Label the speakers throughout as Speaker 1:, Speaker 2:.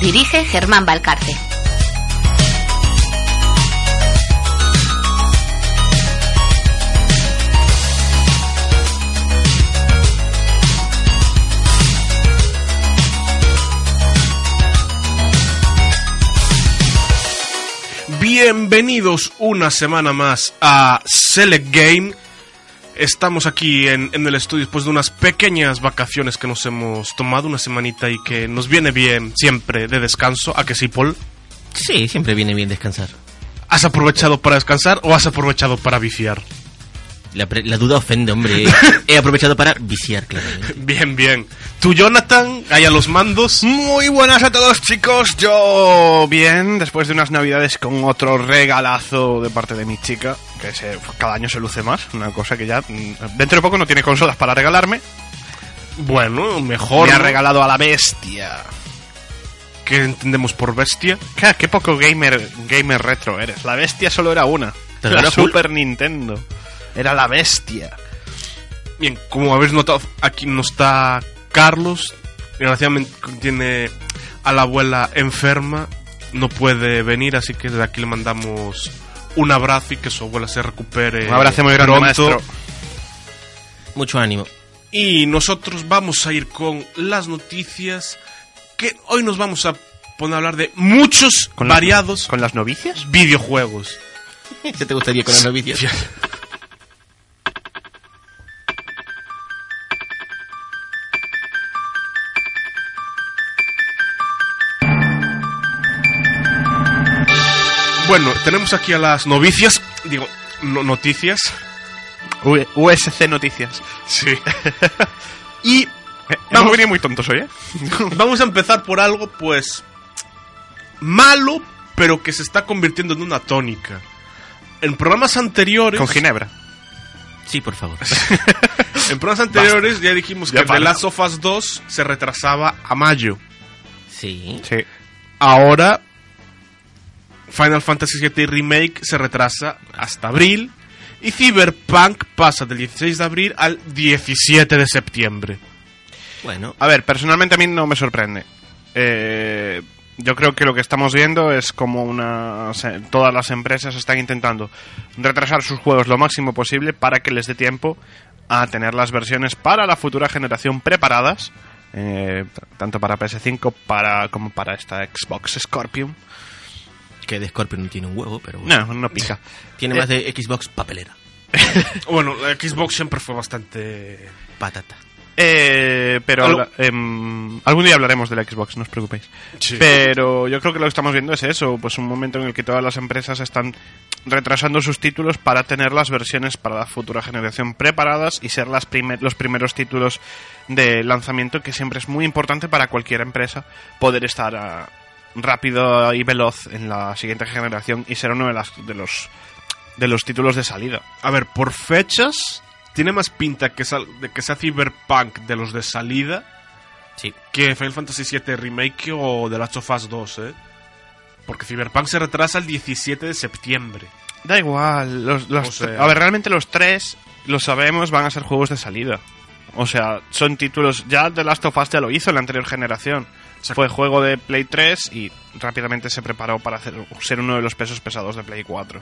Speaker 1: Dirige Germán Valcarce.
Speaker 2: Bienvenidos una semana más a Select Game. Estamos aquí en, en el estudio después de unas pequeñas vacaciones que nos hemos tomado, una semanita y que nos viene bien siempre de descanso. ¿A que sí, Paul?
Speaker 3: Sí, siempre viene bien descansar.
Speaker 2: ¿Has aprovechado para descansar o has aprovechado para viciar?
Speaker 3: La, pre- la duda ofende, hombre. He aprovechado para viciar, claro.
Speaker 2: Bien, bien. ¿Tú, Jonathan? Ahí a los mandos.
Speaker 4: Muy buenas a todos chicos, yo bien, después de unas navidades con otro regalazo de parte de mi chica, que se- cada año se luce más, una cosa que ya mm, dentro de poco no tiene consolas para regalarme,
Speaker 2: Bueno, mejor.
Speaker 4: me ha
Speaker 2: ¿no?
Speaker 4: regalado a la bestia.
Speaker 2: ¿Qué entendemos por bestia?
Speaker 4: Ja, Qué poco gamer, gamer retro eres, la bestia solo era una,
Speaker 3: ¿Te
Speaker 4: la
Speaker 3: regaló Hulk?
Speaker 4: Super Nintendo, era la bestia.
Speaker 2: Bien, como habéis notado, aquí no está Carlos. Desgraciadamente tiene a la abuela enferma. No puede venir, así que desde aquí le mandamos un abrazo y que su abuela se recupere.
Speaker 4: Un abrazo muy grande,
Speaker 2: pronto.
Speaker 4: maestro.
Speaker 3: Mucho ánimo.
Speaker 2: Y nosotros vamos a ir con las noticias. Que hoy nos vamos a poner a hablar de muchos
Speaker 4: Con las-
Speaker 2: variados
Speaker 4: ¿Con las novicias?
Speaker 2: videojuegos.
Speaker 3: ¿Qué te gustaría con las novicias?
Speaker 2: Bueno, tenemos aquí a las novicias. Digo, no- noticias.
Speaker 4: U- USC Noticias.
Speaker 2: Sí. y
Speaker 4: Vamos, venía Eh, muy tontos hoy, ¿eh?
Speaker 2: Vamos a empezar por algo, pues. malo, pero que se está convirtiendo en una tónica. En programas anteriores.
Speaker 4: Con Ginebra.
Speaker 3: Sí, por favor.
Speaker 2: En programas anteriores ya dijimos que
Speaker 4: Ya
Speaker 2: The
Speaker 4: para.
Speaker 2: Last of Us 2 se retrasaba a mayo.
Speaker 3: Sí.
Speaker 4: Sí.
Speaker 2: Ahora. Final Fantasy VII Remake se retrasa hasta abril. Y Cyberpunk pasa del 16 de abril al 17 de septiembre.
Speaker 3: Bueno,
Speaker 4: A ver, personalmente a mí no me sorprende. Eh, yo creo que lo que estamos viendo es como una... se- Todas las empresas están intentando retrasar sus juegos lo máximo posible para que les dé tiempo a tener las versiones para la futura generación preparadas, eh, t- tanto para PS5 para, como para esta Xbox Scorpion.
Speaker 3: que de Scorpion no tiene un huevo, pero bueno.
Speaker 4: No, no pica. Eh.
Speaker 3: Tiene más de Xbox papelera.
Speaker 2: Bueno, la Xbox siempre fue bastante.
Speaker 3: Patata.
Speaker 4: Eh, pero
Speaker 2: Aló.
Speaker 4: habla- em, algún día hablaremos de la Xbox, no os preocupéis. Pero yo creo que lo que estamos viendo es eso, pues un momento en el que todas las empresas están retrasando sus títulos para tener las versiones para la futura generación preparadas y ser las primer- los primeros títulos de lanzamiento que siempre es muy importante para cualquier empresa poder estar ah, rápido y veloz en la siguiente generación y ser uno de, las, de los de los títulos de salida.
Speaker 2: A ver, por fechas, tiene más pinta que sal- de que sea Cyberpunk de los de salida
Speaker 3: Sí.
Speaker 2: que Final Fantasy VII Remake o The Last of Us 2, ¿eh? Porque Cyberpunk se retrasa el 17 de septiembre.
Speaker 4: Da igual, los, los
Speaker 2: O sea-
Speaker 4: tre- a ver, realmente los tres, lo sabemos, van a ser juegos de salida. O sea, son títulos, ya The Last of Us ya lo hizo en la anterior generación. Fue juego de Play 3 y rápidamente se preparó para hacer, ser uno de los pesos pesados de Play 4.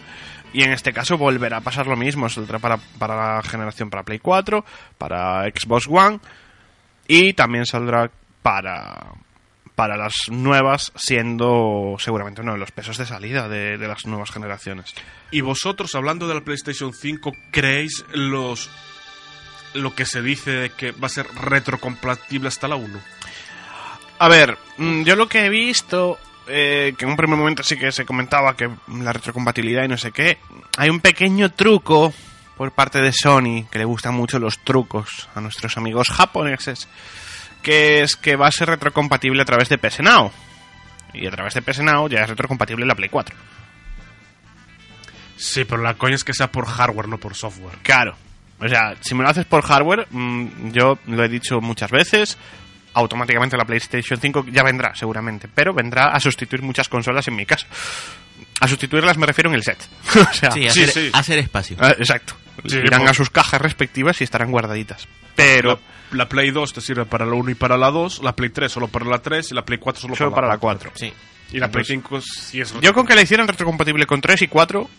Speaker 4: Y en este caso volverá a pasar lo mismo, se saldrá para, para la generación para Play 4, para Xbox One y también saldrá para, para las nuevas, siendo seguramente uno de los pesos de salida de- de las nuevas generaciones.
Speaker 2: Y vosotros, hablando de la PlayStation 5, ¿creéis los lo que se dice de que va a ser retrocompatible hasta la 1?
Speaker 4: A ver, mm, yo lo que he visto, eh, que en un primer momento sí que se comentaba que mm, la retrocompatibilidad y no sé qué, hay un pequeño truco por parte de Sony, que le gustan mucho los trucos a nuestros amigos japoneses, que es que va a ser retrocompatible a través de PS Now. Y a través de PS Now ya es retrocompatible la Play 4.
Speaker 2: Sí, pero la coña es que sea por hardware, no por software.
Speaker 4: Claro. O sea, si me lo haces por hardware, mm, yo lo he dicho muchas veces, automáticamente la PlayStation 5 ya vendrá, seguramente. Pero vendrá a sustituir muchas consolas en mi caso. A sustituirlas me refiero en el set. o sea,
Speaker 3: Sí,
Speaker 2: sí,
Speaker 3: hacer,
Speaker 2: sí.
Speaker 3: hacer espacio.
Speaker 4: ah, exacto.
Speaker 2: Sí, pues.
Speaker 4: Irán
Speaker 2: por-
Speaker 4: a sus cajas respectivas y estarán guardaditas. Pero
Speaker 2: La, la Play 2 te sirve para la 1 y para la 2, la Play 3 solo para la 3 y la Play 4 solo,
Speaker 4: solo para la 4.
Speaker 3: Sí.
Speaker 2: Y la Play 5
Speaker 4: Pues-
Speaker 2: sí es...
Speaker 4: Yo con que la hicieran retrocompatible con 3 y 4,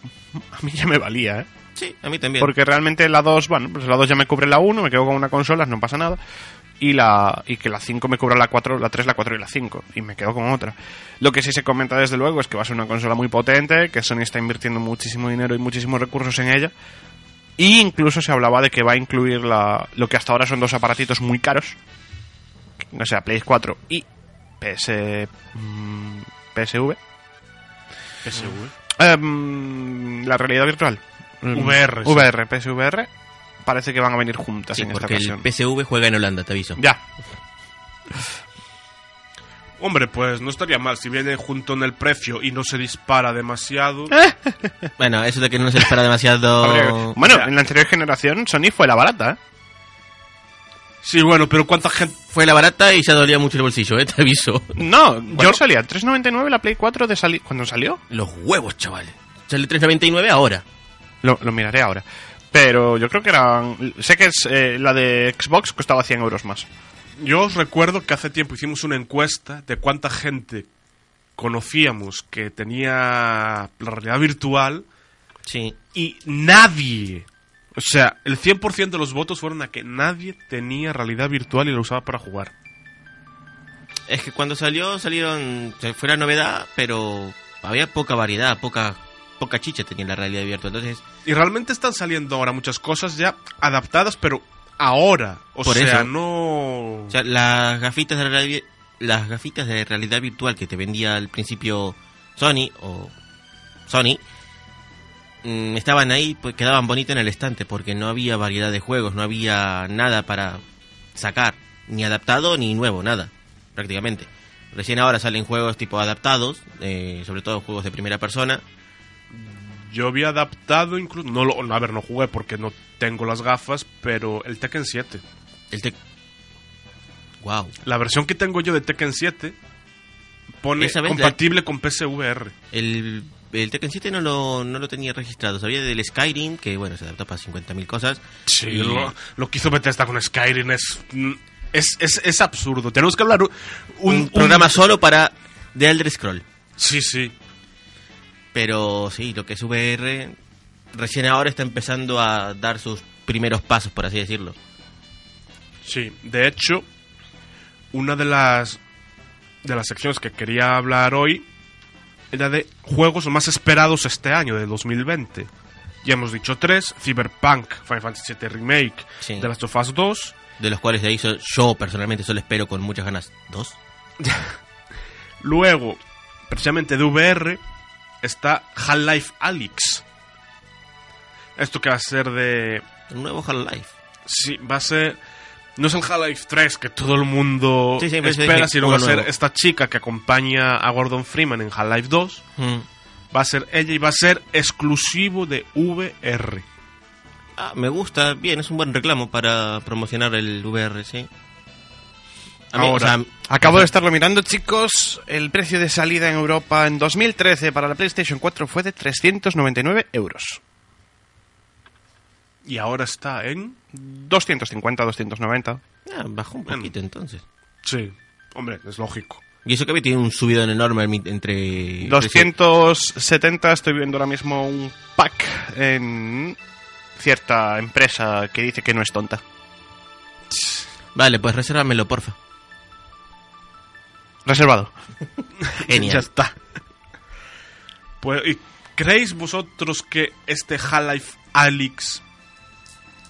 Speaker 4: a mí ya me valía, ¿eh?
Speaker 3: Sí, a mí también.
Speaker 4: Porque realmente la 2, bueno, pues la 2 ya me cubre la 1, me quedo con una consola, no pasa nada. Y, la, y que la 5 me cubra la 4, la 3, la 4 y la 5. Y me quedo con otra. Lo que sí se comenta desde luego es que va a ser una consola muy potente, que Sony está invirtiendo muchísimo dinero y muchísimos recursos en ella. Y incluso se hablaba de que va a incluir la, lo que hasta ahora son dos aparatitos muy caros. O sea, Play 4 y PS, mm, PSV.
Speaker 2: PSV.
Speaker 4: Em, la realidad virtual. Em,
Speaker 2: VR, sí.
Speaker 4: VR, PSVR. Parece que van a venir juntas
Speaker 3: Sí,
Speaker 4: en esta
Speaker 3: porque el
Speaker 4: ocasión.
Speaker 3: PSV juega en Holanda, te aviso.
Speaker 4: Ya.
Speaker 2: Hombre, pues no estaría mal. Si viene junto en el precio y no se dispara demasiado...
Speaker 3: ¿Eh? Bueno, eso de que no se espera
Speaker 4: Habría-
Speaker 3: demasiado.
Speaker 4: Bueno,
Speaker 2: Ya.
Speaker 4: en la anterior generación Sony fue la barata, ¿eh?
Speaker 2: Sí, bueno, pero ¿cuánta gente...?
Speaker 3: Fue la barata y ya dolía mucho el bolsillo, eh, te aviso.
Speaker 4: No, yo salía 3.99 la Play 4 de sali cuando salió.
Speaker 3: Los huevos, chaval. Sale 3.99 ahora.
Speaker 4: Lo, lo miraré ahora. Pero yo creo que eran... Sé que es, eh, la de Xbox costaba 100 euros más.
Speaker 2: Yo os recuerdo que hace tiempo hicimos una encuesta de cuánta gente conocíamos que tenía la realidad virtual
Speaker 3: Sí.
Speaker 2: y nadie... O sea, el 100% de los votos fueron a que nadie tenía realidad virtual y la usaba para jugar.
Speaker 3: Es que cuando salió, salieron. se Fue la novedad, pero había poca variedad, poca poca chicha tenía la realidad virtual. Entonces,
Speaker 2: Y realmente están saliendo ahora muchas cosas ya adaptadas, pero ahora. O
Speaker 3: Por
Speaker 2: sea,
Speaker 3: eso.
Speaker 2: no.
Speaker 3: o sea, las gafitas de realidad, las gafitas de realidad virtual que te vendía al principio Sony o Sony mm, estaban ahí, pues quedaban bonitas en el estante porque no había variedad de juegos, no había nada para sacar, ni adaptado ni nuevo, nada, prácticamente. Recién ahora salen juegos tipo adaptados, eh, sobre todo juegos de primera persona,
Speaker 2: Yo había adaptado incluso. No lo, a ver, no jugué porque no tengo las gafas, pero el Tekken 7.
Speaker 3: El tec... Wow.
Speaker 2: La versión que tengo yo de Tekken 7 pone
Speaker 3: Esa vez la-
Speaker 2: compatible con PSVR.
Speaker 3: El, el Tekken 7 no lo, no lo tenía registrado. Sabía del Skyrim, que bueno, se adaptó para 50.000 cosas.
Speaker 2: Sí,
Speaker 3: Y-
Speaker 2: lo, lo que hizo Bethesda con Skyrim es. Es, es, es absurdo. Tenemos que hablar un,
Speaker 3: Un,
Speaker 2: un-
Speaker 3: programa solo para The Elder Scroll.
Speaker 2: Sí, sí.
Speaker 3: Pero sí, lo que es VR recién ahora está empezando a dar sus primeros pasos, por así decirlo.
Speaker 2: Sí, de hecho, una de las de las secciones que quería hablar hoy era de juegos más esperados este año, de 2020. Ya hemos dicho tres, Cyberpunk, Final Fantasy VII Remake,
Speaker 3: Sí.
Speaker 2: The Last of Us 2,
Speaker 3: De los cuales de ahí so- yo personalmente solo espero con muchas ganas. ¿Dos?
Speaker 2: luego, precisamente de VR, está Half-Life Alyx. Esto que va a ser de...
Speaker 3: El nuevo Half-Life.
Speaker 2: Sí, va a ser... No es el Half-Life 3 que todo el mundo
Speaker 3: Sí, sí, me parece
Speaker 2: espera,
Speaker 3: que
Speaker 2: sino
Speaker 3: uno
Speaker 2: va a ser
Speaker 3: nuevo.
Speaker 2: esta chica que acompaña a Gordon Freeman en Half-Life 2.
Speaker 3: Mm.
Speaker 2: Va a ser ella y va a ser exclusivo de VR.
Speaker 3: Ah, me gusta, bien, es un buen reclamo para promocionar el VR, sí. A mí,
Speaker 2: Ahora,
Speaker 3: o sea,
Speaker 4: Acabo de estarlo mirando, chicos. El precio de salida en Europa en 2013 para la PlayStation 4 fue de 399 euros.
Speaker 2: Y ahora está en...
Speaker 4: 250, 290.
Speaker 3: ah, bajó un poquito entonces.
Speaker 2: Sí. Hombre, es lógico.
Speaker 3: Y eso que había tiene un subidón enorme en mi- entre...
Speaker 4: 270 estoy viendo ahora mismo un pack en cierta empresa que dice que no es tonta.
Speaker 3: Vale, pues resérvamelo, porfa.
Speaker 4: Reservado.
Speaker 3: Genial.
Speaker 2: ya está. Pues, ¿y ¿Creéis vosotros que este Half-Life Alyx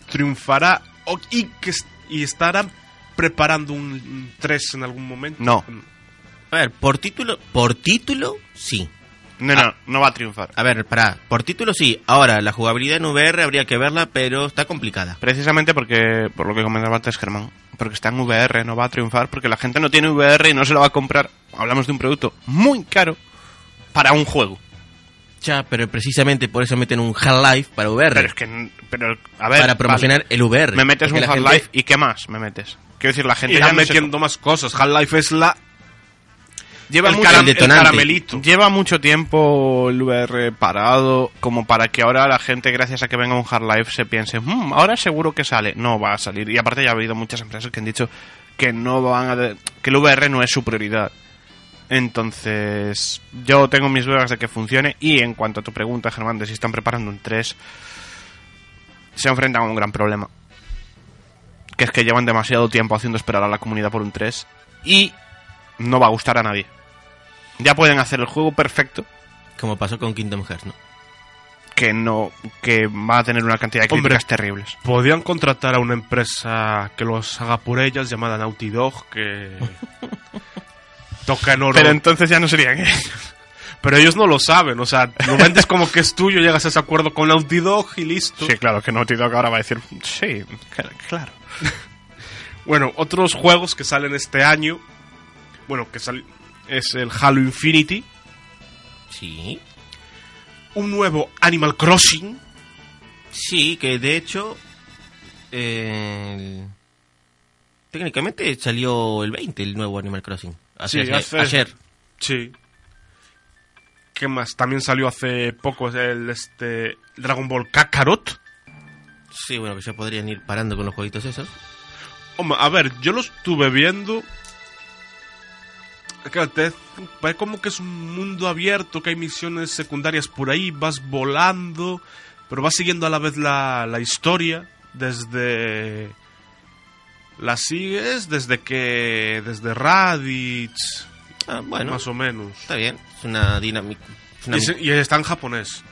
Speaker 2: triunfará o- y que es- y estarán preparando un 3 en algún momento?
Speaker 4: No.
Speaker 3: A ver, por título, por título, sí.
Speaker 4: No, no, no va a triunfar.
Speaker 3: A ver, pará. Por título sí. Ahora, la jugabilidad en VR habría que verla, pero está complicada.
Speaker 4: Precisamente porque, por lo que comentaba antes Germán, porque está en VR, no va a triunfar, porque la gente no tiene VR y no se lo va a comprar. Hablamos de un producto muy caro para un juego.
Speaker 3: Ya, pero precisamente por eso meten un Half-Life para VR.
Speaker 4: Pero es que, n- pero, a ver.
Speaker 3: para promocionar
Speaker 4: vale.
Speaker 3: el VR.
Speaker 4: Me metes
Speaker 3: Porque
Speaker 4: un
Speaker 3: la gente-
Speaker 4: Half-Life y ¿qué más me metes? Quiero decir, la gente
Speaker 2: Irán
Speaker 4: ya no se-
Speaker 2: metiendo más cosas. Half-Life es la
Speaker 4: lleva
Speaker 2: el
Speaker 4: mucho-
Speaker 2: caram-
Speaker 3: el detonante.
Speaker 2: caramelito.
Speaker 4: Lleva mucho tiempo el VR parado como para que ahora la gente, gracias a que venga un Hard Life, se piense, "Mm, ahora seguro que sale. No va a salir. Y aparte ya ha habido muchas empresas que han dicho que no van a... de- que el VR no es su prioridad. Entonces, yo tengo mis dudas de que funcione. Y en cuanto a tu pregunta, Germán, de si están preparando un 3, se enfrentan a un gran problema. Que es que llevan demasiado tiempo haciendo esperar a la comunidad por un 3 y no va a gustar a nadie. Ya pueden hacer el juego perfecto,
Speaker 3: Como pasó con Kingdom Hearts, ¿no?
Speaker 4: que no que va a tener una cantidad de
Speaker 2: Hombre.
Speaker 4: críticas terribles.
Speaker 2: Podían contratar a una empresa que los haga por ellas, llamada Naughty Dog, que toca en oro.
Speaker 4: Pero
Speaker 2: Pero,
Speaker 4: entonces ya no serían ellos.
Speaker 2: ellos no lo saben, o sea, lo vendes como que es tuyo, llegas a ese acuerdo con Naughty Dog y listo.
Speaker 4: Sí, claro, que no que ahora va a decir, sí, cl- claro.
Speaker 2: Bueno, otros juegos que salen este año, bueno, que sal- es el Halo Infinity,
Speaker 3: Sí.
Speaker 2: un nuevo Animal Crossing,
Speaker 3: Sí, que de hecho. eh, Técnicamente salió el 20 el nuevo Animal Crossing. Así
Speaker 2: Sí,
Speaker 3: es, eh,
Speaker 2: hace-
Speaker 3: Ayer.
Speaker 2: Sí. ¿Qué más? También salió hace poco el este Dragon Ball Kakarot.
Speaker 3: Sí, bueno, que ya podrían ir parando con los jueguitos esos.
Speaker 2: Hombre, a ver, yo lo estuve viendo. Claro, te- parece como que es un mundo abierto, que hay misiones secundarias por ahí, vas volando, pero vas siguiendo a la vez la, la historia desde... La sigues desde que... desde Raditz,
Speaker 3: Ah, bueno,
Speaker 2: más o menos.
Speaker 3: está bien. Es una dinámica. es una
Speaker 2: Y, se- y está en japonés.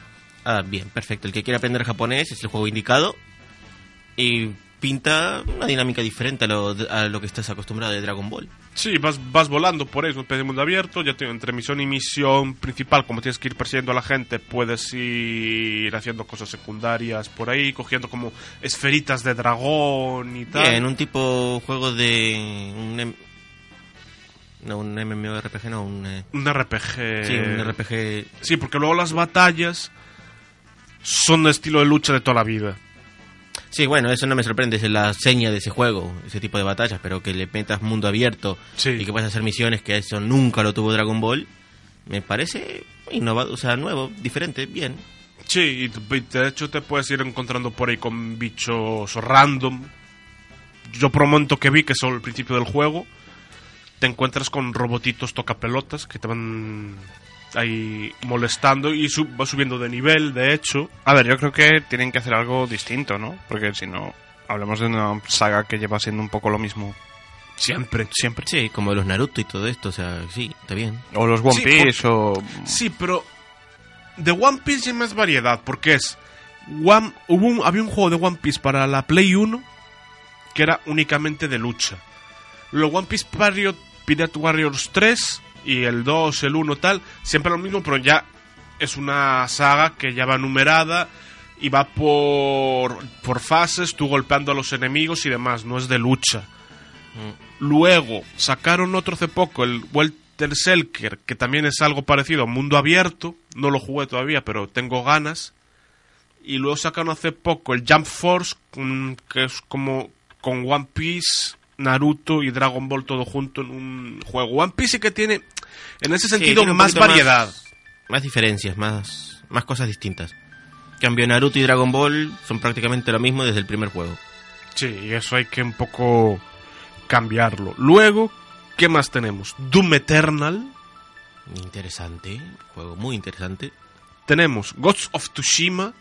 Speaker 3: Ah, bien, perfecto. El que quiera aprender japonés es el juego indicado. Y pinta una dinámica diferente a lo, a lo que estás acostumbrado de Dragon Ball.
Speaker 2: Sí, vas, vas volando por ahí, es una especie de mundo abierto. Ya tengo entre misión y misión principal, como tienes que ir persiguiendo a la gente, puedes ir haciendo cosas secundarias por ahí, cogiendo como esferitas de dragón y tal.
Speaker 3: Bien, un tipo juego de. Un em- No, un MMORPG, no, un. eh,
Speaker 2: un RPG.
Speaker 3: Sí, un RPG.
Speaker 2: Sí, porque luego las batallas son de estilo de lucha de toda la vida.
Speaker 3: Sí, bueno, eso no me sorprende, es la seña de ese juego, ese tipo de batallas, pero que le metas mundo abierto
Speaker 2: Sí.
Speaker 3: y que puedas hacer misiones que eso nunca lo tuvo Dragon Ball, me parece innovado, o sea, nuevo, diferente, bien.
Speaker 2: Sí, y t- y de hecho te puedes ir encontrando por ahí con bichos random. Yo por un momento que vi, que es solo el principio del juego, te encuentras con robotitos tocapelotas que te van ahí molestando y sub- vas subiendo de nivel, de hecho.
Speaker 4: A ver, yo creo que tienen que hacer algo distinto, ¿no? Porque si no, hablamos de una saga que lleva siendo un poco lo mismo
Speaker 2: Siempre.
Speaker 4: siempre.
Speaker 3: Sí, como los Naruto y todo esto, o sea, sí, está bien.
Speaker 4: O los One
Speaker 2: Sí,
Speaker 4: Piece, o...
Speaker 2: Sí, pero de One Piece hay más variedad, porque es... One- hubo un- había un juego de One Piece para la Play 1 que era únicamente de lucha. Luego One Piece Warrior, Pirate Warriors 3 y el 2, el 1 tal, siempre lo mismo, pero ya es una saga que ya va numerada y va por, por fases, tú golpeando a los enemigos y demás, no es de lucha. Luego sacaron otro hace poco, el Welter Selker, que también es algo parecido a Mundo Abierto. No lo jugué todavía, pero tengo ganas. Y luego sacaron hace poco el Jump Force, mm, que es como con One Piece, Naruto y Dragon Ball todo junto en un juego. One Piece sí que tiene, en ese
Speaker 3: Sí,
Speaker 2: sentido,
Speaker 3: tiene un
Speaker 2: más
Speaker 3: poquito
Speaker 2: variedad.
Speaker 3: Más, diferencias, más, más cosas distintas. En Cambio Naruto y Dragon Ball son prácticamente lo mismo desde el primer juego.
Speaker 2: Sí, y eso hay que un poco cambiarlo. Luego, ¿qué más tenemos? Doom Eternal.
Speaker 3: Interesante, juego muy interesante.
Speaker 2: Tenemos Gods of Tsushima,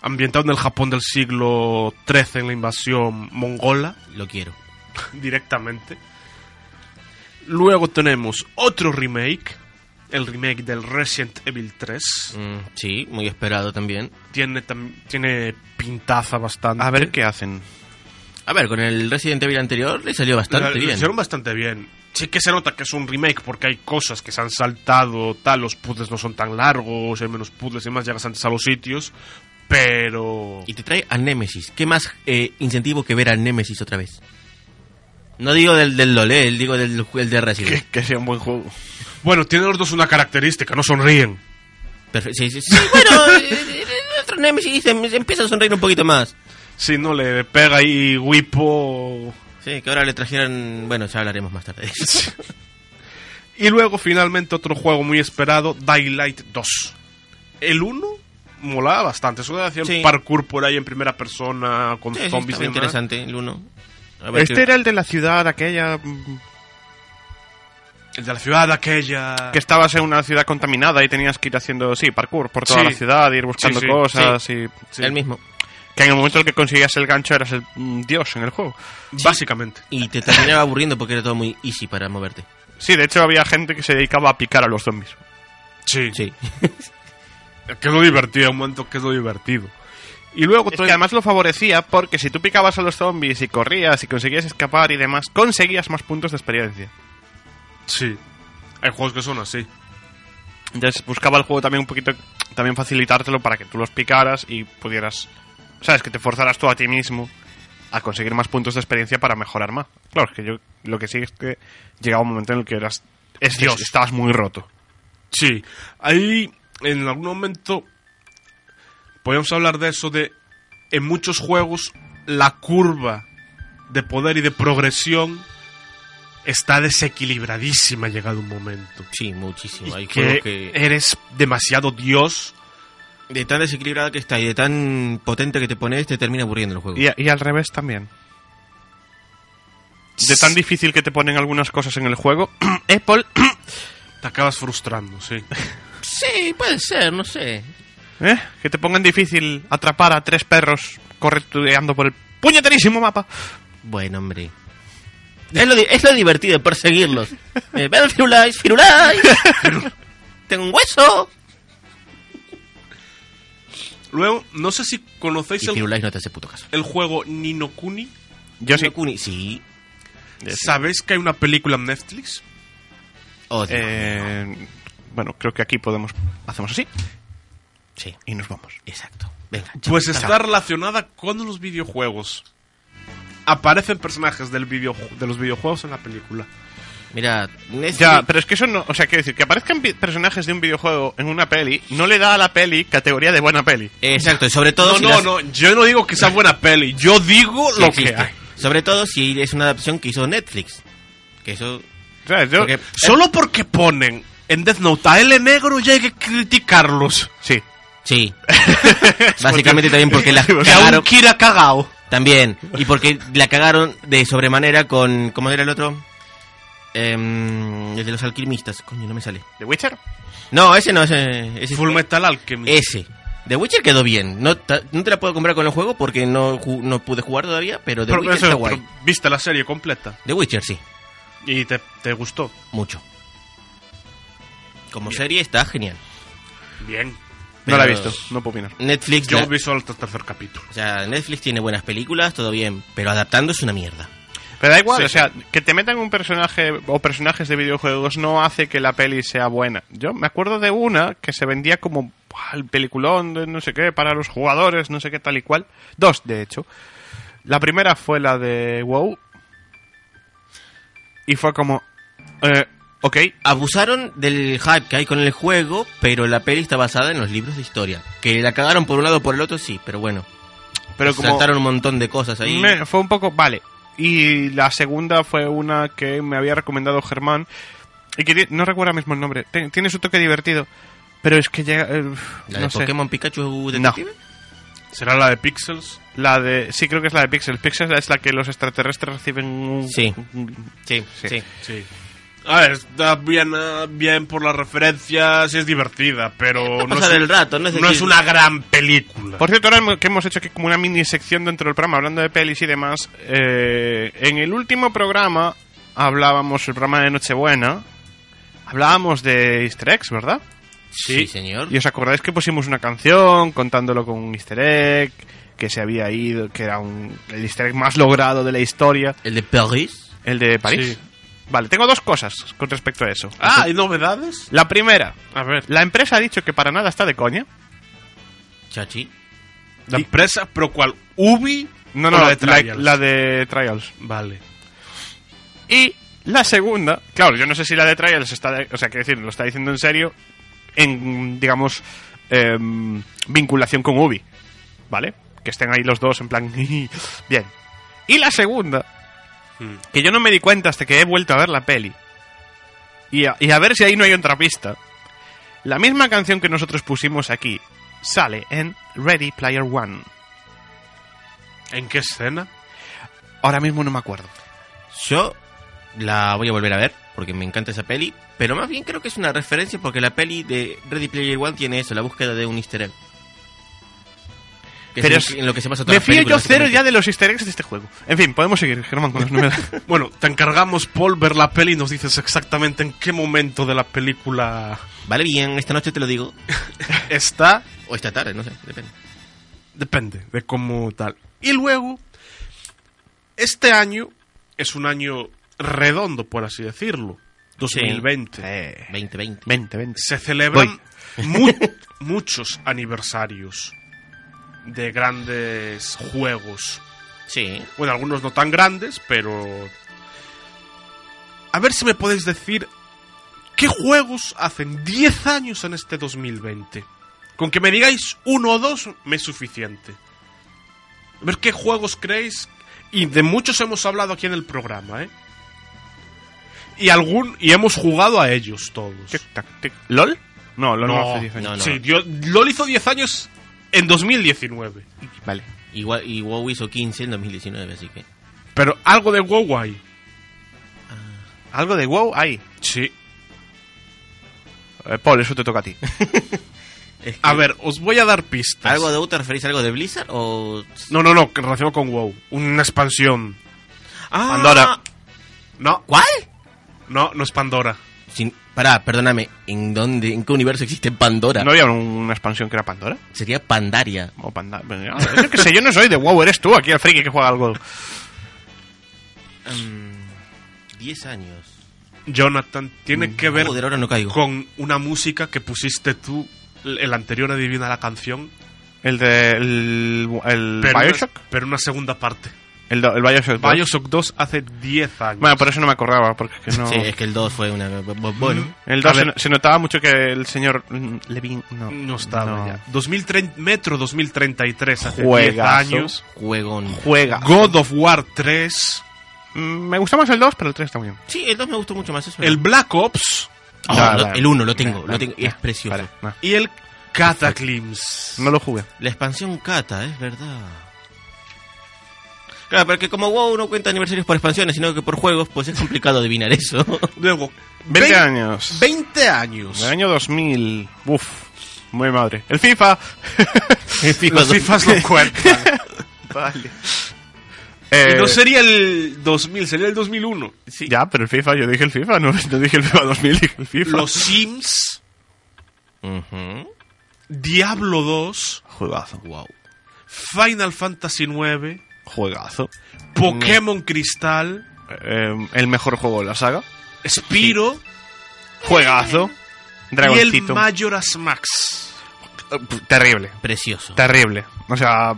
Speaker 2: ambientado en el Japón del siglo XIII en la invasión mongola
Speaker 3: Lo quiero.
Speaker 2: directamente. Luego tenemos otro remake, el remake del Resident Evil 3.
Speaker 3: Mm, sí, muy esperado también.
Speaker 2: Tiene, tam- tiene pintaza bastante.
Speaker 4: A ver qué hacen.
Speaker 3: A ver, con el Resident Evil anterior le salió
Speaker 2: La-
Speaker 3: bastante
Speaker 2: lo
Speaker 3: bien.
Speaker 2: hicieron bastante bien. sí que se nota que es un remake porque hay cosas que se han saltado, tal, los puzzles no son tan largos, hay menos puzzles y más, llegas antes a los sitios, pero...
Speaker 3: Y te trae a Nemesis. ¿Qué más eh, incentivo que ver a Nemesis otra vez? No digo del, del LOL, eh, digo del, del de Resident.
Speaker 4: Que, que sea un buen juego.
Speaker 2: Bueno, tienen los dos una característica, no sonríen.
Speaker 3: Perfe- sí, sí, sí. bueno, eh, eh, el otro Nemesis se- se empieza a sonreír un poquito más.
Speaker 2: Si no le pega ahí Whipo...
Speaker 3: Sí, que ahora le trajeron... Bueno, ya hablaremos más tarde. de eso.
Speaker 2: Y luego finalmente otro juego muy esperado, Daylight 2. El 1 molaba bastante, eso de hacer
Speaker 3: Sí.
Speaker 2: parkour por ahí en primera persona con
Speaker 3: Sí, sí,
Speaker 2: zombies
Speaker 3: estaba
Speaker 2: y demás.
Speaker 3: interesante el uno. A ver
Speaker 4: Este
Speaker 3: qué-
Speaker 4: era el de la ciudad aquella. mm,
Speaker 2: El de la ciudad aquella...
Speaker 4: Ah. Que estabas en una ciudad contaminada y tenías que ir haciendo, sí, parkour por toda
Speaker 2: Sí.
Speaker 4: la ciudad, ir buscando
Speaker 2: Sí, sí,
Speaker 4: cosas y.
Speaker 2: Sí,
Speaker 3: el mismo.
Speaker 4: Que en el momento en el que conseguías el gancho eras el mm, dios en el juego.
Speaker 2: Básicamente.
Speaker 3: Y te terminaba aburriendo porque era todo muy easy para moverte.
Speaker 4: Sí, de hecho había gente que se dedicaba a picar a los zombies.
Speaker 2: Sí.
Speaker 3: Sí.
Speaker 2: Que es lo divertido, un momento que es lo divertido. Y luego
Speaker 4: Es que
Speaker 2: todavía-
Speaker 4: además lo favorecía porque si tú picabas a los zombies y corrías y conseguías escapar y demás, conseguías más puntos de experiencia.
Speaker 2: Sí. Hay juegos que son así.
Speaker 4: Entonces buscaba el juego también un poquito, también facilitártelo para que tú los picaras y pudieras, sabes, que te forzaras tú a ti mismo a conseguir más puntos de experiencia para mejorar más. Claro, es que yo lo que sí es que llegaba un momento en el que eras, es Dios, estabas muy roto.
Speaker 2: Sí. Ahí, en algún momento, podemos hablar de eso de, en muchos juegos, la curva de poder y de progresión está desequilibradísima llegado un momento.
Speaker 3: Sí, muchísimo. Hay
Speaker 2: Y
Speaker 3: juegos
Speaker 2: que,
Speaker 3: que...
Speaker 2: eres demasiado Dios.
Speaker 3: De tan desequilibrada que está y de tan potente que te pones, te termina aburriendo el juego.
Speaker 4: Y, y al revés también. De tan difícil que te ponen algunas cosas en el juego, Apple,
Speaker 2: Te acabas frustrando, sí.
Speaker 3: Sí, puede ser, no sé.
Speaker 4: ¿eh? que te pongan difícil atrapar a tres perros correteando por el puñeterísimo mapa.
Speaker 3: Bueno, hombre. Es lo, di- es lo divertido, perseguirlos. Eh, ven, Firulais, Firulais. Tengo un hueso.
Speaker 2: Luego, no sé si conocéis
Speaker 3: Y
Speaker 2: el,
Speaker 3: Firulais no te hace puto caso.
Speaker 2: el juego Ninokuni.
Speaker 4: Yo sí.
Speaker 3: No, Kuni, sí.
Speaker 2: ¿Sabéis que hay una película en Netflix?
Speaker 3: Odio.
Speaker 4: Eh, bueno, creo que aquí podemos hacemos así
Speaker 3: Sí,
Speaker 4: y nos vamos.
Speaker 3: exacto. Venga. chao.
Speaker 2: Pues está relacionada con los videojuegos. Aparecen personajes del video, de los videojuegos en la película.
Speaker 3: Mira, Netflix-
Speaker 4: Ya, pero es que eso no, o sea, quiero decir que aparezcan vi- personajes de un videojuego en una peli no le da a la peli categoría de buena peli.
Speaker 3: Exacto, y sobre todo
Speaker 2: No,
Speaker 3: si
Speaker 2: no,
Speaker 3: las-
Speaker 2: no, yo no digo que sea buena peli, yo digo
Speaker 3: si
Speaker 2: lo que
Speaker 3: existe.
Speaker 2: hay.
Speaker 3: Sobre todo si es una adaptación que hizo Netflix. Que eso...
Speaker 4: ¿Sabes? Yo-
Speaker 3: Porque-
Speaker 2: Solo porque ponen en Death Note a L negro ya hay que criticarlos.
Speaker 4: Sí.
Speaker 3: Sí. Básicamente también porque la
Speaker 2: Que aún
Speaker 3: cagaron...
Speaker 2: Kira cagao.
Speaker 3: También. Y porque la cagaron de sobremanera con... ¿Cómo era el otro? Em, el de los alquimistas. Coño, no me sale.
Speaker 4: ¿The Witcher?
Speaker 3: No, ese no, ese... ese
Speaker 2: Full Metal Alchemist.
Speaker 3: Ese. The Witcher quedó bien. No, ta- no te la puedo comprar con el juego porque no, ju- no pude jugar todavía, pero The
Speaker 2: Pero
Speaker 3: Witcher
Speaker 2: eso,
Speaker 3: está guay.
Speaker 2: pero viste la serie completa
Speaker 3: The Witcher sí,
Speaker 2: y te, te gustó.
Speaker 3: mucho. Como serie está genial.
Speaker 2: Bien.
Speaker 4: No la he
Speaker 3: Pero-
Speaker 4: visto, no puedo opinar.
Speaker 3: Netflix,
Speaker 2: Yo
Speaker 3: la-
Speaker 2: vi solo hasta el tercer capítulo.
Speaker 3: o sea, Netflix tiene buenas películas, todo bien, pero adaptando es una mierda.
Speaker 4: Pero da igual,
Speaker 2: Sí,
Speaker 4: o sea, que te metan un personaje o personajes de videojuegos no hace que la peli sea buena. Yo me acuerdo de una que se vendía como "Buah, el peliculón de no sé qué para los jugadores, no sé qué tal y cual. Dos, de hecho. La primera fue la de WoW. Y fue como, eh, ok,
Speaker 3: Abusaron del hype que hay con el juego, pero la peli está basada en los libros de historia. Que la cagaron por un lado o por el otro, sí, pero bueno.
Speaker 4: pero como...
Speaker 3: Saltaron un montón de cosas ahí.
Speaker 4: Me- fue un poco, vale. Y la segunda fue una que me había recomendado Germán. Y que ti- no recuerdo ahora mismo el nombre. Te- tiene su toque divertido. Pero es que llega. eh,
Speaker 3: ¿La de
Speaker 4: no sé.
Speaker 3: Pokémon Pikachu Detective?
Speaker 2: ¿Será la de Pixels?
Speaker 4: La de. Sí, creo que es la de Pixel. Pixel es la que los extraterrestres reciben un.
Speaker 3: Sí.
Speaker 4: un-
Speaker 3: Sí,
Speaker 4: Sí.
Speaker 3: sí.
Speaker 2: Sí. A ver, está bien, ah, bien por las referencias, es divertida, pero no es,
Speaker 3: Pasar el rato, no es,
Speaker 2: no
Speaker 3: decir-
Speaker 2: es una gran película.
Speaker 4: Por cierto, ahora hemos- que hemos hecho aquí como una mini sección dentro del programa, hablando de pelis y demás. eh, en el último programa hablábamos, el programa de Nochebuena, hablábamos de Easter eggs, ¿verdad?
Speaker 3: Sí, señor.
Speaker 4: Y os acordáis que pusimos una canción contándolo con un easter egg, que se había ido, que era un, el easter egg más logrado de la historia,
Speaker 3: El de Paris.
Speaker 4: el de París.
Speaker 2: Sí.
Speaker 4: Vale, tengo dos cosas con respecto a eso.
Speaker 2: Ah, ¿hay novedades?
Speaker 4: La primera,
Speaker 2: A ver.
Speaker 4: la empresa ha dicho que para nada está de coña.
Speaker 3: Chachi.
Speaker 2: La empresa, pero cual Ubi.
Speaker 4: No,
Speaker 2: o
Speaker 4: no,
Speaker 2: la
Speaker 4: la
Speaker 2: de
Speaker 4: de
Speaker 2: Trials.
Speaker 4: La, de Trials.
Speaker 2: Vale.
Speaker 4: Y la segunda, claro, yo no sé si la de Trials está, de- o sea, quiero decir, lo está diciendo en serio, en, digamos, em, vinculación con Ubi, ¿vale? Que estén ahí los dos en plan, bien. Y la segunda,
Speaker 2: Hmm.
Speaker 4: que yo no me di cuenta hasta que he vuelto a ver la peli, y a, y a ver si ahí no hay otra pista. La misma canción que nosotros pusimos aquí sale en Ready Player One.
Speaker 2: ¿En qué escena?
Speaker 4: Ahora mismo no me acuerdo.
Speaker 3: Yo la voy a volver a ver porque me encanta esa peli, pero más bien creo que es una referencia porque la peli de Ready Player One tiene eso, la búsqueda de un easter egg. Que
Speaker 4: Pero
Speaker 3: es en-
Speaker 4: es-
Speaker 3: en lo que se pasa toda
Speaker 4: Me
Speaker 3: la
Speaker 4: fío yo cero ya de los easter eggs de este juego. En fin, podemos seguir, Germán, con los números.
Speaker 2: Bueno, te encargamos, Paul, ver la peli y nos dices exactamente en qué momento de la película
Speaker 3: Vale bien, esta noche te lo digo,
Speaker 2: está.
Speaker 3: o esta tarde, no sé, depende.
Speaker 2: Depende de cómo tal. Y luego, este año es un año redondo, por así decirlo. 2020.
Speaker 3: 2020.
Speaker 4: 20, 20.
Speaker 2: Se celebran mu- muchos aniversarios de grandes juegos.
Speaker 3: Sí.
Speaker 2: Bueno, algunos no tan grandes, pero... A ver si me podéis decir qué juegos hacen 10 años en este 2020. Con que me digáis uno o dos me es suficiente. A ver qué juegos creéis. Y de muchos hemos hablado aquí en el programa, ¿eh? Y, algún, y hemos jugado a ellos todos.
Speaker 4: Tic, tac, tic. ¿LOL? No, LOL no,
Speaker 2: No,
Speaker 4: hace 10 años.
Speaker 3: no, no.
Speaker 2: Sí, yo, LOL hizo 10 años en 2019.
Speaker 4: Vale.
Speaker 3: Igual, y WoW hizo 15 en 2019, así que...
Speaker 2: Pero algo de WoW hay.
Speaker 4: Ah. Algo de WoW hay.
Speaker 2: Sí.
Speaker 4: Eh, Paul, eso te toca a ti.
Speaker 3: es que-
Speaker 2: A ver, os voy a dar pistas.
Speaker 3: ¿Algo de WoW te referís a algo de Blizzard o...?
Speaker 2: No, no, no, que relacionado con WoW. Una expansión.
Speaker 3: Ah,
Speaker 2: Pandora. No,
Speaker 3: ¿Cuál?
Speaker 2: no, no es Pandora.
Speaker 3: Sin, pará, perdóname, ¿en dónde, en qué universo existe Pandora?
Speaker 4: ¿No había una expansión que era Pandora?
Speaker 3: Sería Pandaria.
Speaker 4: O Panda... Bueno, Yo qué sé, yo no soy de WoW, eres tú aquí el friki que juega algo.
Speaker 3: 10 años.
Speaker 2: Jonathan,
Speaker 4: Mm.
Speaker 2: tiene que ver
Speaker 3: Joder, ahora no caigo.
Speaker 2: con una música que pusiste tú, l- el anterior adivina la canción.
Speaker 4: El de... El, el
Speaker 2: Pero
Speaker 4: Bioshock.
Speaker 2: Una, pero una segunda parte.
Speaker 4: El, do- el Bioshock. dos.
Speaker 2: Bioshock 2 hace 10 años.
Speaker 4: Bueno, por eso no me acordaba, porque es que no...
Speaker 3: Sí, es que el 2 fue una... Bueno,
Speaker 4: El 2
Speaker 2: A
Speaker 4: se,
Speaker 2: ver.
Speaker 4: se notaba mucho que el señor mm, Levin no,
Speaker 2: no estaba
Speaker 4: no.
Speaker 2: ya. 2030, Metro 2033 hace 10
Speaker 4: Juegazo.
Speaker 2: años.
Speaker 3: juegón.
Speaker 4: Juega.
Speaker 2: God of War 3.
Speaker 4: Mm, Me gusta más el 2, pero el 3 está muy bien.
Speaker 3: Sí, el 2 me gustó mucho más. Eso
Speaker 2: El Ah, Black Ops
Speaker 3: Oh,
Speaker 4: Ya,
Speaker 3: lo-
Speaker 4: ya.
Speaker 3: el 1 lo tengo,
Speaker 4: Ya,
Speaker 3: lo
Speaker 4: ya,
Speaker 3: tengo.
Speaker 4: ya.
Speaker 3: es precioso.
Speaker 4: Vale, no.
Speaker 2: y el Cataclysms.
Speaker 4: No lo jugué.
Speaker 3: La expansión Kata, es verdad. Claro, porque como WoW no cuenta aniversarios por expansiones, sino que por juegos, pues es complicado adivinar eso.
Speaker 2: Luego,
Speaker 4: 20
Speaker 2: vein-
Speaker 4: años.
Speaker 2: 20 años.
Speaker 4: Del año 2000. Uf. Muy madre. El FIFA.
Speaker 2: Los FIFAs no cuentan.
Speaker 4: vale. Eh,
Speaker 2: Y
Speaker 3: Eh.
Speaker 2: no sería el 2000, sería el 2001.
Speaker 4: Ya, pero el FIFA, yo dije el FIFA, no, no dije el FIFA 2000, dije el FIFA.
Speaker 2: Los Sims,
Speaker 3: Ujú.
Speaker 2: Diablo 2,
Speaker 4: Juegazo.
Speaker 3: Wow.
Speaker 2: Final Fantasy 9,
Speaker 4: Juegazo.
Speaker 2: Pokémon
Speaker 3: Mm.
Speaker 2: Cristal,
Speaker 4: Eh, el mejor juego de la saga.
Speaker 2: Spiro
Speaker 4: Juegazo.
Speaker 2: y el
Speaker 4: Dragoncito.
Speaker 2: Majora's Max.
Speaker 4: Terrible.
Speaker 3: Precioso.
Speaker 4: Terrible. O sea.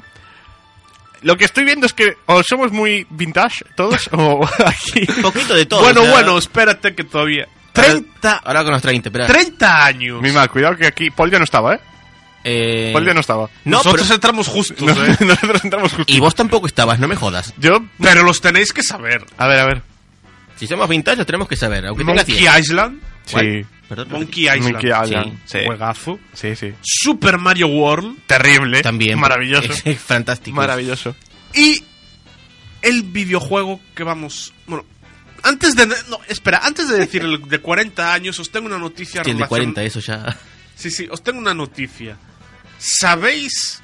Speaker 4: Lo que estoy viendo es que o somos muy vintage todos o aquí.
Speaker 3: Un poquito de todo.
Speaker 2: bueno,
Speaker 3: o sea,
Speaker 2: bueno, espérate que todavía. 30,
Speaker 3: Ahora con los 30, espera.
Speaker 2: 30 años.
Speaker 4: Mima, cuidado que aquí Paul ya no estaba, ¿eh?
Speaker 3: Eh,
Speaker 4: Paul ya no estaba.
Speaker 3: No,
Speaker 2: Nosotros
Speaker 3: pero-
Speaker 2: entramos justos,
Speaker 4: No,
Speaker 2: ¿eh?
Speaker 4: Nosotros entramos justo.
Speaker 3: Y vos tampoco estabas, no me jodas.
Speaker 4: Yo.
Speaker 2: Pero los tenéis que saber.
Speaker 4: A ver, a ver.
Speaker 3: Si somos vintage, lo tenemos que saber. Aunque tengas
Speaker 2: Monkey
Speaker 3: 10.
Speaker 2: Island.
Speaker 4: Sí.
Speaker 3: Perdón,
Speaker 2: Monkey Island.
Speaker 4: Monkey Island. Sí.
Speaker 2: Juegazo.
Speaker 4: Sí, sí.
Speaker 2: Super Mario World
Speaker 4: Terrible.
Speaker 3: También.
Speaker 4: ¿eh? Maravilloso.
Speaker 3: Es, es fantástico.
Speaker 4: Maravilloso.
Speaker 2: y el videojuego que vamos. Bueno, antes de. No, espera, antes de decir el de 40 años, os tengo una noticia.
Speaker 3: Sí, el de
Speaker 2: relacion-
Speaker 3: 40,
Speaker 4: ¿eh?
Speaker 3: eso ya.
Speaker 2: Sí, sí, os tengo una noticia. ¿Sabéis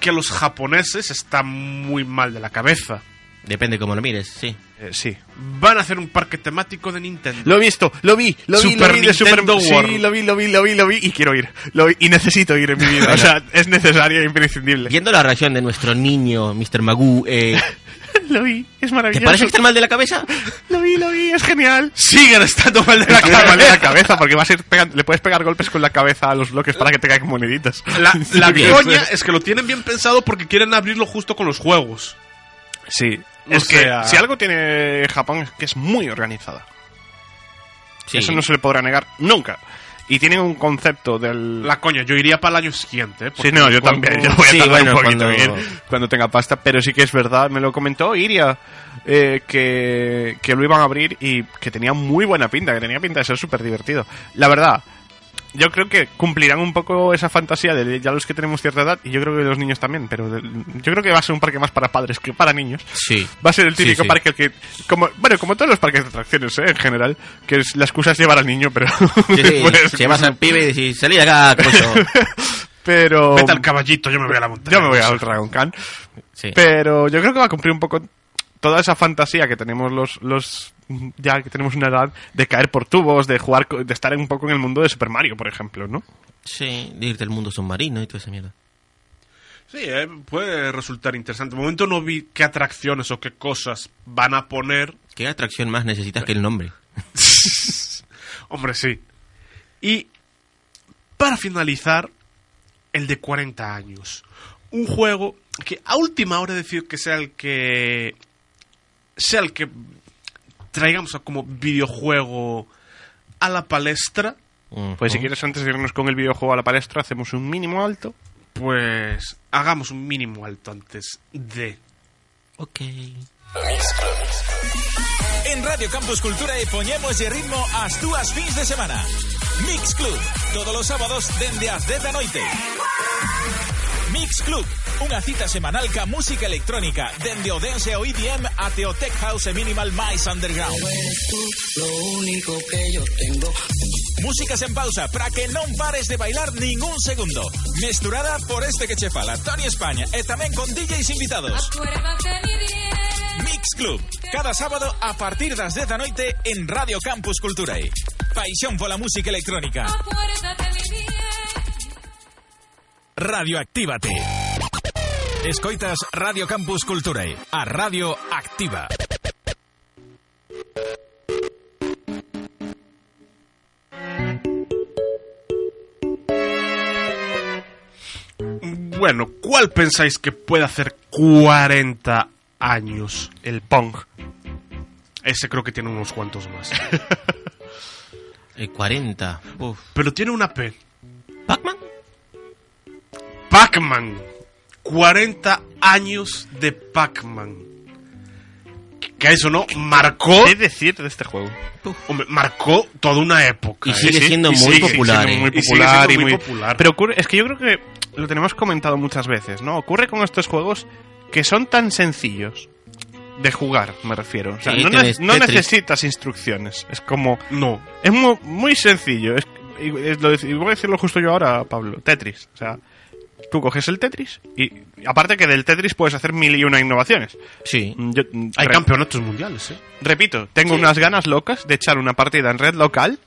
Speaker 2: que los japoneses están muy mal de la cabeza?
Speaker 3: Depende cómo lo mires, sí.
Speaker 4: Eh, sí.
Speaker 2: Van a hacer un parque temático de Nintendo.
Speaker 4: Lo he visto, lo vi, lo vi,
Speaker 2: Super
Speaker 4: lo vi de Super
Speaker 2: Nintendo
Speaker 4: Sí,
Speaker 2: World.
Speaker 4: lo vi, lo vi, lo vi, lo vi y quiero ir. Lo vi- y necesito ir en mi vida. o sea, es necesario e imprescindible.
Speaker 3: Viendo la reacción de nuestro niño, Mr. Magoo, eh,
Speaker 4: Lo vi, es
Speaker 3: ¿Te
Speaker 4: maravilloso.
Speaker 3: parece que está mal de la cabeza?
Speaker 4: Lo vi, lo vi, es genial.
Speaker 2: Siguen estando mal de la
Speaker 4: Está mal de la
Speaker 2: cabeza.
Speaker 4: cabeza, porque vas a ir pegando- le puedes pegar golpes con la cabeza a los bloques para que te caigan moneditas.
Speaker 2: La, la
Speaker 3: bien.
Speaker 2: coña es que lo tienen bien pensado porque quieren abrirlo justo con los juegos.
Speaker 4: Sí.
Speaker 2: O
Speaker 4: es
Speaker 2: sea-
Speaker 4: que si algo tiene Japón es que es muy organizada.
Speaker 3: Sí.
Speaker 4: Eso no se le podrá negar nunca. Y tienen un concepto del...
Speaker 2: La coña, yo iría para el año siguiente. ¿eh?
Speaker 4: Sí,
Speaker 2: Porque
Speaker 4: no, yo
Speaker 2: cuando-
Speaker 4: también. Yo voy a
Speaker 3: Sí,
Speaker 4: tardar
Speaker 3: bueno,
Speaker 4: un poquito
Speaker 3: cuando-
Speaker 4: en ir cuando tenga pasta. Pero sí que es verdad, me lo comentó Iria, eh, que, que lo iban a abrir y que tenía muy buena pinta, que tenía pinta de ser súper divertido. La verdad, yo creo que cumplirán un poco esa fantasía de ya los que tenemos cierta edad, y yo creo que los niños también, pero del- yo creo que va a ser un parque más para padres que para niños.
Speaker 3: Sí.
Speaker 4: Va a ser el típico
Speaker 3: Sí, sí.
Speaker 4: parque al que, como, bueno, como todos los parques de atracciones, ¿eh? en general, que es- la excusa es llevar al niño, pero...
Speaker 3: Sí, sí.
Speaker 4: pues,
Speaker 3: Llevas al pibe y decís, salí de acá, coño.
Speaker 4: pero...
Speaker 2: Vete al caballito, yo me voy a la montaña.
Speaker 4: Yo me voy al Dragon Khan.
Speaker 3: Sí.
Speaker 4: Pero yo creo que va a cumplir un poco toda esa fantasía que tenemos los, los ya que tenemos una edad de caer por tubos, de jugar, co- de estar un poco en el mundo de Super Mario, por ejemplo, ¿no?
Speaker 3: Sí, de irte al mundo submarino y toda esa mierda.
Speaker 2: Sí, eh, puede resultar interesante. De momento no vi qué atracciones o qué cosas van a poner.
Speaker 3: ¿Qué atracción más necesitas que el nombre?
Speaker 2: Hombre, sí. Y para finalizar, el de 40 años. Un juego que a última hora he decidido que sea el que. sea el que traigamos como videojuego a la palestra.
Speaker 4: Pues si
Speaker 3: Ujú.
Speaker 4: quieres antes de irnos con el videojuego a la palestra, hacemos un mínimo alto.
Speaker 2: Pues hagamos un mínimo alto antes de.
Speaker 3: Ok.
Speaker 5: En Radio Campus Cultura e poñemos de ritmo as túas fins de semana. Mix Club, todos os sábados dende as 10 da noite. Mix Club, unha cita semanal ca música electrónica, dende o dance ao EDM ate o tech house e minimal máis underground. Música sen pausa para que non pares de bailar ningún segundo. Mesturada por este que che fala, Tony España, e tamén con DJs invitados. Mix Club, cada sábado a partir das 10 da noite en Radio Campus Culturae. Paixón pola música electrónica. Radioactívate. Escoitas Radio Campus Culturae, a radio activa.
Speaker 2: Bueno, ¿cuál pensáis que puede hacer 40 años?
Speaker 4: El Pong.
Speaker 2: Ese creo que tiene unos cuantos más.
Speaker 3: El 40. Eh, Uf.
Speaker 2: Pero tiene una P.
Speaker 3: ¿Pac-Man?
Speaker 2: Pac-Man. 40 años de Pac-Man. Que eso no, marcó,
Speaker 4: ¿Qué decir de este juego?
Speaker 2: hombre, marcó toda una época.
Speaker 3: Y
Speaker 2: ¿eh?
Speaker 3: sigue
Speaker 4: sí,
Speaker 3: siendo
Speaker 4: y
Speaker 3: muy
Speaker 4: sigue
Speaker 3: popular.
Speaker 4: siendo
Speaker 3: ¿eh?
Speaker 4: muy
Speaker 2: Y sigue
Speaker 4: popular
Speaker 2: siendo
Speaker 4: y
Speaker 2: muy
Speaker 4: muy
Speaker 2: popular.
Speaker 4: Pero ocurre, es que yo creo que lo tenemos comentado muchas veces, ¿no? Ocurre con estos juegos que son tan sencillos de jugar, me refiero. O sea,
Speaker 3: Sí,
Speaker 4: no,
Speaker 3: tenés
Speaker 4: ne- no
Speaker 3: Tetris.
Speaker 4: necesitas instrucciones. Es como
Speaker 2: No,
Speaker 4: es muy, muy sencillo. Es, y- es lo dec- y voy a decirlo justo yo ahora, Pablo. Tetris. O sea, tú coges el Tetris y aparte que del Tetris puedes hacer mil y una innovaciones.
Speaker 3: Sí.
Speaker 4: Mm, yo- mm,
Speaker 2: hay
Speaker 4: re-
Speaker 2: campeonatos mundiales, ¿eh?
Speaker 4: Repito, tengo unas ganas locas de echar una partida en red local,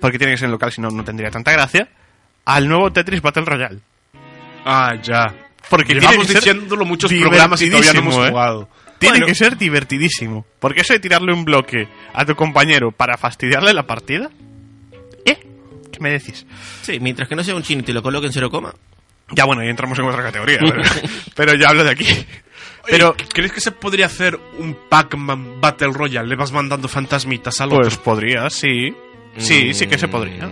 Speaker 4: porque tiene que ser en local, si no, no tendría tanta gracia, al nuevo Tetris Battle Royale.
Speaker 2: Ah, ya.
Speaker 4: Porque tiene
Speaker 2: llevamos
Speaker 4: que ser
Speaker 2: diciéndolo muchos programas y todavía no hemos
Speaker 4: divertidísimo, ¿eh?
Speaker 2: jugado.
Speaker 4: Tiene
Speaker 2: Bueno,
Speaker 4: que ser divertidísimo, porque eso de tirarle un bloque a tu compañero para fastidiarle la partida, ¿eh? ¿Qué me decís?
Speaker 3: Sí, mientras que no sea un chino y te lo coloque en cero coma.
Speaker 4: Ya bueno, y entramos en otra categoría, pero, pero ya hablo de aquí.
Speaker 2: oye,
Speaker 4: Pero
Speaker 2: ¿crees que se podría hacer un Pac-Man Battle Royale? Le vas mandando fantasmitas al
Speaker 4: pues
Speaker 2: otro.
Speaker 4: podría, sí. Sí, sí que se
Speaker 3: Mm,
Speaker 4: podría.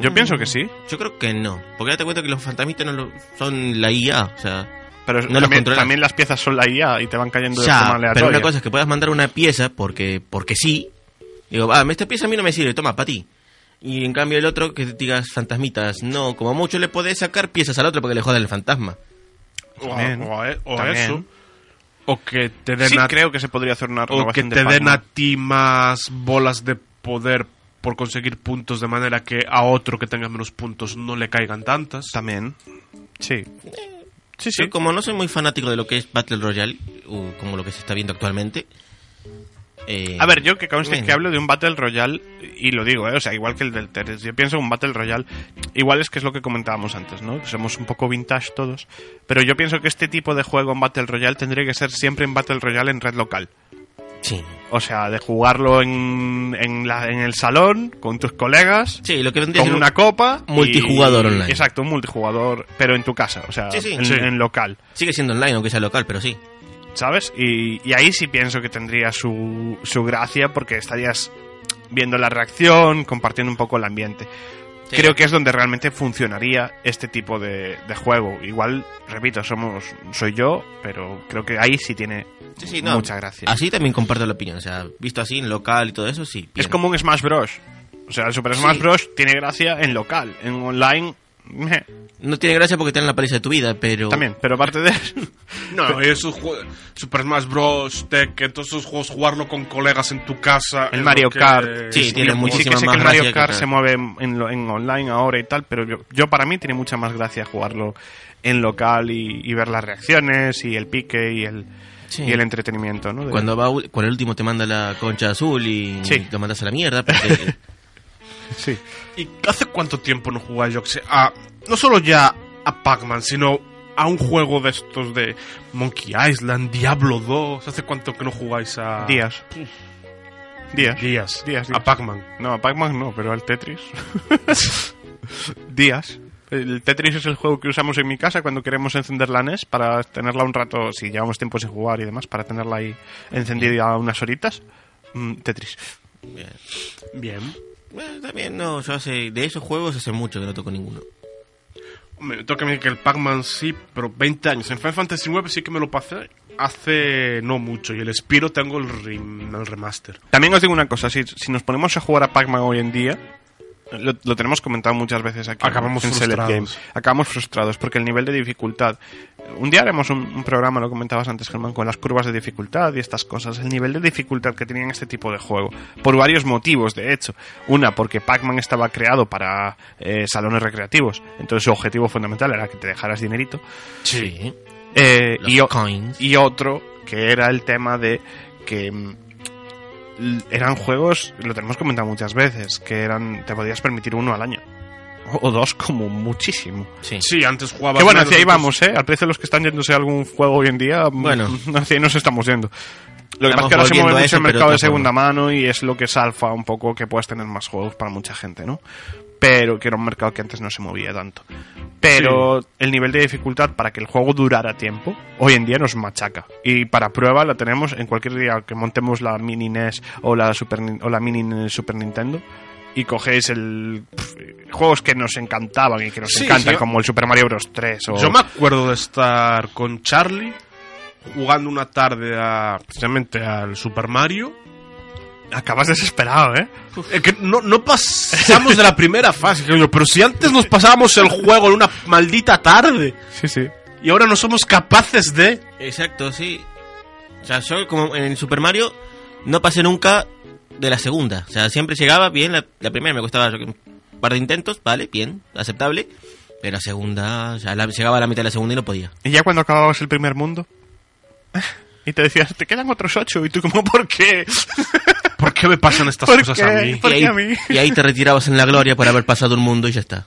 Speaker 4: Yo pienso que sí.
Speaker 3: Yo creo que no. Porque ya te cuenta que los fantasmitas no lo- son la IA. O sea,
Speaker 4: Pero
Speaker 3: No los
Speaker 4: también,
Speaker 3: controlas.
Speaker 4: también las piezas son la IA y te van cayendo de
Speaker 3: ya,
Speaker 4: forma aleatoria.
Speaker 3: pero una cosa es que puedas mandar una pieza porque, porque sí. Digo, ah, esta pieza a mí no me sirve, toma, para ti. Y en cambio el otro que te digas fantasmitas, no, como mucho le podés sacar piezas al otro porque le joda el fantasma.
Speaker 2: O, a-
Speaker 4: también,
Speaker 2: o a- o a
Speaker 4: también.
Speaker 2: eso. O que te den
Speaker 4: sí,
Speaker 2: a
Speaker 4: creo que se podría hacer una
Speaker 2: o que
Speaker 4: renovación
Speaker 2: te
Speaker 4: de
Speaker 2: den a
Speaker 4: Pac-Man.
Speaker 2: ti más bolas de poder por conseguir puntos de manera que a otro que tenga menos puntos no le caigan tantas.
Speaker 4: también. Sí. Sí, sí.
Speaker 3: Yo como no soy muy fanático de lo que es Battle Royale, o como lo que se está viendo actualmente, Eh,
Speaker 4: A ver, yo que conste
Speaker 3: bueno.
Speaker 4: que hablo de un Battle Royale, y lo digo, ¿eh? o sea, igual que el del Teres, yo pienso un Battle Royale, igual es que es lo que comentábamos antes, ¿no? Que somos un poco vintage todos, pero yo pienso que este tipo de juego en Battle Royale tendría que ser siempre en Battle Royale en red local.
Speaker 3: Sí.
Speaker 4: O sea, de jugarlo en, en, la- en el salón, con tus colegas,
Speaker 3: Sí, lo que vendría
Speaker 4: con
Speaker 3: siendo-
Speaker 4: una copa. y-
Speaker 3: multijugador online.
Speaker 4: Exacto, un multijugador, pero en tu casa, o sea,
Speaker 3: Sí, sí.
Speaker 4: en-
Speaker 3: Sí.
Speaker 4: en local.
Speaker 3: Sigue siendo online, aunque sea local, pero sí.
Speaker 4: ¿sabes? Y, y ahí sí pienso que tendría su, su gracia porque estarías viendo la reacción, compartiendo un poco el ambiente.
Speaker 3: Sí.
Speaker 4: Creo que es donde realmente funcionaría este tipo de, de juego. Igual, repito, somos soy yo, pero creo que ahí sí tiene
Speaker 3: Sí, sí, no.
Speaker 4: mucha gracia.
Speaker 3: Así también comparto la opinión. O sea, visto así en local y todo eso, sí. bien.
Speaker 4: Es como un Smash Bros. O sea, el Super Smash
Speaker 3: Sí.
Speaker 4: Bros. tiene gracia en local, en online... meh,
Speaker 3: No tiene gracia porque te dan la paliza de tu vida, pero.
Speaker 4: También, pero aparte de...
Speaker 2: No, y esos jue- Super Smash Bros, Tekken, todos esos juegos, jugarlo con colegas en tu casa.
Speaker 4: El
Speaker 2: es
Speaker 4: Mario
Speaker 2: lo que-
Speaker 4: Kart.
Speaker 3: Sí,
Speaker 4: Sí,
Speaker 3: tiene
Speaker 4: que- sí
Speaker 3: muchísima
Speaker 4: que sé
Speaker 3: más
Speaker 4: que el Mario
Speaker 3: gracia que
Speaker 4: Kart
Speaker 3: otra.
Speaker 4: se mueve en, lo- en online ahora y tal, pero yo, yo para mí tiene mucha más gracia jugarlo en local y, y ver las reacciones y el pique y el,
Speaker 3: Sí.
Speaker 4: y el entretenimiento, ¿no? De-
Speaker 3: Cuando va u- cuando el último te manda la concha azul y
Speaker 4: Pues Sí.
Speaker 3: lo mandas a la mierda. Porque,
Speaker 4: Sí.
Speaker 2: ¿Y hace cuánto tiempo no jugaba yo que sé, a- no solo ya a Pac-Man, sino a un juego de estos de Monkey Island, Diablo 2? ¿Hace cuánto que no jugáis a.
Speaker 4: Días. Días.
Speaker 2: Días.
Speaker 4: Días, días.
Speaker 2: A Pac-Man.
Speaker 4: No, a Pac-Man no, pero al Tetris. Días. El Tetris es el juego que usamos en mi casa cuando queremos encender la NES para tenerla un rato, si llevamos tiempo sin jugar y demás, para tenerla ahí encendida unas horitas. Mm, Tetris.
Speaker 2: Bien.
Speaker 3: Bueno, también no, yo hace. De esos juegos hace mucho que no toco ninguno.
Speaker 2: Me toca a mí que el Pac-Man sí, pero 20 años. En Final Fantasy IX sí que me lo pasé hace no mucho. Y el Spiro tengo el, rem- el remaster.
Speaker 4: También os digo una cosa, si, si nos ponemos a jugar a Pac-Man hoy en día, lo, lo tenemos comentado muchas veces aquí.
Speaker 2: Acabamos
Speaker 4: en Select
Speaker 2: frustrados.
Speaker 4: Game, Acabamos frustrados porque el nivel de dificultad... Un día haremos un, un programa, lo comentabas antes, Germán, con las curvas de dificultad y estas cosas. El nivel de dificultad que tenían este tipo de juego. Por varios motivos, de hecho. Una, porque Pac-Man estaba creado para eh, salones recreativos. Entonces su objetivo fundamental era que te dejaras dinerito.
Speaker 3: Sí.
Speaker 4: Eh,
Speaker 3: Los
Speaker 4: y, o-
Speaker 3: coins.
Speaker 4: y otro que era el tema de que mm, l- eran juegos, lo tenemos comentado muchas veces, que eran te podías permitir uno al año. O o dos como muchísimo.
Speaker 3: Sí.
Speaker 2: Sí, antes jugaba.
Speaker 4: Que bueno,
Speaker 2: menos,
Speaker 4: hacia ahí
Speaker 2: entonces-
Speaker 4: vamos, ¿eh? Al precio de los que están yéndose a algún juego hoy en día, mm,
Speaker 3: Bueno.
Speaker 4: hacia ahí nos estamos yendo. Lo que pasa
Speaker 3: Estamos
Speaker 4: es que ahora se mueve
Speaker 3: volviendo a
Speaker 4: mucho
Speaker 3: eso,
Speaker 4: el
Speaker 3: pero de
Speaker 4: mercado de
Speaker 3: otra forma.
Speaker 4: segunda mano y es lo que salfa un poco que puedas tener más juegos para mucha gente, ¿no? Pero que era un mercado que antes no se movía tanto. Pero el nivel de dificultad para que el juego durara tiempo, hoy en día nos machaca. Y para prueba la tenemos en cualquier día que montemos la mini NES o la Super, Nin- o la mini Nin- Super Nintendo. Y cogéis el. pff, juegos que nos encantaban y que nos
Speaker 2: Sí,
Speaker 4: encantan,
Speaker 2: sí.
Speaker 4: como el Super Mario Bros. 3. O,
Speaker 2: Yo me acuerdo de estar con Charlie jugando una tarde a, precisamente al Super Mario.
Speaker 4: Acabas desesperado, ¿eh?
Speaker 2: Eh, que no, no pasamos de la primera fase, coño, pero si antes nos pasábamos el juego en una maldita tarde
Speaker 4: Sí, sí.
Speaker 2: y ahora no somos capaces de...
Speaker 3: Exacto, sí. O sea, yo como en el Super Mario no pasé nunca de la segunda. O sea, siempre llegaba bien. La, la primera me costaba yo que un par de intentos, vale, bien, aceptable. Pero la segunda, ya la- llegaba a la mitad de la segunda y no podía.
Speaker 4: Y ya cuando acababas el primer mundo. Y te decías, te quedan otros ocho. Y tú, como, ¿por qué?
Speaker 2: ¿Por qué me pasan estas
Speaker 4: ¿Por
Speaker 2: cosas
Speaker 4: qué?
Speaker 2: a mí?
Speaker 4: ¿Por
Speaker 3: y,
Speaker 4: qué
Speaker 3: ahí,
Speaker 4: a mí?
Speaker 3: y ahí te retirabas en la gloria por haber pasado un mundo y ya está.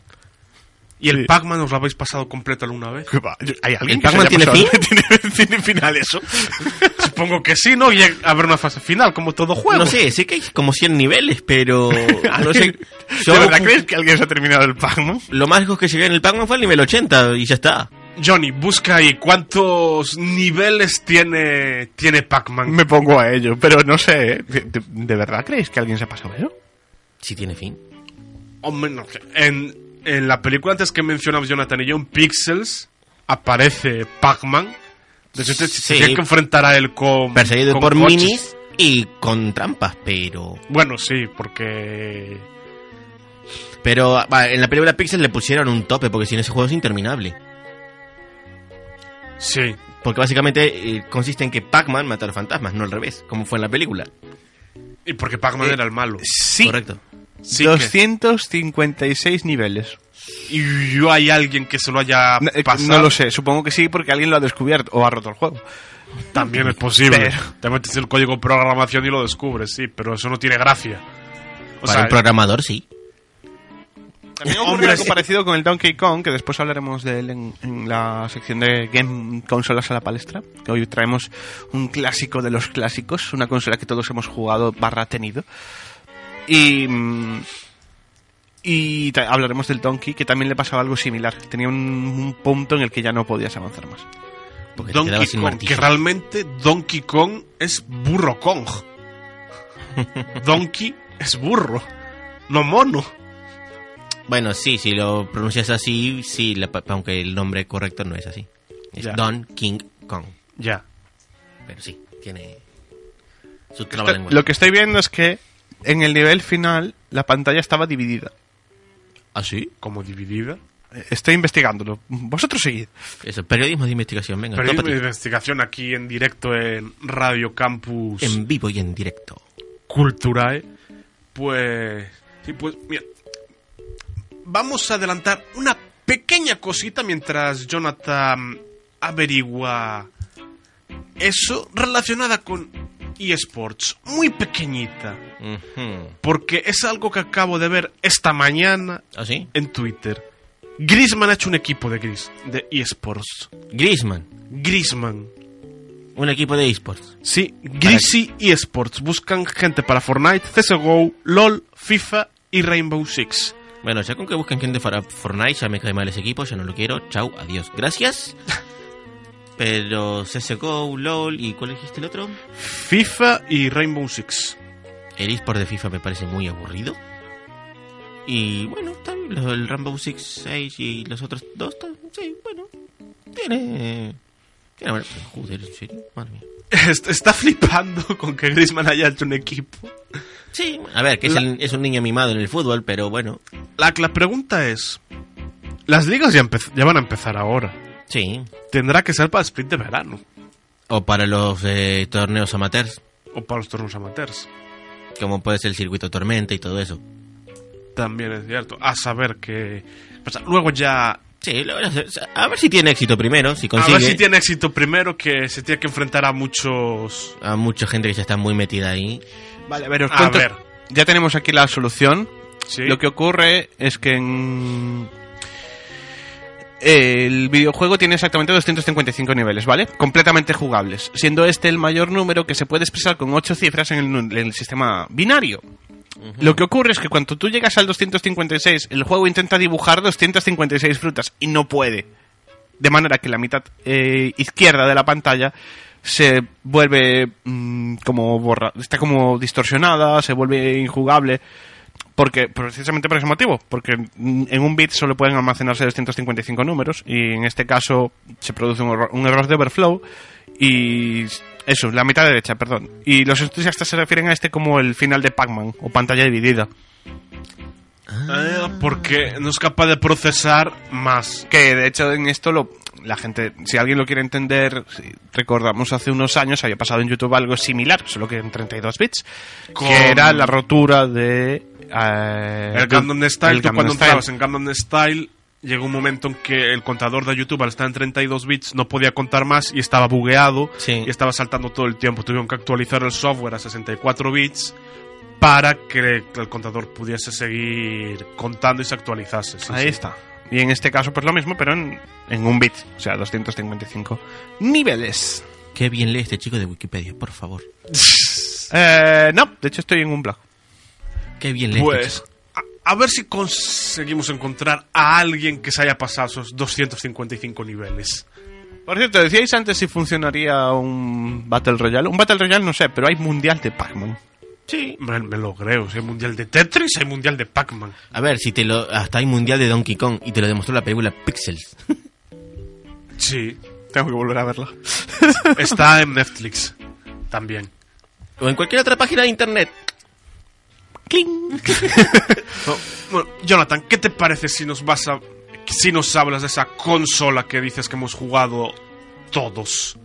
Speaker 2: ¿Y el
Speaker 4: Sí.
Speaker 2: Pac-Man os lo habéis pasado completo alguna vez?
Speaker 4: ¿Qué va? Yo- ¿Hay alguien
Speaker 3: ¿El
Speaker 4: que se
Speaker 3: Pac-Man
Speaker 4: haya
Speaker 3: tiene
Speaker 4: pasado-
Speaker 3: fin?
Speaker 4: ¿Tiene, tiene final eso?
Speaker 2: Supongo que sí, ¿no? Y habrá una fase final, como todo juego.
Speaker 3: No sé, sé que hay como 100 niveles, pero no sé. Yo
Speaker 4: ¿De verdad crees que alguien se ha terminado el Pac-Man?
Speaker 3: lo más lejos que llegué en el Pac-Man fue al nivel 80 y ya está.
Speaker 2: Johnny, busca ahí cuántos niveles tiene, tiene Pac-Man.
Speaker 4: Me pongo a ello, pero no sé. ¿eh? ¿De, de- de verdad creéis que alguien se ha pasado eso?
Speaker 3: Si tiene fin.
Speaker 2: Hombre, no, que- En, en la película antes que mencionamos Jonathan y yo, en Pixels, aparece Pac-Man. De hecho, te- te-
Speaker 3: Sí.
Speaker 2: se tiene que enfrentar a él con.
Speaker 3: Perseguido
Speaker 2: con
Speaker 3: por
Speaker 2: coches.
Speaker 3: minis y con trampas, pero.
Speaker 2: Bueno, sí, porque.
Speaker 3: Pero va, en la película Pixel le pusieron un tope, porque si no ese juego es interminable.
Speaker 2: Sí.
Speaker 3: Porque básicamente eh, consiste en que Pac-Man mata a los fantasmas, no al revés, como fue en la película.
Speaker 2: Y porque Pac-Man
Speaker 3: Eh,
Speaker 2: era el malo.
Speaker 4: Sí.
Speaker 3: Correcto.
Speaker 2: Sí.
Speaker 4: 256 niveles.
Speaker 2: que- y yo hay alguien que se lo haya
Speaker 4: No, eh,
Speaker 2: pasado.
Speaker 4: no lo sé, supongo que sí porque alguien lo ha descubierto o ha roto el juego.
Speaker 2: También es posible.
Speaker 4: Pero-
Speaker 2: Te metes el código programación y lo descubres, sí, pero eso no tiene gracia. O
Speaker 3: Para
Speaker 2: sea,
Speaker 3: un programador, sí.
Speaker 4: También ocurre
Speaker 2: Hombre,
Speaker 4: algo
Speaker 2: sí.
Speaker 4: parecido con el Donkey Kong, que después hablaremos de él en, en la sección de Game Consolas a la palestra. Que hoy traemos un clásico de los clásicos, una consola que todos hemos jugado barra tenido. Y. mm, Y ta- hablaremos del Donkey, que también le pasaba algo similar. Tenía un, un punto en el que ya no podías avanzar más.
Speaker 3: Porque te
Speaker 2: Donkey
Speaker 3: quedabas sin
Speaker 2: Kong, que
Speaker 3: martillo.
Speaker 2: realmente Donkey Kong es burro Kong. Donkey es burro, no mono.
Speaker 3: Bueno, sí, si lo pronuncias así, sí, la pa- aunque el nombre correcto no es así. Es
Speaker 2: Ya.
Speaker 3: Don King Kong.
Speaker 2: Ya.
Speaker 3: Pero sí, tiene su
Speaker 4: Esta-
Speaker 3: trabalengua.
Speaker 4: Lo que estoy viendo es que en el nivel final la pantalla estaba dividida.
Speaker 3: ¿Ah, sí? Eh,
Speaker 2: Como dividida.
Speaker 4: Estoy investigándolo. Vosotros seguid.
Speaker 3: Eso, periodismo de investigación, venga,
Speaker 2: Pero hay una
Speaker 3: tópate.
Speaker 2: investigación aquí en directo en Radio Campus
Speaker 3: En vivo y en directo.
Speaker 2: Culturae. Pues. Sí, pues, mira. Vamos a adelantar una pequeña cosita mientras Jonathan averigua eso relacionada con eSports. Muy pequeñita.
Speaker 3: Ujú.
Speaker 2: Porque es algo que acabo de ver esta mañana
Speaker 3: ¿Ah, sí?
Speaker 2: en Twitter. Griezmann ha hecho un equipo de Gris, de eSports.
Speaker 3: Griezmann,
Speaker 2: Griezmann.
Speaker 3: un equipo de esports.
Speaker 2: Sí, Grisy eSports. Buscan gente para Fortnite, CSGO, LOL, FIFA y Rainbow Six.
Speaker 3: Bueno, ya con que busquen gente para Fortnite, ya me cae mal ese equipo, ya no lo quiero. Chau, adiós. Gracias. Pero CSGO, LOL, ¿y cuál dijiste el otro?
Speaker 2: FIFA y Rainbow Six.
Speaker 3: El eSport de FIFA me parece muy aburrido. Y bueno, está bien, lo- el Rainbow Six 6 y los otros dos, está- sí, bueno. Tiene. Tiene bueno, joder, en serio, madre mía.
Speaker 2: Est- Está flipando con que Griezmann haya hecho un equipo.
Speaker 3: Sí, a ver, que es,
Speaker 2: La-
Speaker 3: el- es un niño mimado en el fútbol, pero bueno,
Speaker 2: La, la pregunta es... Las ligas ya, empe- ya van a empezar ahora.
Speaker 3: sí.
Speaker 2: Tendrá que ser para split de verano.
Speaker 3: O para los eh, torneos amateurs,
Speaker 2: O para los torneos amateurs.
Speaker 3: como puede ser el circuito Tormenta y todo eso.
Speaker 2: También es cierto. A saber que... pasa. luego ya...
Speaker 3: Sí, lo- lo- a ver si tiene éxito primero, si
Speaker 2: A
Speaker 3: consigue.
Speaker 2: ver si tiene éxito primero que se tiene que enfrentar a muchos...
Speaker 3: a mucha gente que ya está muy metida ahí.
Speaker 4: Vale, a ver, os
Speaker 2: A
Speaker 4: cuento-
Speaker 2: ver.
Speaker 4: Ya tenemos aquí la solución.
Speaker 2: Sí.
Speaker 4: Lo que ocurre es que en... El videojuego tiene exactamente 255 niveles, ¿vale? Completamente jugables, siendo este el mayor número que se puede expresar con 8 cifras en el, nu- en el sistema binario. Lo que ocurre es que cuando tú llegas al 256, el juego intenta dibujar 256 frutas y no puede. De manera que la mitad eh, izquierda de la pantalla se vuelve mm, como borra, está como distorsionada, se vuelve injugable. Porque, precisamente por ese motivo, porque mm, en un bit solo pueden almacenarse 255 números y en este caso se produce un error, un error de overflow y eso, la mitad derecha, perdón. Y los entusiastas se refieren a este como el final de Pac-Man o pantalla dividida,
Speaker 2: Ah, porque no es capaz de procesar más.
Speaker 4: que de hecho en esto lo, la gente, si alguien lo quiere entender, si recordamos hace unos años había pasado en YouTube algo similar, solo que en 32 bits,
Speaker 2: Con-
Speaker 4: que era la rotura de... eh,
Speaker 2: El Gangnam Style,
Speaker 4: el
Speaker 2: tú
Speaker 4: Gangnam
Speaker 2: cuando
Speaker 4: Style.
Speaker 2: entrabas en Gangnam Style, llegó un momento en que el contador de YouTube, al estar en 32 bits, no podía contar más y estaba bugueado
Speaker 3: Sí.
Speaker 2: y estaba saltando todo el tiempo. Tuvieron que actualizar el software a 64 bits para que el contador pudiese seguir contando y se actualizase. Sí,
Speaker 4: Ahí
Speaker 2: sí.
Speaker 4: está. Y en este caso, pues lo mismo, pero en, en un bit, o sea, 255 niveles.
Speaker 3: Qué bien lee este chico de Wikipedia, por favor.
Speaker 4: Eh, no, de hecho estoy en un blog.
Speaker 3: Qué bien lee este
Speaker 2: Pues
Speaker 3: chico.
Speaker 2: a, a ver si conseguimos encontrar a alguien que se haya pasado esos 255 niveles.
Speaker 4: Por cierto, decíais antes si funcionaría un Battle Royale. Un Battle Royale no sé, pero hay Mundial de Pac-Man.
Speaker 2: Sí. Me, me lo creo. Si hay mundial de Tetris, hay mundial de Pac-Man.
Speaker 3: A ver, si te lo. Hasta hay mundial de Donkey Kong y te lo demostró la película Pixels.
Speaker 2: Sí.
Speaker 4: Tengo que volver a verla.
Speaker 2: Está en Netflix. También.
Speaker 3: o en cualquier otra página de internet.
Speaker 2: No, bueno, Jonathan, ¿qué te parece si nos vas a. si nos hablas de esa consola que dices que hemos jugado todos?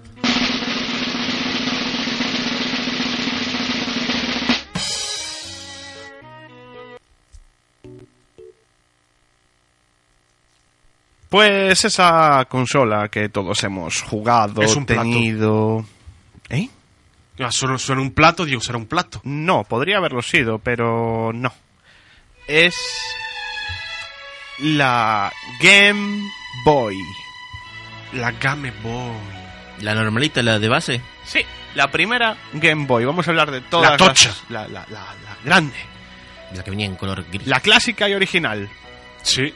Speaker 4: Pues esa consola que todos hemos jugado, Pues
Speaker 2: Es un plato.
Speaker 4: tenido. ¿Eh?
Speaker 2: Ah, suena, suena un plato, digo, será un plato.
Speaker 4: No, podría haberlo sido, pero no. Es la Game Boy.
Speaker 2: La Game Boy.
Speaker 3: La normalita, la de base.
Speaker 4: Sí, la primera Game Boy. Vamos a hablar de todas
Speaker 2: La tocha.
Speaker 4: las- la, la- la- la grande.
Speaker 3: La que venía en color gris.
Speaker 4: La clásica y original.
Speaker 2: Sí.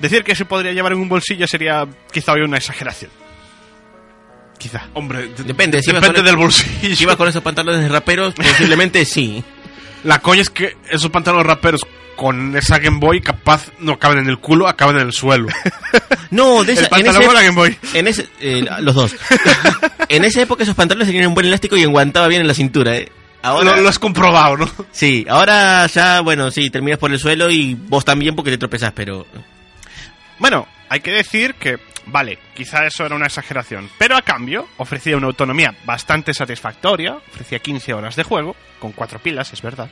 Speaker 4: Decir que se podría llevar en un bolsillo sería quizá hoy una exageración. Quizá.
Speaker 2: Hombre, de-
Speaker 3: Depende, si ibas
Speaker 2: depende
Speaker 3: con-
Speaker 2: del bolsillo.
Speaker 3: Si ibas con esos pantalones de raperos, posiblemente sí.
Speaker 2: La coña es que esos pantalones raperos con esa Game Boy capaz no caben en el culo, acaban en el suelo.
Speaker 3: No, de
Speaker 4: El
Speaker 3: esa, en
Speaker 4: pantalón
Speaker 3: ese,
Speaker 4: o la Game Boy.
Speaker 3: en ese- eh, los dos. en esa época esos pantalones tenían un buen elástico y enguantaba bien en la cintura, ¿eh? Ahora,
Speaker 2: Lo, lo has comprobado, ¿no?
Speaker 3: sí, ahora ya, bueno, sí, terminas por el suelo y vos también porque te tropezás, pero...
Speaker 4: Bueno, hay que decir que, vale, quizá eso era una exageración, pero a cambio ofrecía una autonomía bastante satisfactoria, ofrecía 15 horas de juego, con cuatro pilas, es verdad,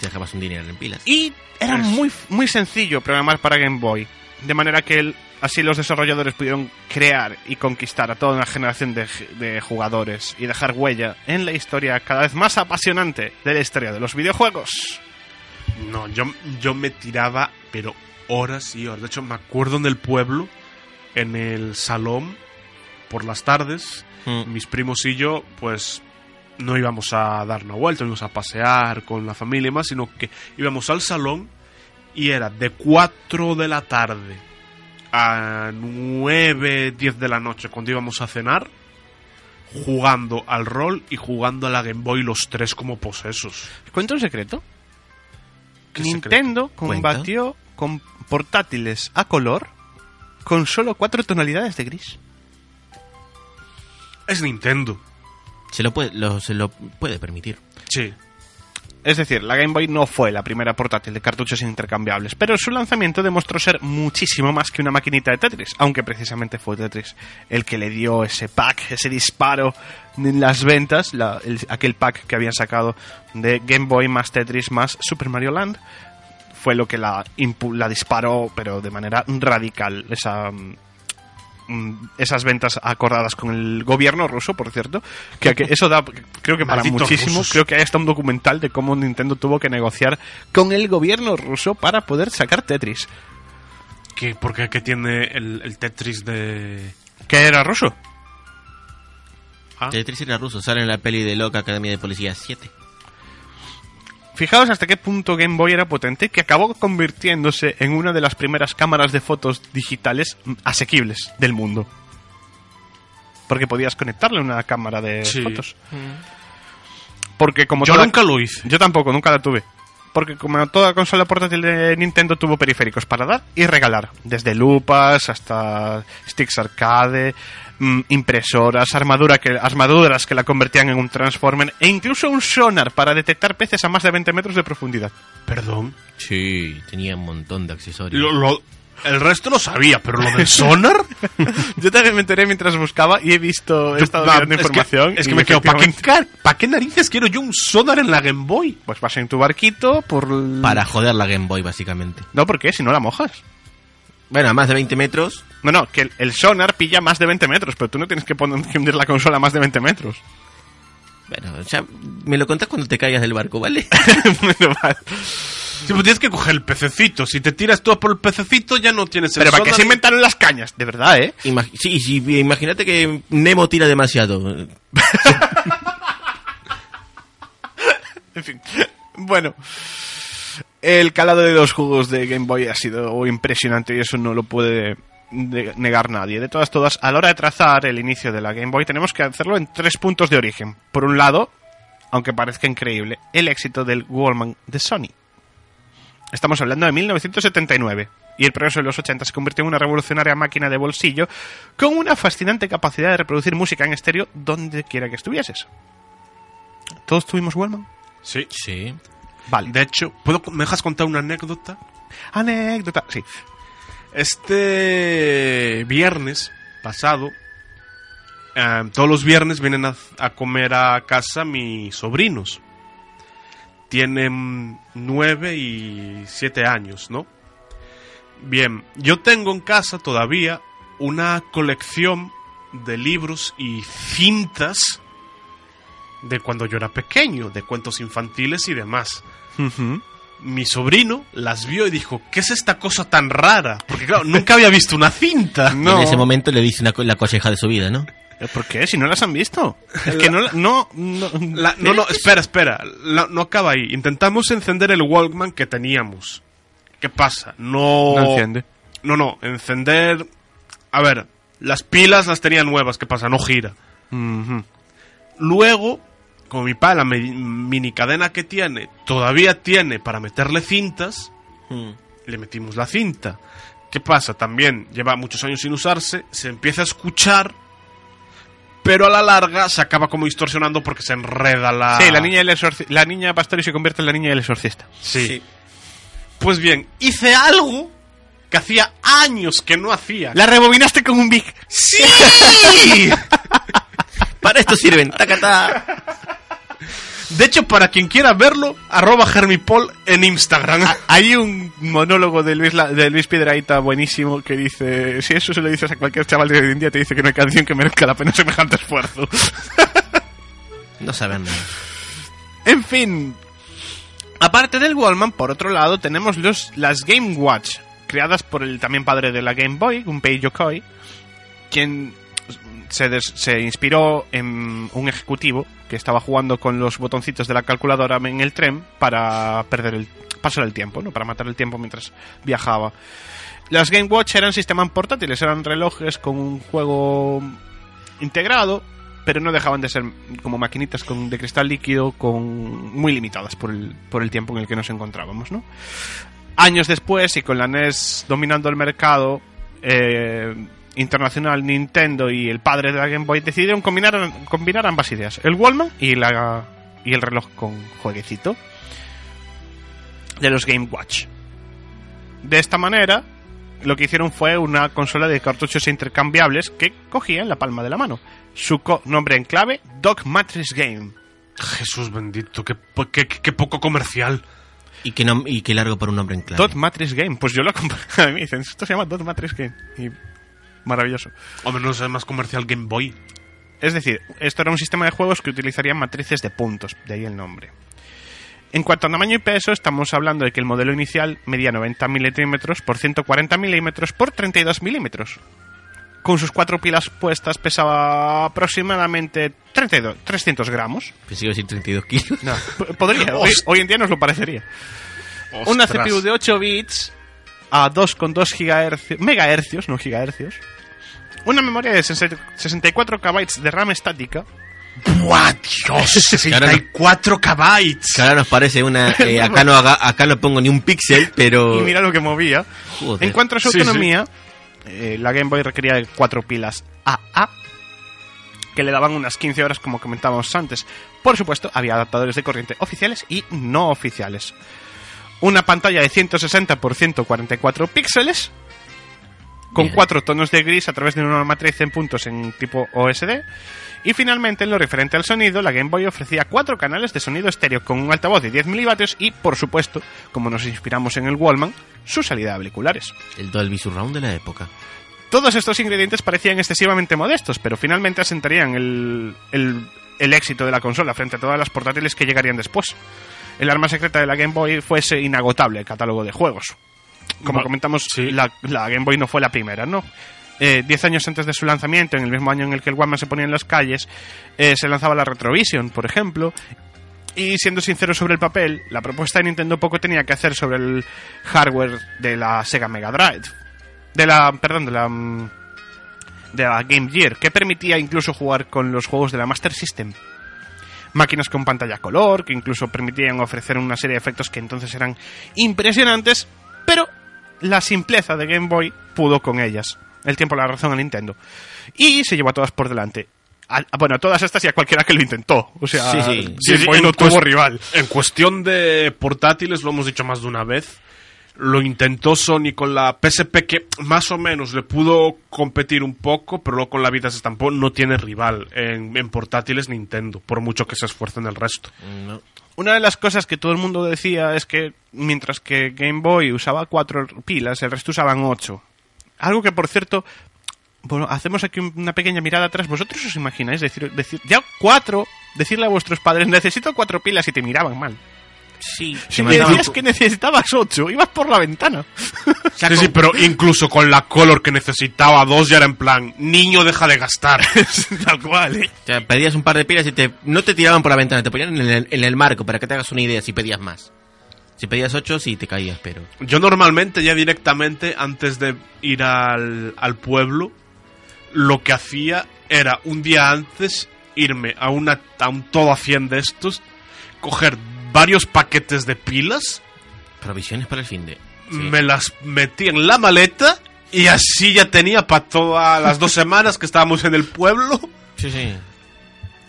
Speaker 3: Te dejabas un dinero en pilas.
Speaker 4: y era muy, muy sencillo programar para Game Boy, de manera que el- así los desarrolladores pudieron crear y conquistar a toda una generación de, g- de jugadores y dejar huella en la historia cada vez más apasionante de la historia de los videojuegos.
Speaker 2: No, yo, yo me tiraba, pero horas y horas. De hecho, me acuerdo en el pueblo, en el salón, por las tardes,
Speaker 3: Mm.
Speaker 2: mis primos y yo, pues no íbamos a dar una vuelta, no íbamos a pasear con la familia y más, sino que íbamos al salón y era de 4 de la tarde a 9, 10 de la noche cuando íbamos a cenar, jugando al rol y jugando a la Game Boy los tres como posesos.
Speaker 4: ¿Os cuento un secreto?
Speaker 2: ¿Qué
Speaker 4: Nintendo
Speaker 3: ¿Cuenta?
Speaker 4: combatió con portátiles a color con solo cuatro tonalidades de gris.
Speaker 2: Es Nintendo.
Speaker 3: Se lo puede, lo- se lo puede permitir.
Speaker 2: Sí.
Speaker 4: Es decir, la Game Boy no fue la primera portátil de cartuchos intercambiables, pero su lanzamiento demostró ser muchísimo más que una maquinita de Tetris, aunque precisamente fue Tetris el que le dio ese pack, ese disparo en las ventas, la- el- aquel pack que habían sacado de Game Boy más Tetris más Super Mario Land, fue lo que la, impu- la disparó, pero de manera radical, esa, mm, mm, esas ventas acordadas con el gobierno ruso, por cierto, que, que eso da, creo que para
Speaker 2: Malditos
Speaker 4: muchísimo,
Speaker 2: rusos.
Speaker 4: creo que hay hasta un documental de cómo Nintendo tuvo que negociar con el gobierno ruso para poder sacar Tetris.
Speaker 2: ¿Qué, porque que tiene el, el Tetris de...
Speaker 4: ¿Que era ruso?
Speaker 2: Ah.
Speaker 3: Tetris era ruso, sale en la peli de Loca Academia de Policía 7.
Speaker 4: Fijaos hasta qué punto Game Boy era potente que acabó convirtiéndose en una de las primeras cámaras de fotos digitales mm, asequibles del mundo. Porque podías conectarle una cámara de
Speaker 2: Sí. Mm.
Speaker 4: fotos. Porque como
Speaker 2: Yo
Speaker 4: toda-
Speaker 2: nunca lo hice.
Speaker 4: Yo tampoco, nunca la tuve. Porque como toda consola portátil de Nintendo tuvo periféricos para dar y regalar. Desde lupas hasta sticks arcade, mm, impresoras, armadura que, armaduras que la convertían en un transformer e incluso un sonar para detectar peces a más de 20 metros de profundidad.
Speaker 2: Perdón.
Speaker 3: Sí, tenía un montón de accesorios.
Speaker 2: Lo- lo- el resto lo sabía, pero lo del sonar...
Speaker 4: Yo también me enteré mientras buscaba y he visto, he estado
Speaker 2: Va,
Speaker 4: viendo
Speaker 2: es que-
Speaker 4: información.
Speaker 2: Es que,
Speaker 4: y
Speaker 2: me quedo, ¿para qué,
Speaker 4: efectivamente,
Speaker 2: car- pa' qué narices quiero yo un sonar en la Game Boy?
Speaker 4: Pues vas en tu barquito por... el-
Speaker 3: Para joder la Game Boy, básicamente.
Speaker 4: No, ¿por qué? Si no la mojas.
Speaker 3: Bueno, a más de 20 metros,
Speaker 4: No, no, que el, el sonar pilla más de 20 metros, pero tú no tienes que, poner, que hundir la consola a más de 20 metros.
Speaker 3: Bueno, ya me lo contás cuando te caigas del barco, ¿vale?
Speaker 4: Bueno, vale.
Speaker 2: Si pues tienes que coger el pececito. Si te tiras todo por el pececito, ya no tienes el
Speaker 4: Pero ¿para qué
Speaker 2: sonar.
Speaker 4: se inventaron las cañas? De verdad, ¿eh?
Speaker 3: Ima- sí, sí, imagínate que Nemo tira demasiado.
Speaker 4: En fin. Bueno. El calado de los juegos de Game Boy ha sido impresionante y eso no lo puede de- negar nadie. De todas, todas, a la hora de trazar el inicio de la Game Boy tenemos que hacerlo en tres puntos de origen. Por un lado, aunque parezca increíble, el éxito del Wallman de Sony. Estamos hablando de 1979. Y el progreso de los 80 se convirtió en una revolucionaria máquina de bolsillo con una fascinante capacidad de reproducir música en estéreo donde quiera que estuvieses. ¿Todos tuvimos Wallman?
Speaker 2: Sí.
Speaker 3: Sí.
Speaker 4: Vale.
Speaker 2: De hecho, ¿puedo, ¿me dejas contar una anécdota?
Speaker 4: Anécdota. Sí.
Speaker 2: Este viernes pasado, eh, todos los viernes vienen a, a comer a casa mis sobrinos. Tienen nueve y siete años, ¿no? Bien, yo tengo en casa todavía una colección de libros y cintas de cuando yo era pequeño, de cuentos infantiles y demás. Mi sobrino las vio y dijo, ¿qué es esta cosa tan rara? Porque claro, nunca había visto una cinta.
Speaker 4: No.
Speaker 3: En ese momento le dice una, co- la colleja de su vida, ¿no?
Speaker 4: ¿Por qué? Si no las han visto. Es que no... la- No, no,
Speaker 2: La- no, no, espera, espera. La- no acaba ahí. Intentamos encender el Walkman que teníamos. ¿Qué pasa? No.
Speaker 4: No enciende.
Speaker 2: No, no. Encender. A ver, las pilas las tenía nuevas. ¿Qué pasa? No gira.
Speaker 4: Ujú.
Speaker 2: Luego, como mi pa, la me- mini cadena que tiene, todavía tiene para meterle cintas,
Speaker 4: Mm.
Speaker 2: le metimos la cinta. ¿Qué pasa? También lleva muchos años sin usarse, se empieza a escuchar, pero a la larga se acaba como distorsionando porque se enreda la.
Speaker 4: Sí, la niña, del exorci- la niña Pastori se convierte en la niña del exorcista.
Speaker 2: Sí. Pues bien, hice algo que hacía años que no hacía.
Speaker 4: La rebobinaste con un big.
Speaker 2: ¡Sí!
Speaker 3: Para esto sirven. Taca, ta.
Speaker 2: De hecho, para quien quiera verlo, arroba germipol en Instagram.
Speaker 4: Hay un monólogo de Luis, La- de Luis Piedraita buenísimo que dice: Si eso se lo dices a cualquier chaval de hoy en día, te dice que no hay canción que merezca la pena semejante esfuerzo.
Speaker 3: No saben nada.
Speaker 4: en fin. Aparte del Wallman, por otro lado, tenemos los, las Game Watch, creadas por el también padre de la Game Boy, Gunpei Yokoi, quien se, des- se inspiró en un ejecutivo que estaba jugando con los botoncitos de la calculadora en el tren para perder el pasar el tiempo, ¿no? Para matar el tiempo mientras viajaba. Las Game Watch eran sistemas portátiles, eran relojes con un juego integrado, pero no dejaban de ser como maquinitas con, de cristal líquido con muy limitadas por el, por el tiempo en el que nos encontrábamos, ¿no? Años después, y con la NES dominando el mercado eh, internacional, Nintendo y el padre de la Game Boy decidieron combinar, combinar ambas ideas, el Wallman y, la, y el reloj con jueguecito de los Game Watch. De esta manera, lo que hicieron fue una consola de cartuchos intercambiables que cogía en la palma de la mano. Su co- nombre en clave, Dog Matrix Game.
Speaker 2: Jesús bendito, qué, po- qué- qué- qué poco comercial.
Speaker 3: Y que, no, y que largo por un nombre en clave.
Speaker 4: Dog Matrix Game. Pues yo lo compré. A mí me dicen, esto se llama Dog Matrix Game. Y maravilloso.
Speaker 2: Hombre, no es más comercial Game Boy.
Speaker 4: Es decir, esto era un sistema de juegos que utilizarían matrices de puntos, de ahí el nombre. En cuanto a tamaño y peso, estamos hablando de que el modelo inicial medía 90 milímetros por 140 milímetros por 32 milímetros. Con sus cuatro pilas puestas pesaba aproximadamente 32, 300 gramos.
Speaker 3: Pensé que iba a decir 32 kilos.
Speaker 4: P- Podría, hoy, hoy en día nos lo parecería. Una
Speaker 2: Ostras.
Speaker 4: CPU de 8 bits a 2,2 gigahercios, megahercios, no gigahercios. Una memoria de 64 KB de RAM estática.
Speaker 2: ¡Buah, Dios! 64 KB.
Speaker 3: Que ahora nos parece una... eh, acá, no haga- acá no pongo ni un píxel, pero...
Speaker 4: Y mira lo que movía.
Speaker 3: Joder.
Speaker 4: En cuanto a su
Speaker 2: Sí,
Speaker 4: autonomía, eh, la Game Boy requería de cuatro pilas AA que le daban unas 15 horas como comentábamos antes. Por supuesto, había adaptadores de corriente oficiales y no oficiales. Una pantalla de 160 x 144 píxeles con
Speaker 3: Bien.
Speaker 4: cuatro tonos de gris a través de una matriz en puntos en tipo OSD. Y finalmente, en lo referente al sonido, la Game Boy ofrecía cuatro canales de sonido estéreo con un altavoz de 10 milivatios y, por supuesto, como nos inspiramos en el Wallman, su salida de auriculares.
Speaker 3: El Dolby Surround de la época.
Speaker 4: Todos estos ingredientes parecían excesivamente modestos, pero finalmente asentarían el, el- el éxito de la consola frente a todas las portátiles que llegarían después. El arma secreta de la Game Boy fue ese inagotable catálogo de juegos. Como
Speaker 2: Ma-
Speaker 4: comentamos,
Speaker 2: sí.
Speaker 4: la, la Game Boy no fue la primera, ¿no? Eh, diez años antes de su lanzamiento, en el mismo año en el que el Walkman se ponía en las calles, eh, se lanzaba la Retrovision, por ejemplo, y siendo sincero sobre el papel, la propuesta de Nintendo poco tenía que hacer sobre el hardware de la Sega Mega Drive. De la. Perdón, de la. mm, De la Game Gear, que permitía incluso jugar con los juegos de la Master System. Máquinas con pantalla a color, que incluso permitían ofrecer una serie de efectos que entonces eran impresionantes, pero la simpleza de Game Boy pudo con ellas. El tiempo le da razón a Nintendo. Y se llevó a todas por delante. A- a- bueno, a todas estas y a cualquiera que lo intentó. O sea,
Speaker 3: Sí, sí.
Speaker 4: Game
Speaker 2: Sí, sí,
Speaker 4: Boy
Speaker 2: en
Speaker 4: no
Speaker 2: cuest-
Speaker 4: tuvo rival.
Speaker 2: En cuestión de portátiles, lo hemos dicho más de una vez. Lo intentó Sony con la PSP que más o menos le pudo competir un poco, pero luego con la vida se estampó. No tiene rival en, en portátiles Nintendo, por mucho que se esfuercen el resto.
Speaker 3: No.
Speaker 4: Una de las cosas que todo el mundo decía es que mientras que Game Boy usaba cuatro pilas, el resto usaban ocho. Algo que, por cierto, bueno, hacemos aquí un- una pequeña mirada atrás. ¿Vosotros os imagináis decir, decir ya cuatro? Decirle a vuestros padres, necesito cuatro pilas y te miraban mal.
Speaker 3: Sí,
Speaker 4: Si
Speaker 2: me
Speaker 4: me
Speaker 2: mandaban
Speaker 4: decías
Speaker 2: cu-
Speaker 4: que necesitabas ocho, ibas por la ventana.
Speaker 2: Sí, sí, pero incluso con la color que necesitaba dos ya era en plan, niño deja de gastar.
Speaker 4: Tal cual, ¿eh?
Speaker 3: te pedías un par de pilas y te, no te tiraban por la ventana, te ponían en el, en el marco para que te hagas una idea si pedías más. Si pedías ocho, sí te caías, pero.
Speaker 2: Yo normalmente ya directamente, antes de ir al, al pueblo, lo que hacía era un día antes irme a, una, a un todo a 100 de estos, coger varios paquetes de pilas,
Speaker 3: Provisiones para el fin de. Sí.
Speaker 2: me las metí en la maleta y así ya tenía para todas las dos semanas que estábamos en el pueblo.
Speaker 3: Sí, sí.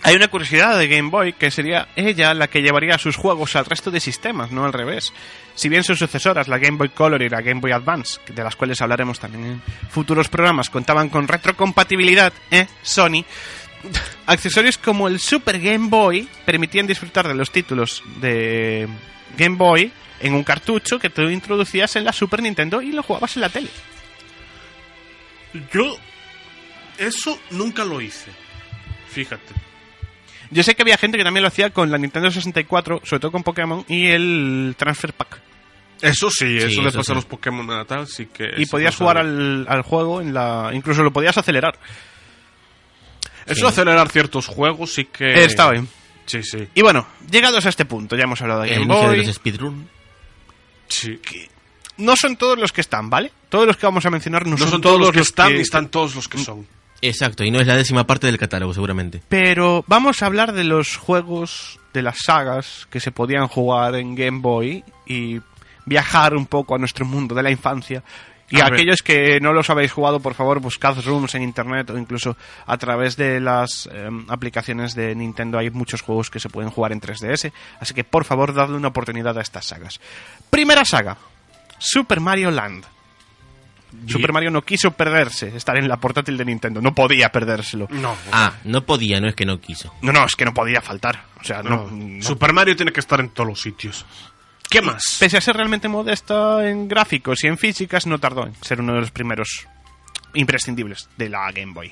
Speaker 4: Hay una curiosidad de Game Boy que sería ella la que llevaría sus juegos al resto de sistemas, no al revés. Si bien sus sucesoras, la Game Boy Color y la Game Boy Advance, de las cuales hablaremos también en futuros programas, contaban con retrocompatibilidad, ¿eh? Sony. Accesorios como el Super Game Boy permitían disfrutar de los títulos de Game Boy en un cartucho que tú introducías en la Super Nintendo y lo jugabas en la tele.
Speaker 2: Yo eso nunca lo hice. Fíjate.
Speaker 4: Yo sé que había gente que también lo hacía con la Nintendo 64, sobre todo con Pokémon y el Transfer Pack.
Speaker 2: Eso sí, eso le
Speaker 3: eso
Speaker 2: pasa
Speaker 3: sí.
Speaker 2: a los Pokémon a tal, sí que...
Speaker 4: y
Speaker 2: eso
Speaker 4: podías
Speaker 2: no
Speaker 4: jugar
Speaker 2: sabía.
Speaker 4: al, al juego en la incluso lo podías acelerar
Speaker 2: Eso de acelerar ciertos juegos sí que...
Speaker 4: Eh, está bien
Speaker 2: Sí, sí.
Speaker 4: y bueno llegados a este punto ya hemos hablado de
Speaker 3: El
Speaker 4: Game
Speaker 3: inicio de
Speaker 4: Boy
Speaker 3: los speedrun.
Speaker 2: sí.
Speaker 4: no son todos los que están vale todos los que vamos a mencionar no,
Speaker 2: No son todos los que están y están todos los que son.
Speaker 3: Exacto, y no es la décima parte del catálogo, seguramente.
Speaker 4: pero vamos a hablar de los juegos de las sagas que se podían jugar en Game Boy y viajar un poco a nuestro mundo de la infancia y
Speaker 2: A ver.
Speaker 4: aquellos que no los habéis jugado, por favor, buscad rooms en internet o incluso a través de las em, aplicaciones de Nintendo. Hay muchos juegos que se pueden jugar en 3DS. Así que, por favor, dadle una oportunidad a estas sagas. Primera saga: Super Mario Land. Super Mario no quiso perderse estar en la portátil de Nintendo. No podía perdérselo.
Speaker 2: No.
Speaker 3: Ah, no podía, no es que no quiso.
Speaker 4: No, no, es que no podía faltar. O sea, no. no.
Speaker 2: Super Mario tiene que estar en todos los sitios. ¿Qué más?
Speaker 4: Pese a ser realmente modesta en gráficos y en físicas, no tardó en ser uno de los primeros imprescindibles de la Game Boy.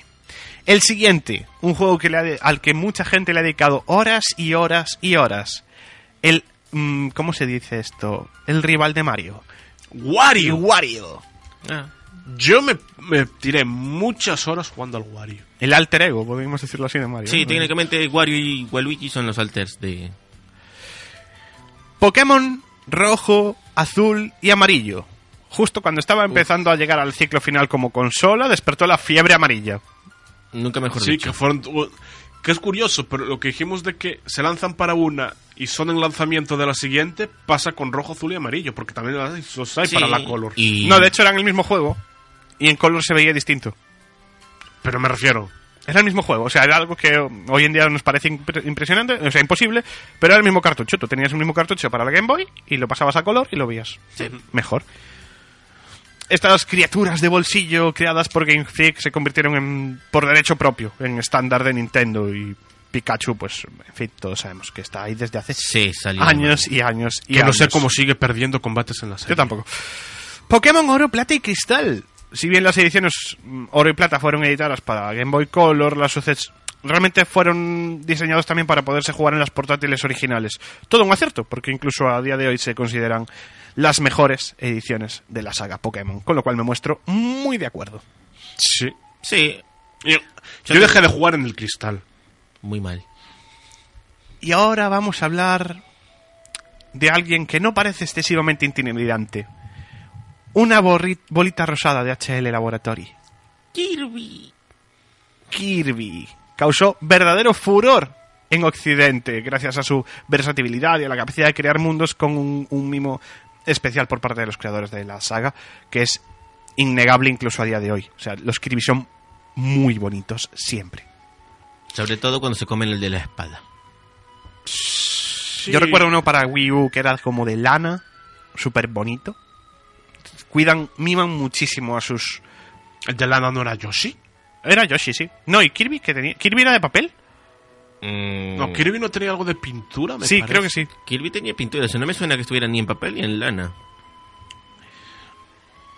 Speaker 4: El siguiente, un juego que le ha de- al que mucha gente le ha dedicado horas y horas y horas. El. mm, ¿Cómo se dice esto? El rival de Mario.
Speaker 2: Wario.
Speaker 4: Wario.
Speaker 2: Yo me, me tiré muchas horas jugando al Wario.
Speaker 4: El alter ego, podemos decirlo así de Mario.
Speaker 3: Sí,
Speaker 4: ¿no?
Speaker 3: técnicamente Wario y Waluigi son los alters de.
Speaker 4: Pokémon rojo, azul y amarillo. Justo cuando estaba empezando a llegar al ciclo final como consola, despertó la fiebre amarilla.
Speaker 3: Nunca mejor
Speaker 2: Sí,
Speaker 3: dicho.
Speaker 2: que fueron... Que es curioso, pero lo que dijimos de que se lanzan para una y son el lanzamiento de la siguiente, pasa con rojo, azul y amarillo, porque también los hay
Speaker 3: Sí,
Speaker 2: para la color.
Speaker 3: Y...
Speaker 4: No, de hecho eran el mismo juego y en color se veía distinto.
Speaker 2: Pero me refiero,
Speaker 4: Era el mismo juego, o sea, era algo que hoy en día nos parece impre- impresionante, o sea, imposible, pero era el mismo cartucho. Tú tenías el mismo cartucho para la Game Boy y lo pasabas a color y lo veías mejor. Estas criaturas de bolsillo creadas por Game Freak se convirtieron en, por derecho propio en estándar de Nintendo y Pikachu, pues, en fin, todos sabemos que está ahí desde hace
Speaker 3: Se salió.
Speaker 4: años y años y
Speaker 2: que no
Speaker 4: años.
Speaker 2: sé cómo sigue perdiendo combates en la serie.
Speaker 4: Yo tampoco. Pokémon Oro, Plata y Cristal. Si bien las ediciones mm, Oro y Plata fueron editadas para Game Boy Color, las suces realmente fueron diseñados también para poderse jugar en las portátiles originales. Todo un acierto, porque incluso a día de hoy se consideran las mejores ediciones de la saga Pokémon, con lo cual me muestro muy de acuerdo.
Speaker 2: Sí.
Speaker 3: Sí,
Speaker 2: Yo, yo dejé de jugar en el cristal.
Speaker 3: muy mal.
Speaker 4: Y ahora vamos a hablar de alguien que no parece excesivamente intimidante. Una borri- bolita rosada de HL Laboratory.
Speaker 3: Kirby.
Speaker 4: Kirby causó verdadero furor en Occidente gracias a su versatilidad y a la capacidad de crear mundos con un, un mimo especial por parte de los creadores de la saga, que es innegable incluso a día de hoy. O sea, los Kirby son muy bonitos siempre.
Speaker 3: Sobre todo cuando se comen el de la espada.
Speaker 4: Yo recuerdo uno para Wii U que era como de lana, súper bonito. Cuidan, miman muchísimo a sus...
Speaker 2: ¿El de Lana no era Yoshi?
Speaker 4: Era Yoshi, sí. No, y Kirby que tenía... ¿Kirby era de papel?
Speaker 3: Mm,
Speaker 2: No, Kirby no tenía algo de pintura, me
Speaker 4: Sí,
Speaker 2: parece.
Speaker 4: creo que sí.
Speaker 3: Kirby tenía pintura, eso no me suena que estuviera ni en papel ni en lana.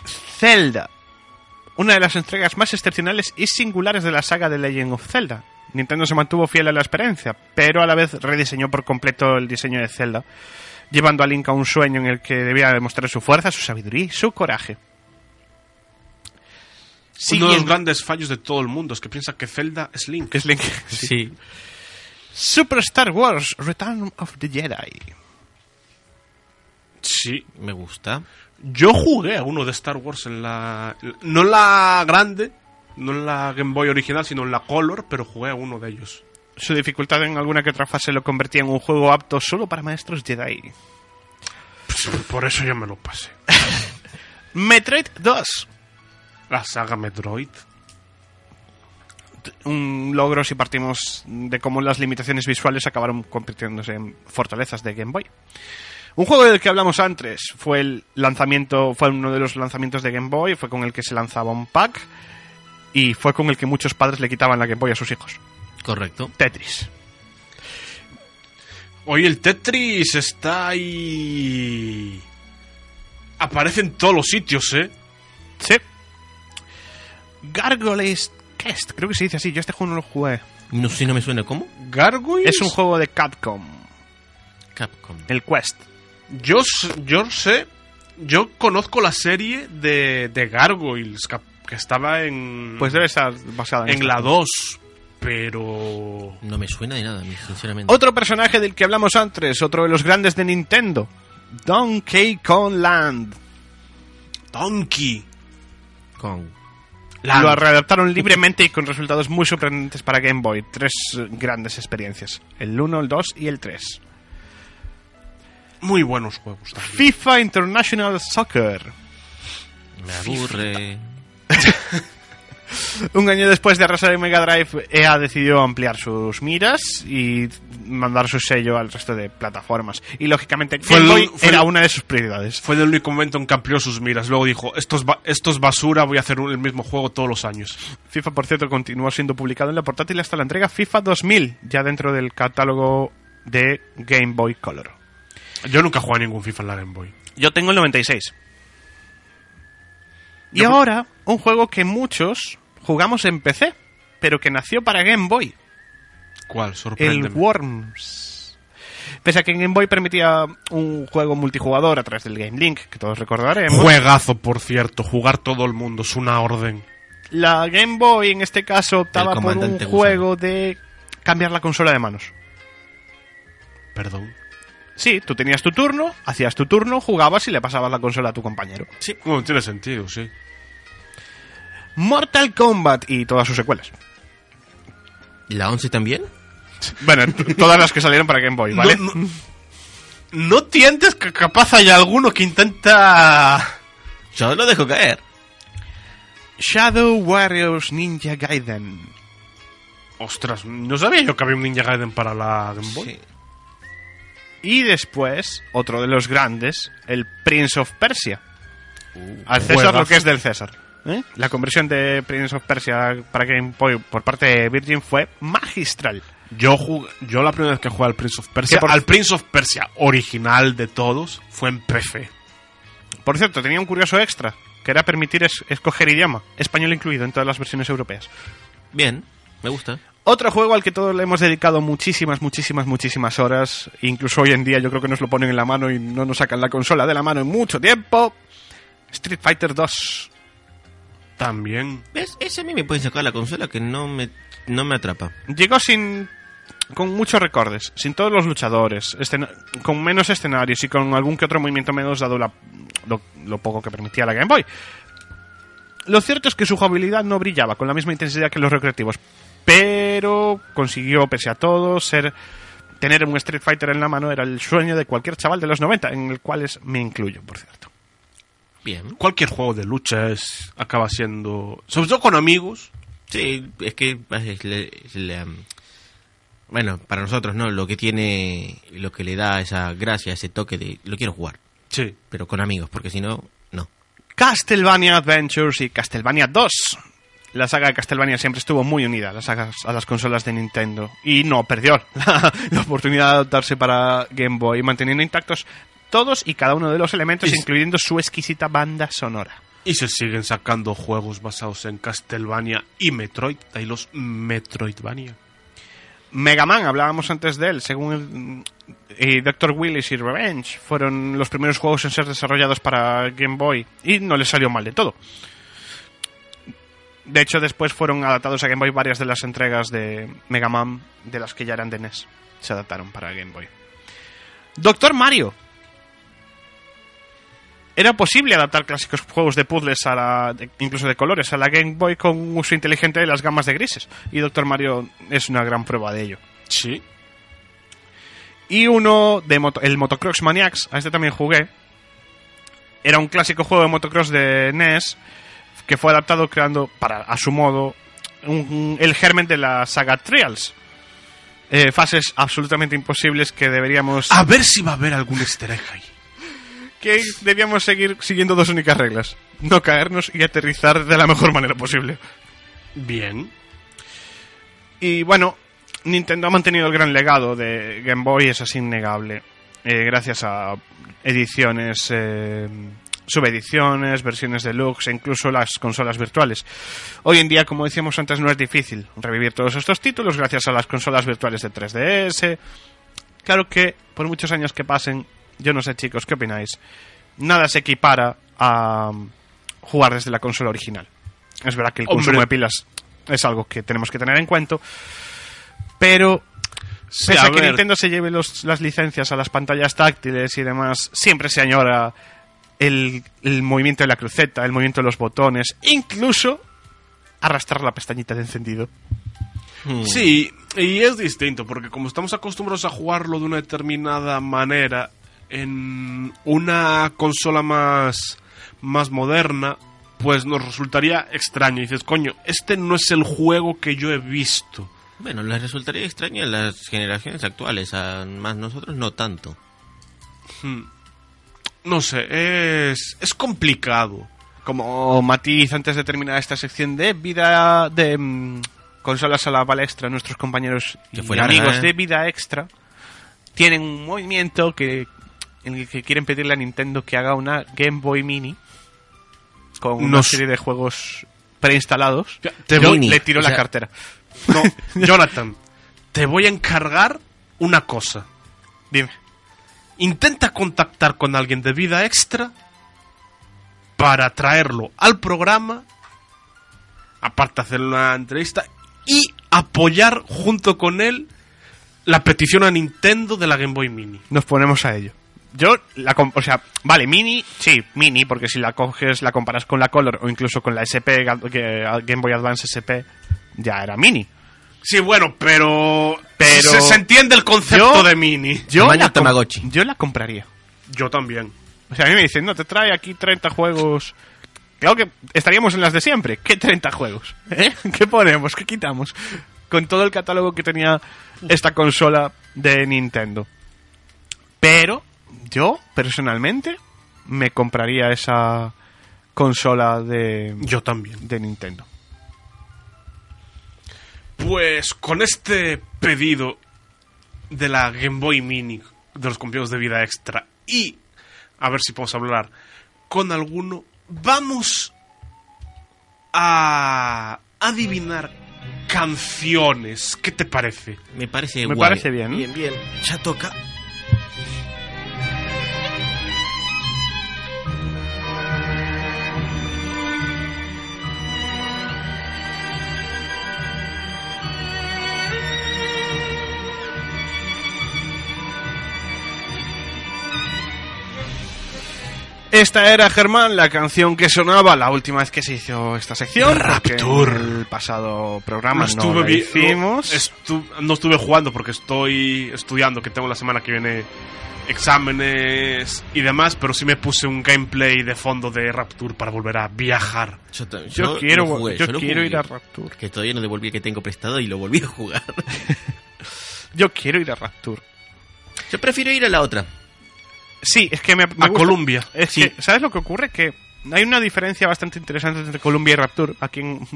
Speaker 4: Zelda. una de las entregas más excepcionales y singulares de la saga de Legend of Zelda. Nintendo se mantuvo fiel a la experiencia, pero a la vez rediseñó por completo el diseño de Zelda, llevando a Link a un sueño en el que debía demostrar su fuerza, su sabiduría y su coraje.
Speaker 2: Uno de los
Speaker 4: Siguiente-
Speaker 2: grandes fallos de todo el mundo es que piensa que Zelda es Link.
Speaker 4: Es Link.
Speaker 3: Sí.
Speaker 4: Super Star Wars Return of the Jedi.
Speaker 2: Sí.
Speaker 3: Me gusta.
Speaker 2: Yo jugué a uno de Star Wars en la. No en la grande, no en la Game Boy original, sino en la Color, pero jugué a uno de ellos.
Speaker 4: Su dificultad en alguna que otra fase lo convertía en un juego apto solo para maestros Jedi.
Speaker 2: Pues, por eso ya me lo pasé.
Speaker 4: Metroid 2.
Speaker 2: La saga Metroid.
Speaker 4: Un logro si partimos de cómo las limitaciones visuales acabaron convirtiéndose en fortalezas de Game Boy. Un juego del que hablamos antes fue el lanzamiento, fue uno de los lanzamientos de Game Boy, fue con el que se lanzaba un pack y fue con el que muchos padres le quitaban la Game Boy a sus hijos.
Speaker 3: Correcto.
Speaker 4: Tetris.
Speaker 2: Hoy el Tetris está ahí. Aparece en todos los sitios, ¿eh?
Speaker 4: Sí. Gargoyles Quest, creo que se dice así. Yo este juego no lo jugué.
Speaker 3: No sé si no me suena. ¿Cómo?
Speaker 2: Gargoyles.
Speaker 4: Es un juego de Capcom,
Speaker 3: Capcom.
Speaker 4: el Quest.
Speaker 2: Yo, s- yo sé. Yo conozco la serie de, de Gargoyles que, que estaba en.
Speaker 4: Pues debe estar basado en,
Speaker 2: en
Speaker 4: esto.
Speaker 2: la 2. Pero.
Speaker 3: No me suena de nada, a mí, sinceramente.
Speaker 4: Otro personaje del que hablamos antes, otro de los grandes de Nintendo, Donkey Kong Land.
Speaker 2: Donkey.
Speaker 3: Con.
Speaker 2: Land.
Speaker 4: Lo readaptaron libremente y con resultados muy sorprendentes para Game Boy. Tres eh, grandes experiencias, el 1, el 2 y el 3.
Speaker 2: Muy buenos juegos también.
Speaker 4: FIFA International Soccer.
Speaker 3: Me aburre.
Speaker 4: Un año después de arrasar el Mega Drive, EA decidió ampliar sus miras y mandar su sello al resto de plataformas. Y lógicamente
Speaker 2: Fue
Speaker 4: Game
Speaker 2: el-
Speaker 4: Boy
Speaker 2: fue
Speaker 4: era
Speaker 2: el-
Speaker 4: una de sus prioridades.
Speaker 2: Fue el único momento en que amplió sus miras. Luego dijo, esto es, ba- esto es basura, voy a hacer un- el mismo juego todos los años.
Speaker 4: FIFA, por cierto, continuó siendo publicado en la portátil hasta la entrega FIFA 2000, ya dentro del catálogo de Game Boy Color.
Speaker 2: Yo nunca jugué a ningún FIFA en la Game Boy.
Speaker 4: Yo tengo el 96. Y
Speaker 2: Yo-
Speaker 4: ahora, un juego que muchos jugamos en PC, pero que nació para Game Boy.
Speaker 2: ¿Cuál?
Speaker 4: el
Speaker 2: Sorprende.
Speaker 4: Worms. Pese a que en Game Boy permitía un juego multijugador a través del Game Link, que todos recordaremos,
Speaker 2: Juegazo, por cierto. Jugar todo el mundo es una orden.
Speaker 4: la Game Boy en este caso optaba por un
Speaker 3: comandante Gusano.
Speaker 4: juego de cambiar la consola de manos.
Speaker 2: Perdón.
Speaker 4: Sí, tú tenías tu turno, hacías tu turno, jugabas y le pasabas la consola a tu compañero.
Speaker 2: Sí. Bueno, tiene sentido, sí.
Speaker 4: Mortal Kombat y todas sus secuelas.
Speaker 3: ¿La 11 también?
Speaker 4: Bueno, t- todas las que salieron para Game Boy, ¿vale?
Speaker 2: No, no- no tientes que capaz hay alguno que intenta...
Speaker 3: Yo lo dejo caer.
Speaker 4: Shadow Warriors Ninja Gaiden.
Speaker 2: Ostras, no sabía yo que había un Ninja Gaiden para la Game Boy.
Speaker 3: Sí.
Speaker 4: Y después, otro de los grandes, el Prince of Persia.
Speaker 3: Uh,
Speaker 4: Al César lo
Speaker 2: Juegazo.
Speaker 4: que es del César. ¿eh? La conversión de Prince of Persia para Game Boy por parte de Virgin fue magistral.
Speaker 2: Yo, jugué- yo la primera vez que jugué al Prince of Persia,
Speaker 4: Que por-
Speaker 2: al Prince of Persia original de todos, fue en PC.
Speaker 4: Por cierto, tenía un curioso extra, que era permitir es- escoger idioma, español incluido en todas las versiones europeas.
Speaker 3: bien, me gusta.
Speaker 4: Otro juego al que todos le hemos dedicado muchísimas, muchísimas, muchísimas horas, incluso hoy en día yo creo que nos lo ponen en la mano y no nos sacan la consola de la mano en mucho tiempo. Street Fighter 2.
Speaker 2: También.
Speaker 3: ¿Ves? Ese a mí me pueden sacar la consola que no me, no me atrapa.
Speaker 4: Llegó sin. con muchos recordes, sin todos los luchadores, escena- con menos escenarios y con algún que otro movimiento menos dado la- lo, lo poco que permitía la Game Boy. Lo cierto es que su jugabilidad no brillaba con la misma intensidad que los recreativos, pero consiguió, pese a todo, ser. Tener un Street Fighter en la mano era el sueño de cualquier chaval de los 90, en el cual es- me incluyo, por cierto.
Speaker 3: Bien.
Speaker 2: Cualquier juego de lucha es, acaba siendo... Sobre todo con amigos.
Speaker 3: Sí, es que pues, es le- es le- um, bueno, para nosotros, ¿no? Lo que tiene, lo que le da esa gracia, ese toque de lo quiero jugar,
Speaker 2: Sí.
Speaker 3: pero con amigos, porque si no, no.
Speaker 4: Castlevania Adventures y Castlevania 2. La saga de Castlevania siempre estuvo muy unida a las, sagas, a las consolas de Nintendo y no perdió la, la oportunidad de adaptarse para Game Boy, manteniendo intactos todos y cada uno de los elementos,
Speaker 2: Y-
Speaker 4: incluyendo su exquisita banda sonora.
Speaker 2: Y se siguen sacando juegos basados en Castlevania y Metroid. Hay los Metroidvania.
Speaker 4: Mega Man, hablábamos antes de él, según el- y Dr. Willis y Revenge fueron los primeros juegos en ser desarrollados para Game Boy y no les salió mal de todo. De hecho, después fueron adaptados a Game Boy varias de las entregas de Mega Man de las que ya eran de NES. Se adaptaron para Game Boy. Doctor Mario. Era posible adaptar clásicos juegos de puzzles, a la, de- incluso de colores, a la Game Boy con un uso inteligente de las gamas de grises. Y Doctor Mario es una gran prueba de ello.
Speaker 2: Sí.
Speaker 4: Y uno de moto- el Motocross Maniacs, a este también jugué. Era un clásico juego de motocross de NES que fue adaptado creando, para, a su modo, un- el germen de la saga Trials. Eh, fases absolutamente imposibles que deberíamos
Speaker 2: A ver si va a haber algún easter egg ahí.
Speaker 4: que debíamos seguir siguiendo dos únicas reglas: no caernos y aterrizar de la mejor manera posible.
Speaker 2: Bien.
Speaker 4: Y bueno, Nintendo ha mantenido el gran legado de Game Boy, eso es innegable. Eh, gracias a ediciones, eh, subediciones, versiones deluxe e incluso las consolas virtuales. Hoy en día, como decíamos antes, no es difícil revivir todos estos títulos gracias a las consolas virtuales de 3DS. Claro que, por muchos años que pasen, yo no sé chicos, ¿qué opináis? Nada se equipara a um, jugar desde la consola original. Es verdad que el
Speaker 2: Hombre.
Speaker 4: consumo de pilas es algo que tenemos que tener en cuenta, pero
Speaker 2: Sí,
Speaker 4: pese
Speaker 2: a
Speaker 4: a que
Speaker 2: ver.
Speaker 4: Nintendo se lleve los- las licencias a las pantallas táctiles y demás, siempre se añora el, el movimiento de la cruceta, el movimiento de los botones, incluso arrastrar la pestañita de encendido. Hmm.
Speaker 2: Sí, y es distinto, porque como estamos acostumbrados a jugarlo de una determinada manera, en una consola más, más moderna, pues nos resultaría extraño. Y dices, coño, este no es el juego que yo he visto.
Speaker 3: Bueno, les resultaría extraño a las generaciones actuales, a más nosotros no tanto.
Speaker 2: No sé, es, es complicado.
Speaker 4: Como matiz antes de terminar esta sección de vida de mm, consolas a la bala extra, nuestros compañeros
Speaker 3: Que
Speaker 4: y
Speaker 3: fue larga,
Speaker 4: amigos
Speaker 3: ¿eh?
Speaker 4: de vida extra tienen un movimiento que en el que quieren pedirle a Nintendo que haga una Game Boy Mini con una
Speaker 2: Nos-
Speaker 4: serie de juegos preinstalados.
Speaker 2: Ya, te
Speaker 4: Yo
Speaker 3: voy-
Speaker 4: le tiro
Speaker 3: o
Speaker 4: la
Speaker 3: sea-
Speaker 4: cartera.
Speaker 2: No, Jonathan, te voy a encargar una cosa.
Speaker 4: Dime.
Speaker 2: Intenta contactar con alguien de vida extra para traerlo al programa, aparte hacer una entrevista y apoyar junto con él la petición a Nintendo de la Game Boy Mini.
Speaker 4: nos ponemos a ello. Yo, la com- o sea, vale, mini, sí, mini, porque si la coges, la comparas con la Color o incluso con la SP, Ga- que- eh, Game Boy Advance SP, ya era mini.
Speaker 2: Sí, bueno, pero,
Speaker 4: Pero-
Speaker 2: se, se entiende el concepto
Speaker 4: Yo-
Speaker 2: de Mini.
Speaker 4: Yo
Speaker 3: Tamaño
Speaker 4: la, com-
Speaker 3: Tamagotchi.
Speaker 4: yo la compraría.
Speaker 2: Yo también.
Speaker 4: O sea, a mí me dicen, no, te trae aquí 30 juegos. Claro que estaríamos en las de siempre. ¿Qué 30 juegos? ¿Eh? ¿Qué ponemos? ¿Qué quitamos? Con todo el catálogo que tenía esta consola de Nintendo. Pero yo, personalmente, me compraría esa consola de,
Speaker 2: Yo también.
Speaker 4: de Nintendo.
Speaker 2: Pues con este pedido de la Game Boy Mini, de los campeones de vida extra, y a ver si podemos hablar con alguno, vamos a adivinar canciones. ¿Qué te parece?
Speaker 3: Me parece
Speaker 4: Me
Speaker 3: guay.
Speaker 4: parece bien. ¿eh?
Speaker 3: Bien, bien. Ya toca.
Speaker 4: Esta era, Germán, la canción que sonaba la última vez que se hizo esta sección. porque
Speaker 2: Rapture.
Speaker 4: en El pasado programa
Speaker 2: No
Speaker 4: Ah, no la
Speaker 2: vi-
Speaker 4: hicimos.
Speaker 2: no, estu- no estuve jugando porque estoy estudiando, que tengo la semana que viene exámenes y demás, pero sí me puse un gameplay de fondo de Rapture para volver a viajar.
Speaker 3: Yo, ta-
Speaker 4: Yo,
Speaker 3: yo
Speaker 4: quiero,
Speaker 3: lo jugué,
Speaker 4: yo
Speaker 3: lo
Speaker 4: quiero
Speaker 3: jugué.
Speaker 4: ir a Rapture.
Speaker 3: Que todavía no devolví el que tengo prestado y lo volví a jugar.
Speaker 4: Yo quiero ir a Rapture.
Speaker 3: yo prefiero ir a la otra.
Speaker 4: Sí, es que me, me
Speaker 2: A
Speaker 4: gusta- Eh,
Speaker 2: Colombia.
Speaker 4: Es
Speaker 3: Sí.
Speaker 4: que, ¿sabes lo que ocurre? Que hay una diferencia bastante interesante entre Columbia y Rapture. Aquí en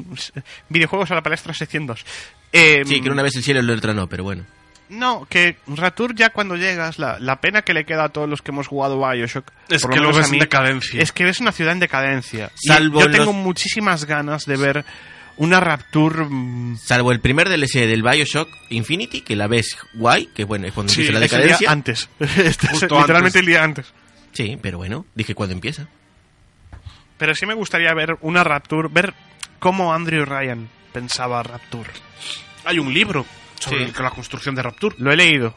Speaker 4: videojuegos a la palestra sección 2. Eh,
Speaker 3: Sí, que una vez el cielo y la otra no, pero bueno.
Speaker 4: No, que Ratur ya cuando llegas, la, la pena que le queda a todos los que hemos jugado Bioshock.
Speaker 2: Es
Speaker 4: por lo
Speaker 2: que lo
Speaker 4: menos
Speaker 2: ves
Speaker 4: a
Speaker 2: en decadencia.
Speaker 4: Es que ves una ciudad en decadencia. Y
Speaker 3: Salvo
Speaker 4: yo
Speaker 3: en
Speaker 4: tengo
Speaker 3: los-
Speaker 4: muchísimas ganas de ver una Rapture. mm,
Speaker 3: Salvo el primer DLC del Bioshock Infinity, que la ves guay, que bueno, es cuando
Speaker 2: Sí,
Speaker 3: empieza la
Speaker 4: es el día
Speaker 3: decadencia.
Speaker 4: antes. Este es
Speaker 2: Justo
Speaker 4: literalmente
Speaker 2: antes.
Speaker 4: el día antes.
Speaker 3: Sí, pero bueno, dije cuando empieza.
Speaker 4: Pero sí me gustaría ver una Rapture, ver cómo Andrew Ryan pensaba Rapture.
Speaker 2: Hay un libro sobre
Speaker 3: Sí.
Speaker 2: el- la construcción de Rapture.
Speaker 4: Lo he leído.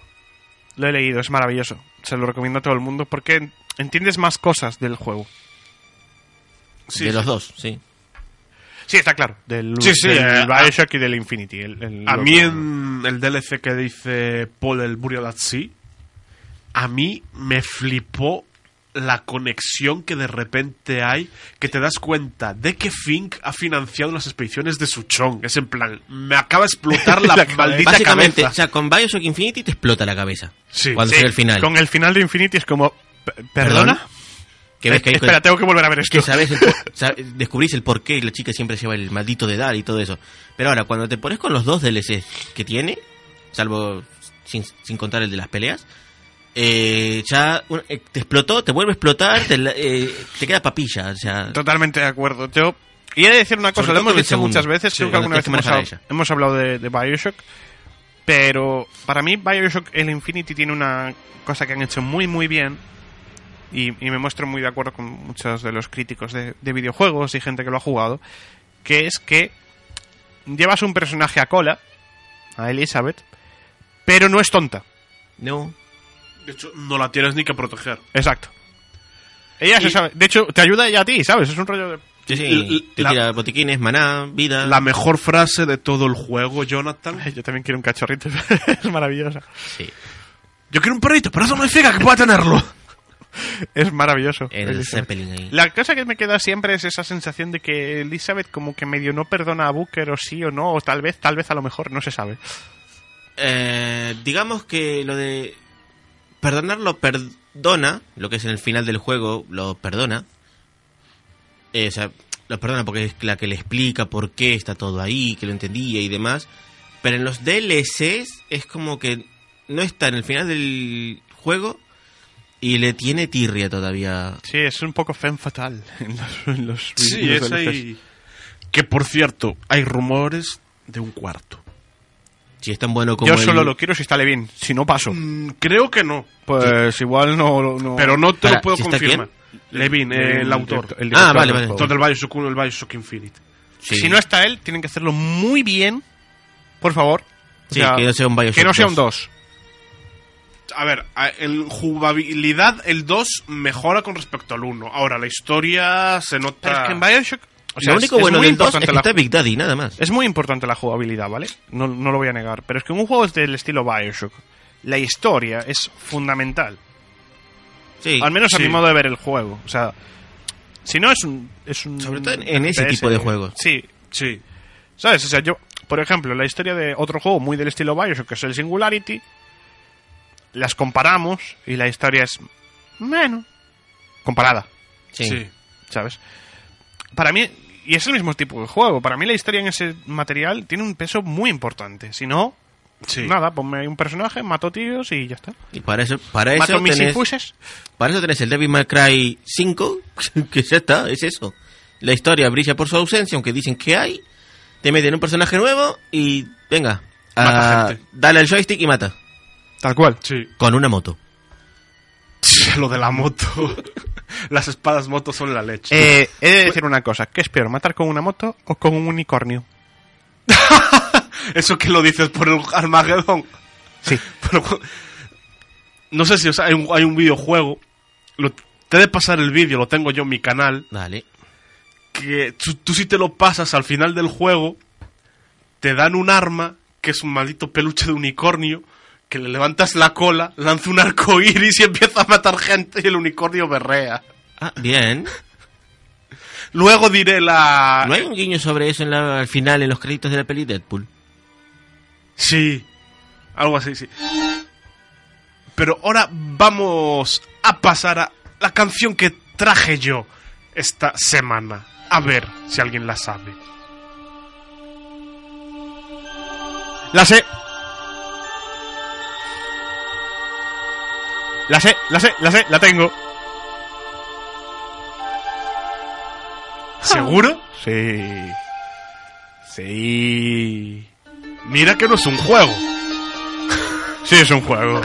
Speaker 4: Lo he leído, es maravilloso. Se lo recomiendo a todo el mundo porque entiendes más cosas del juego.
Speaker 2: Sí,
Speaker 3: de
Speaker 2: sí.
Speaker 3: los dos, sí.
Speaker 4: Sí, está claro. Del,
Speaker 2: Sí, sí,
Speaker 4: del
Speaker 2: eh,
Speaker 4: Bioshock y del Infinity. el- el-
Speaker 2: A
Speaker 4: lo-
Speaker 2: mí en el DLC que dice Paul el Burial at Sea, a mí me flipó la conexión que de repente hay, que te das cuenta de que Fink ha financiado las expediciones de Suchong. Es en plan, me acaba de explotar la,
Speaker 4: La cabeza.
Speaker 2: maldita
Speaker 3: Básicamente, o
Speaker 2: cabeza.
Speaker 3: sea, con Bioshock Infinity te explota la cabeza.
Speaker 2: Sí,
Speaker 3: cuando
Speaker 4: Sí,
Speaker 3: llega el final.
Speaker 4: Con el final de Infinity es como... "P- ¿Perdona?
Speaker 3: Que ves que hay
Speaker 4: Eh, Espera, tengo que volver a ver esto.
Speaker 3: que sabes el por- sa- descubrís el porqué y la chica siempre lleva el maldito dedal y todo eso. Pero ahora, cuando te pones con los dos DLCs que tiene, salvo sin, sin contar el de las peleas, eh, ya un- eh, te explotó, te vuelve a explotar, te, la- eh, te queda papilla. O sea,
Speaker 4: Totalmente de acuerdo. Yo... Y he de decir una cosa,
Speaker 3: Sobre todo
Speaker 4: lo hemos
Speaker 3: con el
Speaker 4: dicho muchas
Speaker 3: segundo.
Speaker 4: veces,
Speaker 3: Sí,
Speaker 4: creo que
Speaker 3: cuando
Speaker 4: alguna vez
Speaker 3: tienes
Speaker 4: hemos,
Speaker 3: que manejar a
Speaker 4: hab-
Speaker 3: ella.
Speaker 4: hemos hablado de, de Bioshock, pero para mí Bioshock, el Infinity tiene una cosa que han hecho muy muy bien y, y me muestro muy de acuerdo con muchos de los críticos de, de videojuegos y gente que lo ha jugado, que es que llevas un personaje a cola, a Elizabeth, pero no es tonta.
Speaker 3: no.
Speaker 2: De hecho, no la tienes ni que proteger.
Speaker 4: Exacto. Ella se sabe. De hecho, te ayuda ella a ti, ¿sabes? Es un rollo de.
Speaker 3: Sí, sí,
Speaker 2: L- l-
Speaker 3: te
Speaker 2: la-
Speaker 3: tira botiquines, maná, vida.
Speaker 2: La mejor frase de todo el juego, Jonathan.
Speaker 4: Ay, Yo también quiero un cachorrito. es maravillosa.
Speaker 3: Sí.
Speaker 2: Yo quiero un perrito, pero eso no significa que pueda tenerlo.
Speaker 4: Es maravilloso.
Speaker 3: El
Speaker 4: Elizabeth.
Speaker 3: Zeppelin ahí.
Speaker 4: La cosa que me queda siempre es esa sensación de que Elizabeth como que medio no perdona a Booker o sí o no, o tal vez, tal vez a lo mejor, no se sabe.
Speaker 3: Eh, digamos que lo de perdonarlo perdona, lo que es en el final del juego, lo perdona. Eh, o sea, lo perdona porque es la que le explica por qué está todo ahí, que lo entendía y demás. Pero en los DLCs es como que no está en el final del juego y le tiene tirria todavía.
Speaker 4: Sí, es un poco fan fatal en los, en los-
Speaker 2: Sí,
Speaker 4: en los
Speaker 2: es
Speaker 4: DLCs.
Speaker 2: ahí. Que por cierto, hay rumores de un cuarto.
Speaker 3: Si es tan bueno como
Speaker 4: Yo
Speaker 3: el-
Speaker 4: solo lo quiero si sale bien, si no paso.
Speaker 2: Mm, creo que no.
Speaker 4: Pues igual no, no-
Speaker 2: Pero no te
Speaker 3: Para,
Speaker 2: lo puedo
Speaker 3: ¿si está
Speaker 2: confirmar. Levin, eh, el, autor.
Speaker 4: el
Speaker 3: Ah,
Speaker 4: director
Speaker 3: vale,
Speaker 4: del
Speaker 3: vale.
Speaker 4: juego.
Speaker 2: Todo el Bioshock 1, el Bioshock Infinite.
Speaker 3: Sí.
Speaker 4: Si no está él, tienen que hacerlo muy bien, por favor. O
Speaker 3: Sí,
Speaker 4: sea,
Speaker 3: que no sea un Bioshock
Speaker 4: que no sea
Speaker 3: 2.
Speaker 4: un 2.
Speaker 2: A ver, a- en jugabilidad el 2 mejora con respecto al 1. Ahora, la historia se nota...
Speaker 4: Pero es que en Bioshock... O sea,
Speaker 3: lo
Speaker 4: es-
Speaker 3: único
Speaker 4: es
Speaker 3: bueno
Speaker 4: muy
Speaker 3: del 2 es
Speaker 4: importante
Speaker 3: que
Speaker 4: la-
Speaker 3: está Big Daddy, nada más.
Speaker 4: Es muy importante la jugabilidad, ¿vale? No, no lo voy a negar. Pero es que un juego es del estilo Bioshock. La historia es fundamental.
Speaker 3: Sí.
Speaker 4: Al menos a
Speaker 2: sí.
Speaker 4: mi modo de ver el juego. O sea, si no es un. Es un
Speaker 3: Sobre todo en- en ese
Speaker 4: FPS,
Speaker 3: tipo de juegos.
Speaker 4: Sí.
Speaker 2: Sí.
Speaker 4: ¿Sabes? O sea, yo. Por ejemplo, la historia de otro juego muy del estilo Bioshock, que es el Singularity. Las comparamos y la historia es. Bueno. Comparada.
Speaker 3: Sí.
Speaker 2: sí.
Speaker 4: ¿sabes? Para mí, y es el mismo tipo de juego, para mí la historia en ese material tiene un peso muy importante. Si no,
Speaker 2: Sí.
Speaker 4: nada, ponme ahí un personaje, mato tíos y ya está.
Speaker 3: Y para eso, para eso
Speaker 4: Mato mis
Speaker 3: tenés-
Speaker 4: infuses.
Speaker 3: Para eso tenés el Devil May Cry 5, que ya está, es eso. La historia brilla por su ausencia, aunque dicen que hay. Te meten un personaje nuevo y venga,
Speaker 2: Mata
Speaker 3: a-
Speaker 2: gente.
Speaker 3: dale al joystick y mata.
Speaker 4: Tal cual.
Speaker 2: Sí.
Speaker 3: Con una moto.
Speaker 2: Lo de la moto. Las espadas motos son la leche.
Speaker 4: Eh, he de decir una cosa, ¿qué es peor, matar con una moto o con un unicornio?
Speaker 2: Eso que lo dices por el Armagedón.
Speaker 4: Sí.
Speaker 2: Pero cu- no sé si o sea, hay, un, hay un videojuego. Lo, te he de pasar el vídeo, lo tengo yo en mi canal.
Speaker 3: Dale.
Speaker 2: que tú, tú si te lo pasas al final del juego, te dan un arma, que es un maldito peluche de unicornio, que le levantas la cola, lanza un arco iris y empieza a matar gente y el unicornio berrea.
Speaker 3: Ah, bien.
Speaker 2: Luego diré la...
Speaker 3: ¿No hay un guiño sobre eso en la- al final, en los créditos de la peli Deadpool?
Speaker 2: Sí, algo así, sí. Pero ahora vamos a pasar a la canción que traje yo esta semana. A ver si alguien la sabe.
Speaker 4: La sé. La sé, la sé, la sé, la tengo.
Speaker 2: ¿Seguro?
Speaker 4: Sí. Sí.
Speaker 2: Mira que no es un juego.
Speaker 4: Sí, es un juego.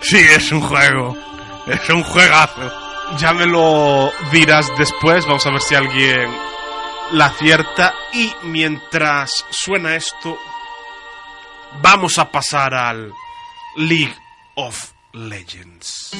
Speaker 4: Sí, es un juego. Es un juegazo.
Speaker 2: Ya me lo dirás después. Vamos a ver si alguien la acierta. Y mientras suena esto, vamos a pasar al League of Legends.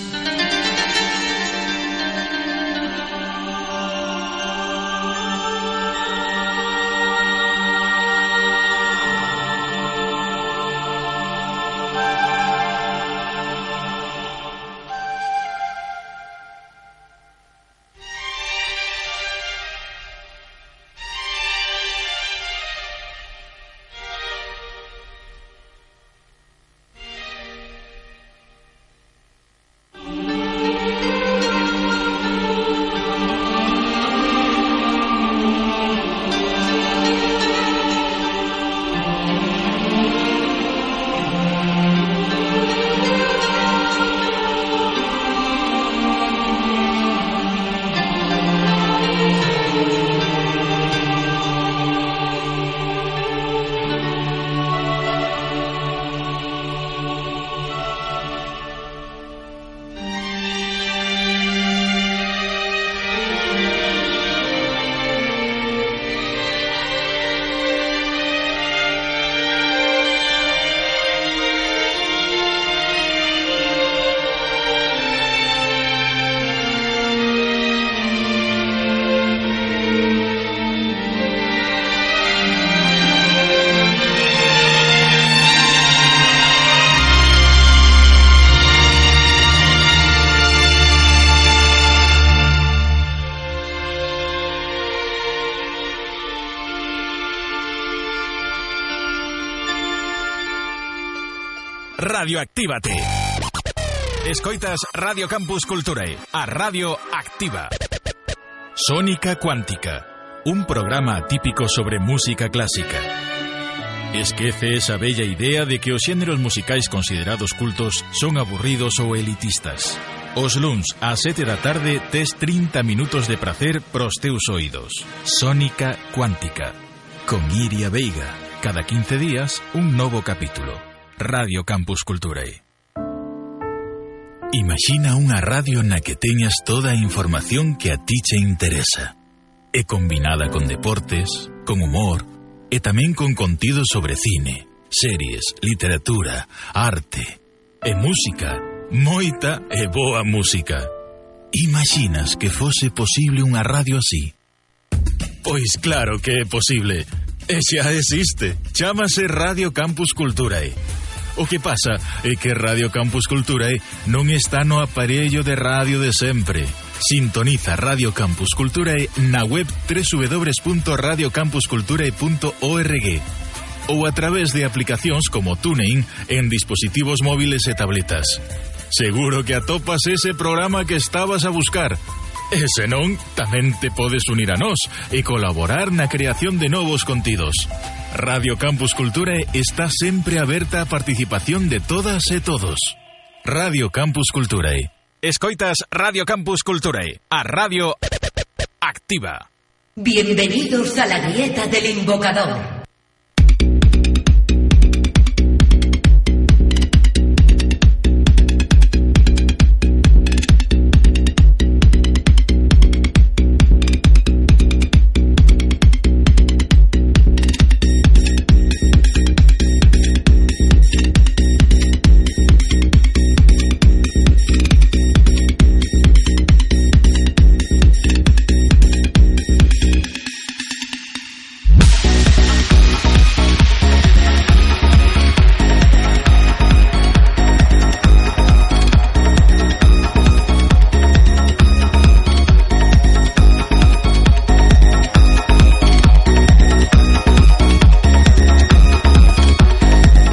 Speaker 5: Radioactívate. Escoitas Radio Campus Culturae, a Radio Activa. Sónica Cuántica, un programa atípico sobre música clásica. Esquece esa bella idea de que os xéneros musicais considerados cultos son aburridos ou elitistas. Os luns ás sete da tarde tes 30 minutos de prazer pros teus oídos. Sónica Cuántica, con Iria Veiga. Cada 15 días, un novo capítulo. Radio Campus Culturae. Imagina unha radio na que teñas toda a información que a ti che interesa. É combinada con deportes, con humor e tamén con contido sobre cine, series, literatura, arte e música. Moita e boa música. Imaginas que fose posible unha radio así? Pois claro que é posible. E xa existe. Chámase Radio Campus E. Culturae. O que pasa é que Radio Campus Culturae non está no aparello de radio de sempre. Sintoniza Radio Campus Culturae na web www.radiocampusculturae.org E ou a través de aplicacións como TuneIn en dispositivos móviles e tabletas. Seguro que atopas ese programa que estabas a buscar. E senón, tamén te podes unir a nós e colaborar na creación de novos contidos. Radio Campus Culturae está sempre aberta a participación de todas e todos. Radio Campus Culturae. Escoitas Radio Campus Culturae, a radio activa.
Speaker 6: Bienvenidos a la dieta del invocador.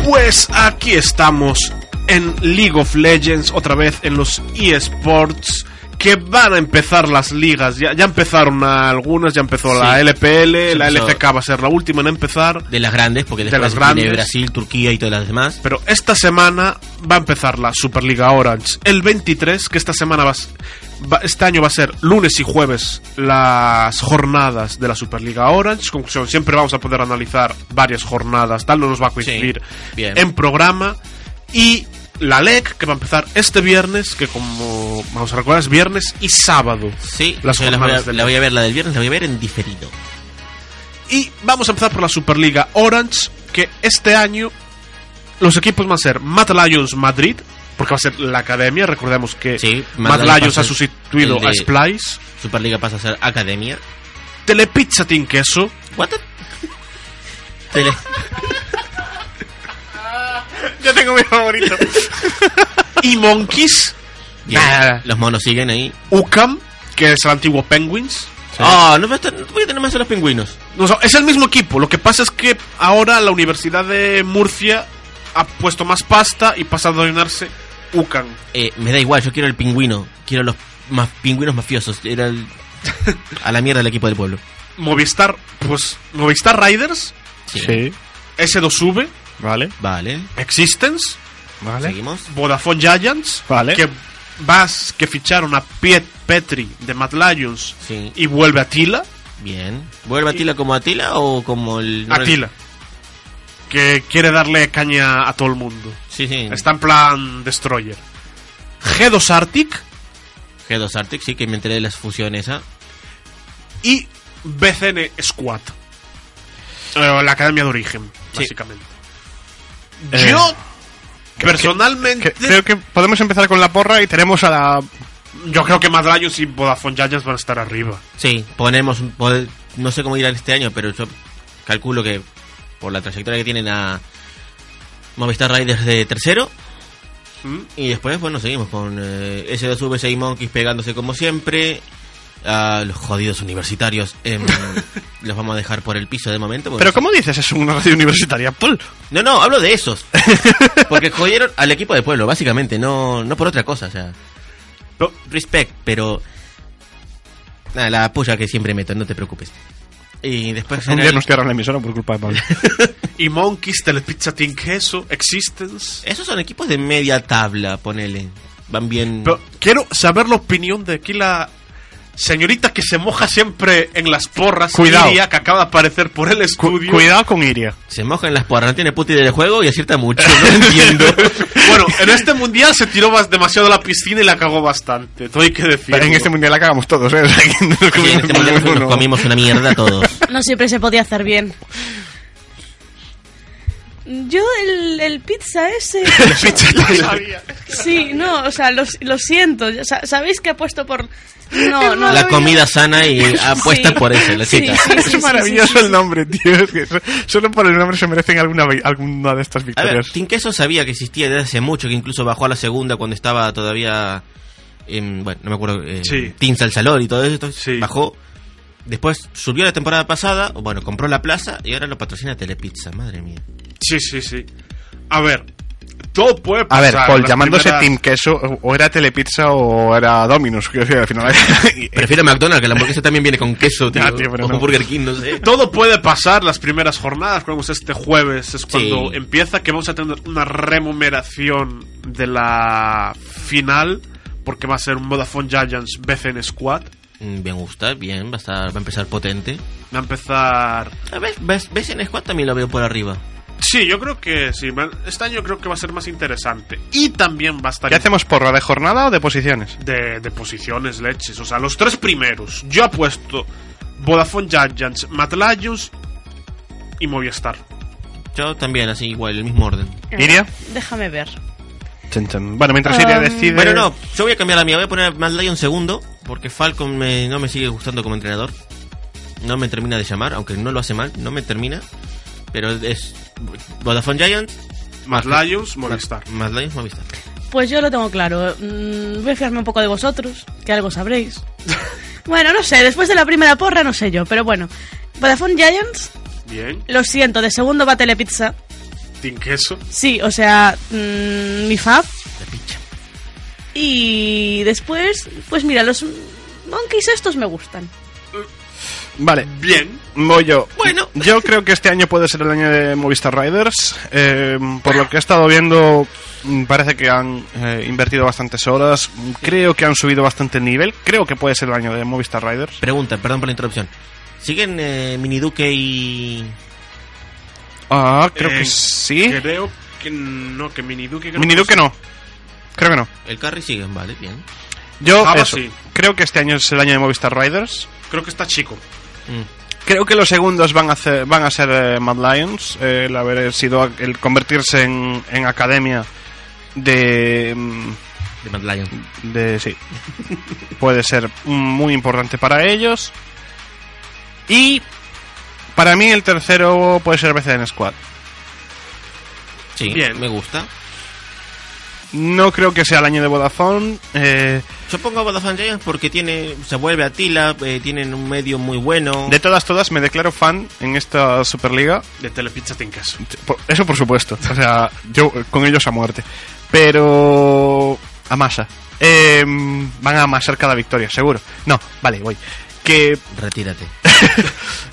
Speaker 2: Pues aquí estamos en League of Legends, otra vez en los eSports. que van a empezar las ligas. Ya, ya empezaron algunas, ya empezó
Speaker 3: Sí.
Speaker 2: la LPL,
Speaker 3: Se
Speaker 2: la
Speaker 3: empezó.
Speaker 2: LCK va a ser la última en empezar.
Speaker 3: De las grandes, porque
Speaker 2: De
Speaker 3: después
Speaker 2: las
Speaker 3: viene
Speaker 2: grandes.
Speaker 3: Brasil, Turquía y todas las demás.
Speaker 2: Pero esta semana va a empezar la Superliga Orange. El 23, que esta semana va, a s- va- este año va a ser lunes y jueves las jornadas de la Superliga Orange. Conclusión, siempre vamos a poder analizar varias jornadas, tal no nos va a coincidir
Speaker 3: Sí, bien.
Speaker 2: en programa. Y la LEC, que va a empezar este viernes, que como vamos a recordar es viernes y sábado.
Speaker 3: Sí,
Speaker 2: las
Speaker 3: yo las voy a-
Speaker 2: jornadas de
Speaker 3: la voy a ver, la del viernes, la voy a ver en diferido.
Speaker 2: Y vamos a empezar por la Superliga Orange, que este año los equipos van a ser Mad Lions Madrid, porque va a ser la academia, recordemos que
Speaker 3: Sí,
Speaker 2: Mad,
Speaker 3: Mad Lions
Speaker 2: Lions ha
Speaker 3: va a ser
Speaker 2: sustituido
Speaker 3: el de-
Speaker 2: a Splice,
Speaker 3: Superliga pasa a ser academia.
Speaker 2: Telepizza Team Queso,
Speaker 3: ¿What? Tele-
Speaker 4: Yo tengo mi favorito.
Speaker 2: y Monkeys,
Speaker 3: Bien,
Speaker 2: Nah.
Speaker 3: Los monos siguen ahí.
Speaker 2: UCAM, que es el antiguo Penguins.
Speaker 3: Ah, no, va a estar- voy a tener más a los pingüinos.
Speaker 2: O sea, es el mismo equipo, lo que pasa es que ahora la Universidad de Murcia ha puesto más pasta y pasa a denominarse UCAM.
Speaker 3: Eh, me da igual, yo quiero el pingüino. Quiero los más pingüinos mafiosos. Era el- a la mierda el equipo del pueblo.
Speaker 2: Movistar, pues Movistar Riders,
Speaker 3: Sí.
Speaker 2: S2V,
Speaker 4: Vale,
Speaker 3: Vale,
Speaker 2: Existence,
Speaker 4: vale.
Speaker 3: seguimos.
Speaker 2: Vodafone Giants,
Speaker 4: Vale.
Speaker 2: que vas que ficharon a Piet Petri de Mad Lions
Speaker 3: Sí.
Speaker 2: y vuelve a Tila,
Speaker 3: Bien. ¿Vuelve Atila como Atila o como el.
Speaker 2: Atila, que quiere darle caña a todo el mundo.
Speaker 3: Sí, sí.
Speaker 2: Está en plan Destroyer. G2 Arctic
Speaker 3: G2 Arctic, sí, que me enteré de las fusiones ¿ah? esa.
Speaker 2: y BCN Squad. Eh, La academia de origen,
Speaker 3: Sí.
Speaker 2: básicamente.
Speaker 4: Eh,
Speaker 2: Yo,
Speaker 4: que-
Speaker 2: personalmente,
Speaker 4: Que- creo que podemos empezar con la porra y tenemos a la.
Speaker 2: yo creo que Mad Lions y Vodafone Giants van a estar arriba.
Speaker 3: Sí, ponemos. un- pod- no sé cómo irán este año, pero yo calculo que por la trayectoria que tienen a Movistar Riders de tercero.
Speaker 2: ¿Mm?
Speaker 3: Y después, bueno, seguimos con eh, S2V6 Monkeys pegándose como siempre. A los jodidos universitarios em, los vamos a dejar por el piso de momento. porque
Speaker 4: Pero,
Speaker 3: no sé-
Speaker 4: ¿cómo dices? Es una radio universitaria, Pues Paul.
Speaker 3: No, no, hablo de esos. Porque jodieron al equipo de pueblo, básicamente, no, no por otra cosa, o sea.
Speaker 2: Pero-
Speaker 3: Respect, pero. Nada, la puya que siempre meto, no te preocupes. Y después.
Speaker 4: Un
Speaker 3: era
Speaker 4: día
Speaker 3: el-
Speaker 4: nos cierran la emisora por culpa de Pablo.
Speaker 2: Y Monkeys, Telepizza Team Queso, Existence.
Speaker 3: Esos son equipos de media tabla, ponele. Van bien.
Speaker 2: Pero quiero saber la opinión de aquí la señorita que se moja siempre en las porras.
Speaker 4: Cuidado.
Speaker 2: Iria, que acaba de aparecer por el
Speaker 4: Cu-
Speaker 2: estudio.
Speaker 4: cuidado con Iria.
Speaker 3: Se mojan las porras, no tiene puta idea del juego y acierta mucho, no entiendo.
Speaker 2: bueno, en este mundial se tiró bas- demasiado a la piscina y la cagó bastante. Todo hay que decir.
Speaker 4: Pero en este mundial la cagamos todos, ¿eh? O sea, que no nos
Speaker 3: Sí, en este
Speaker 4: comimos
Speaker 3: momento
Speaker 4: ninguno.
Speaker 3: nos comimos una mierda todos.
Speaker 7: No siempre se podía hacer bien. Yo el, el pizza ese... Sí, no, o sea, lo, lo siento. Ya sa- Sabéis que apuesto por... No, no.
Speaker 3: La comida sana y apuesta por eso, la cita.
Speaker 7: Sí, sí, sí,
Speaker 4: Es
Speaker 7: sí,
Speaker 4: maravilloso
Speaker 7: sí, sí,
Speaker 4: el nombre, tío. Es que so- solo por el nombre se merecen alguna, vi- alguna de estas
Speaker 3: A ver,
Speaker 4: victorias.
Speaker 3: Team Queso sabía que existía desde hace mucho, que incluso bajó a la segunda cuando estaba todavía. en- bueno, no me acuerdo. eh,
Speaker 2: Sí.
Speaker 3: Team Salsalor y todo esto.
Speaker 2: Sí.
Speaker 3: Bajó. Después subió la temporada pasada, o bueno, compró la plaza y ahora lo patrocina Telepizza, madre mía.
Speaker 2: Sí, sí, sí. A ver, todo puede
Speaker 4: A
Speaker 2: pasar.
Speaker 4: ver, Paul,
Speaker 2: Las
Speaker 4: llamándose
Speaker 2: primeras-
Speaker 4: Team Queso, o- o era Telepizza o era Dominus. Quiero decir, al final. y-
Speaker 3: Prefiero McDonald's, que la hamburguesa también viene con queso, tío.
Speaker 4: Eh, Ya, tío, pero
Speaker 3: o
Speaker 4: no.
Speaker 3: Burger King, no sé.
Speaker 2: Todo puede pasar las primeras jornadas, como es este jueves, es cuando
Speaker 3: Sí.
Speaker 2: empieza, que vamos a tener una remuneración de la final, porque va a ser un Vodafone Giants BCN Squad.
Speaker 3: Mm, Bien gusta, bien, va a, estar- va a empezar potente.
Speaker 2: Va a empezar...
Speaker 3: A ver, ¿ves, ves en Squad también lo veo por arriba.
Speaker 2: Sí, yo creo que sí, va- este año creo que va a ser más interesante. Y también va a estar...
Speaker 4: ¿Qué hacemos porra? ¿De jornada o de posiciones?
Speaker 2: De, de posiciones, leches, o sea, los tres primeros. Yo apuesto Vodafone Giants, Mad Lions y Movistar.
Speaker 3: Yo también, así igual, el mismo orden.
Speaker 7: sí.
Speaker 4: Iria.
Speaker 7: Déjame ver.
Speaker 4: Chan, chan. Bueno, mientras Iria
Speaker 7: Um,
Speaker 4: decide.
Speaker 3: Bueno, no, yo voy a cambiar la mía. Voy a poner a Matt Lyon segundo, porque Falcon me- no me sigue gustando como entrenador. No me termina de llamar, aunque no lo hace mal, no me termina. Pero es Vodafone Giants,
Speaker 2: Mad Lions, Movistar.
Speaker 3: Matt Lions, Movistar.
Speaker 7: Pues yo lo tengo claro. Mm, voy a fiarme un poco de vosotros, que algo sabréis. bueno, no sé, después de la primera porra no sé yo, pero bueno. Vodafone Giants,
Speaker 2: Bien.
Speaker 7: lo siento, de segundo va Telepizza.
Speaker 2: Team Queso.
Speaker 7: Sí, o sea, mm, mi fab. Y después, pues mira, los monkeys estos me gustan.
Speaker 4: Vale.
Speaker 2: Bien.
Speaker 4: Voy yo.
Speaker 3: Bueno.
Speaker 4: Yo creo que este año puede ser el año de Movistar Riders. Eh, por lo que he estado viendo, mm, parece que han eh, invertido bastantes horas. Creo que han subido bastante el nivel. Creo que puede ser el año de Movistar Riders.
Speaker 3: Pregunta, perdón por la interrupción. ¿Siguen eh, Miniduque y.
Speaker 4: Ah, creo
Speaker 2: Eh,
Speaker 4: que sí.
Speaker 2: Creo que no, que Miniduque... creo que
Speaker 4: Miniduque no. Creo que no.
Speaker 3: El Carry siguen, vale, bien.
Speaker 4: Yo
Speaker 2: Java
Speaker 4: eso,
Speaker 2: sí.
Speaker 4: creo que este año es el año de Movistar Riders.
Speaker 2: Creo que está chico.
Speaker 3: Mm.
Speaker 4: Creo que los segundos van a, hacer- van a ser eh, Mad Lions, eh, el haber sido el convertirse en, en academia de, mm,
Speaker 3: De Mad Lion.
Speaker 4: de sí, puede ser mm, muy importante para ellos. Y para mí el tercero puede ser BCN Squad.
Speaker 3: Sí,
Speaker 2: Bien.
Speaker 3: me gusta.
Speaker 4: No creo que sea el año de Vodafone. eh,
Speaker 3: Yo pongo a Vodafone Giants porque tiene, se vuelve a Tila, eh, tienen un medio muy bueno.
Speaker 4: de todas todas me declaro fan en esta Superliga.
Speaker 2: De Telepizza Tincas.
Speaker 4: Por- Eso por supuesto. O sea, yo eh, con ellos a muerte. Pero. Amasa. Eh, van a amasar cada victoria, seguro. No, vale, voy. Que
Speaker 3: Retírate.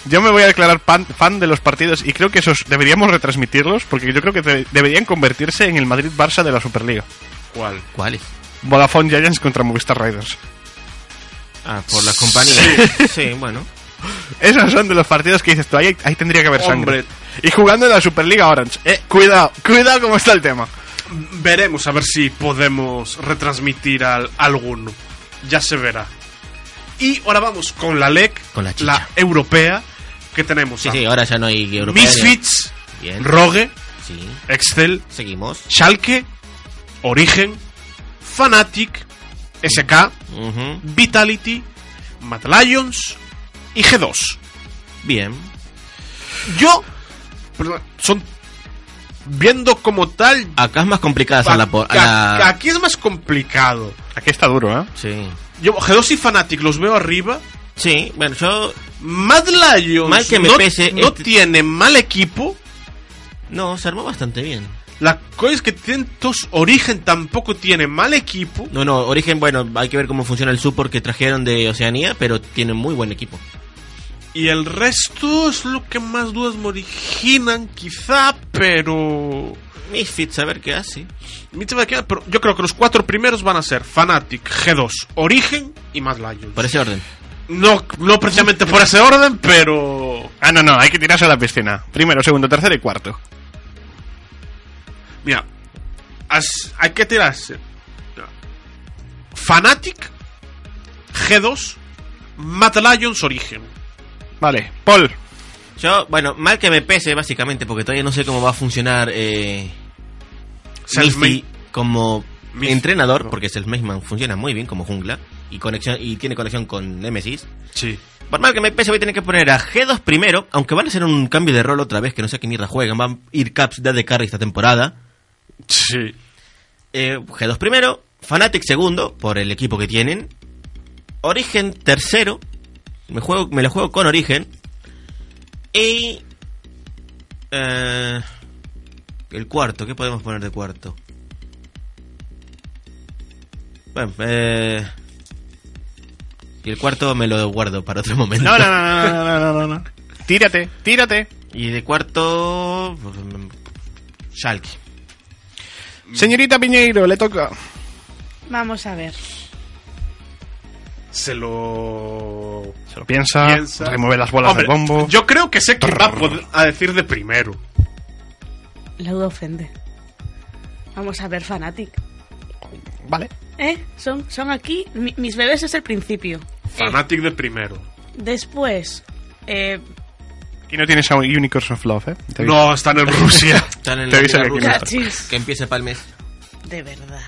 Speaker 4: yo me voy a declarar pan- fan de los partidos y creo que esos deberíamos retransmitirlos porque yo creo que de- deberían convertirse en el Madrid-Barça de la Superliga.
Speaker 2: ¿Cuál?
Speaker 3: ¿Cuáles?
Speaker 4: Vodafone Giants contra Movistar Riders.
Speaker 3: Ah, por las compañías. sí, bueno.
Speaker 4: Esos son de los partidos que dices tú, ahí, ahí tendría que haber sangre.
Speaker 2: Hombre.
Speaker 4: Y jugando en la Superliga Orange. Eh, cuidado, cuidado cómo está el tema.
Speaker 2: Veremos a ver si podemos retransmitir al alguno. Ya se verá. Y ahora vamos con la LEC,
Speaker 3: Con la chicha.
Speaker 2: la europea, que tenemos
Speaker 3: Sí,
Speaker 2: a
Speaker 3: sí, ahora ya no hay europeos.
Speaker 2: Misfits,
Speaker 3: Bien.
Speaker 2: Rogue,
Speaker 3: Sí,
Speaker 2: Excel,
Speaker 3: seguimos.
Speaker 2: Schalke, Origen, Fanatic, SK,
Speaker 3: Ujú.
Speaker 2: Vitality, Mad Lions y G2.
Speaker 3: Bien.
Speaker 2: Yo, perdón, son viendo como tal.
Speaker 3: Acá es más complicada hacer la por. a
Speaker 2: a-
Speaker 3: la-
Speaker 2: Aquí es más complicado.
Speaker 4: Aquí está duro, ¿eh?
Speaker 3: Sí.
Speaker 2: Yo G2 y Fanatic los veo arriba.
Speaker 3: Sí, bueno, yo.
Speaker 2: Mad Lions
Speaker 3: Mal que me
Speaker 2: no,
Speaker 3: pese,
Speaker 2: no
Speaker 3: este-
Speaker 2: tiene mal equipo.
Speaker 3: No, se armó bastante bien.
Speaker 2: La cosa es que Tentos Origen tampoco tiene mal equipo.
Speaker 3: No, no, Origen, bueno, hay que ver cómo funciona el support que trajeron de Oceanía, pero tienen muy buen equipo.
Speaker 2: Y el resto es lo que más dudas me originan, quizá, pero.
Speaker 3: Misfits, a ver qué hace.
Speaker 2: Me se me queda, pero Yo creo que los cuatro primeros van a ser Fanatic, G2, Origen y Mad Lions.
Speaker 3: Por ese orden.
Speaker 2: No, no precisamente por ese orden, pero.
Speaker 4: Ah, no, no, hay que tirarse a la piscina. Primero, segundo, tercero y cuarto.
Speaker 2: Mira, has- hay que tirarse. Fanatic, G2, Mad Lions, Origen.
Speaker 4: Vale, Paul.
Speaker 3: Yo, bueno, mal que me pese, básicamente, porque todavía no sé cómo va a funcionar eh,
Speaker 2: Selfmade.
Speaker 3: Misty como
Speaker 2: Misty,
Speaker 3: entrenador,
Speaker 2: no.
Speaker 3: porque Selfmaidman funciona muy bien como jungla y conexión y tiene conexión con Nemesis.
Speaker 2: Sí.
Speaker 3: Por mal que me pese, voy a tener que poner a G2 primero, aunque van a hacer un cambio de rol otra vez, que no sé qué mierda juegan, van a ir caps de carry esta temporada.
Speaker 2: Sí.
Speaker 3: Eh, G2 primero, Fnatic segundo, por el equipo que tienen. Origen tercero, me, juego, me lo juego con Origen. Y... eh, el cuarto, ¿qué podemos poner de cuarto? Bueno, eh, y el cuarto me lo guardo para otro momento.
Speaker 4: No, no, no, no, no, no, no, no. Tírate, tírate.
Speaker 3: Y de cuarto... mm, Schalke.
Speaker 4: Señorita Piñeiro, le toca.
Speaker 7: Vamos a ver.
Speaker 2: Se lo.
Speaker 4: Se lo piensa,
Speaker 2: piensa.
Speaker 4: remueve las bolas
Speaker 2: Hombre,
Speaker 4: del bombo.
Speaker 2: Yo creo que sé quién va a, poder- a decir de primero.
Speaker 7: La duda ofende. Vamos a ver, Fanatic.
Speaker 4: Vale.
Speaker 7: ¿Eh? Son, son aquí. mi- mis bebés es el principio.
Speaker 2: Fanatic de primero.
Speaker 7: Después. Eh,
Speaker 4: Y no tienes a Unicorns of Love, ¿eh? Te aviso.
Speaker 2: No, están en Rusia.
Speaker 3: Están en
Speaker 4: Te
Speaker 3: la
Speaker 4: avisa
Speaker 3: Liga
Speaker 4: que aquí
Speaker 3: Rusa,
Speaker 7: cachis.
Speaker 3: que empiece para el mes.
Speaker 7: De verdad.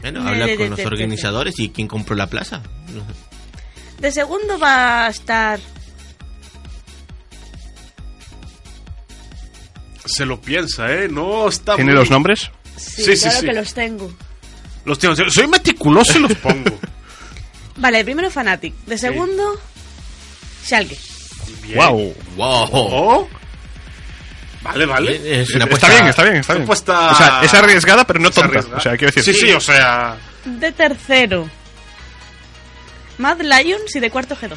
Speaker 3: Bueno,
Speaker 7: Me-
Speaker 3: habla
Speaker 7: de-
Speaker 3: con
Speaker 7: de-
Speaker 3: los
Speaker 7: de-
Speaker 3: organizadores y quién compró la plaza.
Speaker 7: De segundo va a estar.
Speaker 2: Se lo piensa, ¿eh? No, está.
Speaker 4: ¿Tiene
Speaker 2: muy-
Speaker 4: los nombres?
Speaker 2: Sí,
Speaker 7: Sí,
Speaker 2: sí,
Speaker 7: claro
Speaker 2: sí.
Speaker 7: que los tengo.
Speaker 2: Los tengo. Soy meticuloso y los pongo.
Speaker 7: Vale, primero Fanatic. De segundo. Schalke.
Speaker 2: Bien.
Speaker 4: ¡Wow!
Speaker 3: ¡Wow!
Speaker 2: Oh, Vale, vale.
Speaker 3: Eh, Es una
Speaker 4: Oh, Está
Speaker 3: apuesta-
Speaker 4: bien, está bien, está bien.
Speaker 2: Apuesta-
Speaker 4: O sea, es arriesgada, pero no tonta.
Speaker 2: arriesgada.
Speaker 4: O sea, quiero decir.
Speaker 2: Sí, sí, o sea.
Speaker 7: De tercero, Mad Lions y de cuarto G2.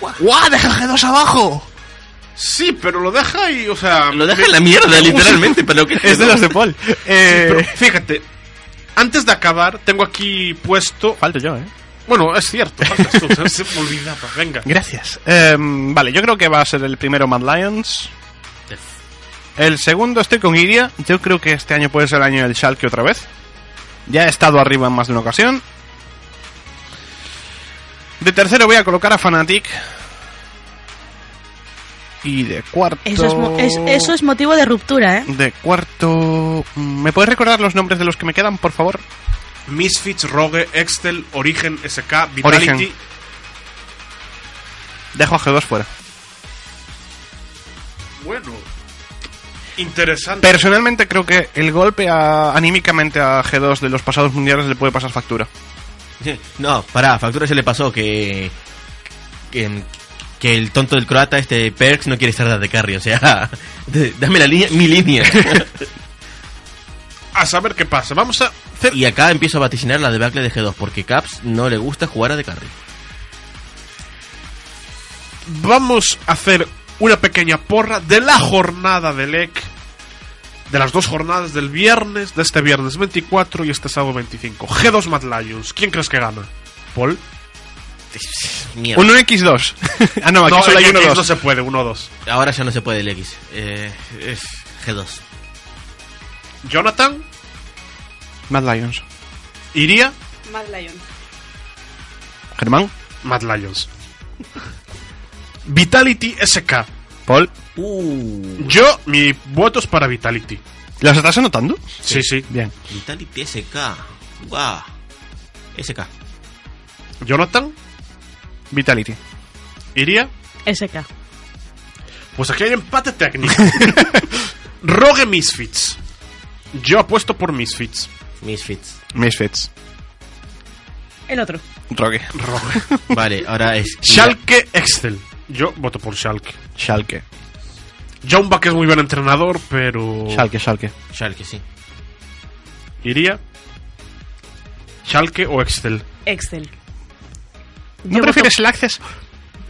Speaker 4: ¡Guau! ¡Deja el G2 abajo!
Speaker 2: Sí, pero lo deja y, o sea.
Speaker 3: Lo deja en la mierda, literalmente, pero que
Speaker 4: Es de los de Paul.
Speaker 2: Pero
Speaker 4: Eh,
Speaker 2: fíjate, antes de acabar, tengo aquí puesto.
Speaker 4: falto yo, ¿eh?
Speaker 2: Bueno, es cierto, faltas tú, se me olvidaba, venga.
Speaker 4: Gracias. Em, vale, yo creo que va a ser el primero Mad Lions. El segundo estoy con Iria. Yo creo que este año puede ser el año del Schalke otra vez. Ya he estado arriba en más de una ocasión. De tercero voy a colocar a Fanatic. Y de cuarto...
Speaker 7: Eso es, mo- es- eso es motivo de ruptura, ¿eh?
Speaker 4: De cuarto... ¿Me puedes recordar los nombres de los que me quedan, por favor?
Speaker 2: Misfits, Rogue, Excel, Origen, SK, Vitality.
Speaker 4: Origen. Dejo a G2 fuera.
Speaker 2: Bueno, interesante.
Speaker 4: Personalmente creo que el golpe a- anímicamente a G2 de los pasados mundiales le puede pasar factura.
Speaker 3: No, pará, factura se le pasó que. Que, que el tonto del croata, este Perks, no quiere ser de carry, o sea. de- dame la línea, mi línea.
Speaker 2: a saber qué pasa. Vamos a hacer.
Speaker 3: y acá empiezo a vaticinar la debacle de G2, porque Caps no le gusta jugar a de carry.
Speaker 2: Vamos a hacer una pequeña porra de la jornada del EC. De las dos jornadas del viernes, de este viernes 24 y este sábado 25. G2 Mad Lions. ¿Quién crees que gana? ¿Paul?
Speaker 3: Mierda.
Speaker 4: Un 1x2. ah, no, aquí solo hay
Speaker 2: el
Speaker 4: uno
Speaker 2: X
Speaker 4: dos.
Speaker 2: no se puede, 1-2.
Speaker 3: Ahora ya no se puede el X. Eh, es G2.
Speaker 2: Jonathan,
Speaker 4: Mad Lions.
Speaker 2: iría
Speaker 7: Mad Lions.
Speaker 4: Germán.
Speaker 2: Mad Lions. Vitality SK.
Speaker 4: Paul.
Speaker 3: Uh,
Speaker 2: Yo, mi voto es para Vitality.
Speaker 4: ¿Los estás anotando?
Speaker 2: Sí, sí.
Speaker 4: Bien.
Speaker 3: Vitality SK. Guau. SK.
Speaker 2: Jonathan,
Speaker 4: Vitality.
Speaker 2: iría.
Speaker 7: SK.
Speaker 2: Pues aquí hay empate técnico. Rogue Misfits. Yo apuesto por Misfits.
Speaker 3: Misfits.
Speaker 4: Misfits.
Speaker 7: El otro.
Speaker 4: Rogue.
Speaker 2: Rogue.
Speaker 3: Vale, ahora es.
Speaker 2: Schalke Excel. Yo voto por Schalke.
Speaker 4: Schalke.
Speaker 2: Jaunbach es muy buen entrenador, pero.
Speaker 4: Schalke, Schalke.
Speaker 3: Schalke, sí.
Speaker 2: Iría. Schalke o Excel.
Speaker 7: Excel.
Speaker 4: ¿No prefieres el Access?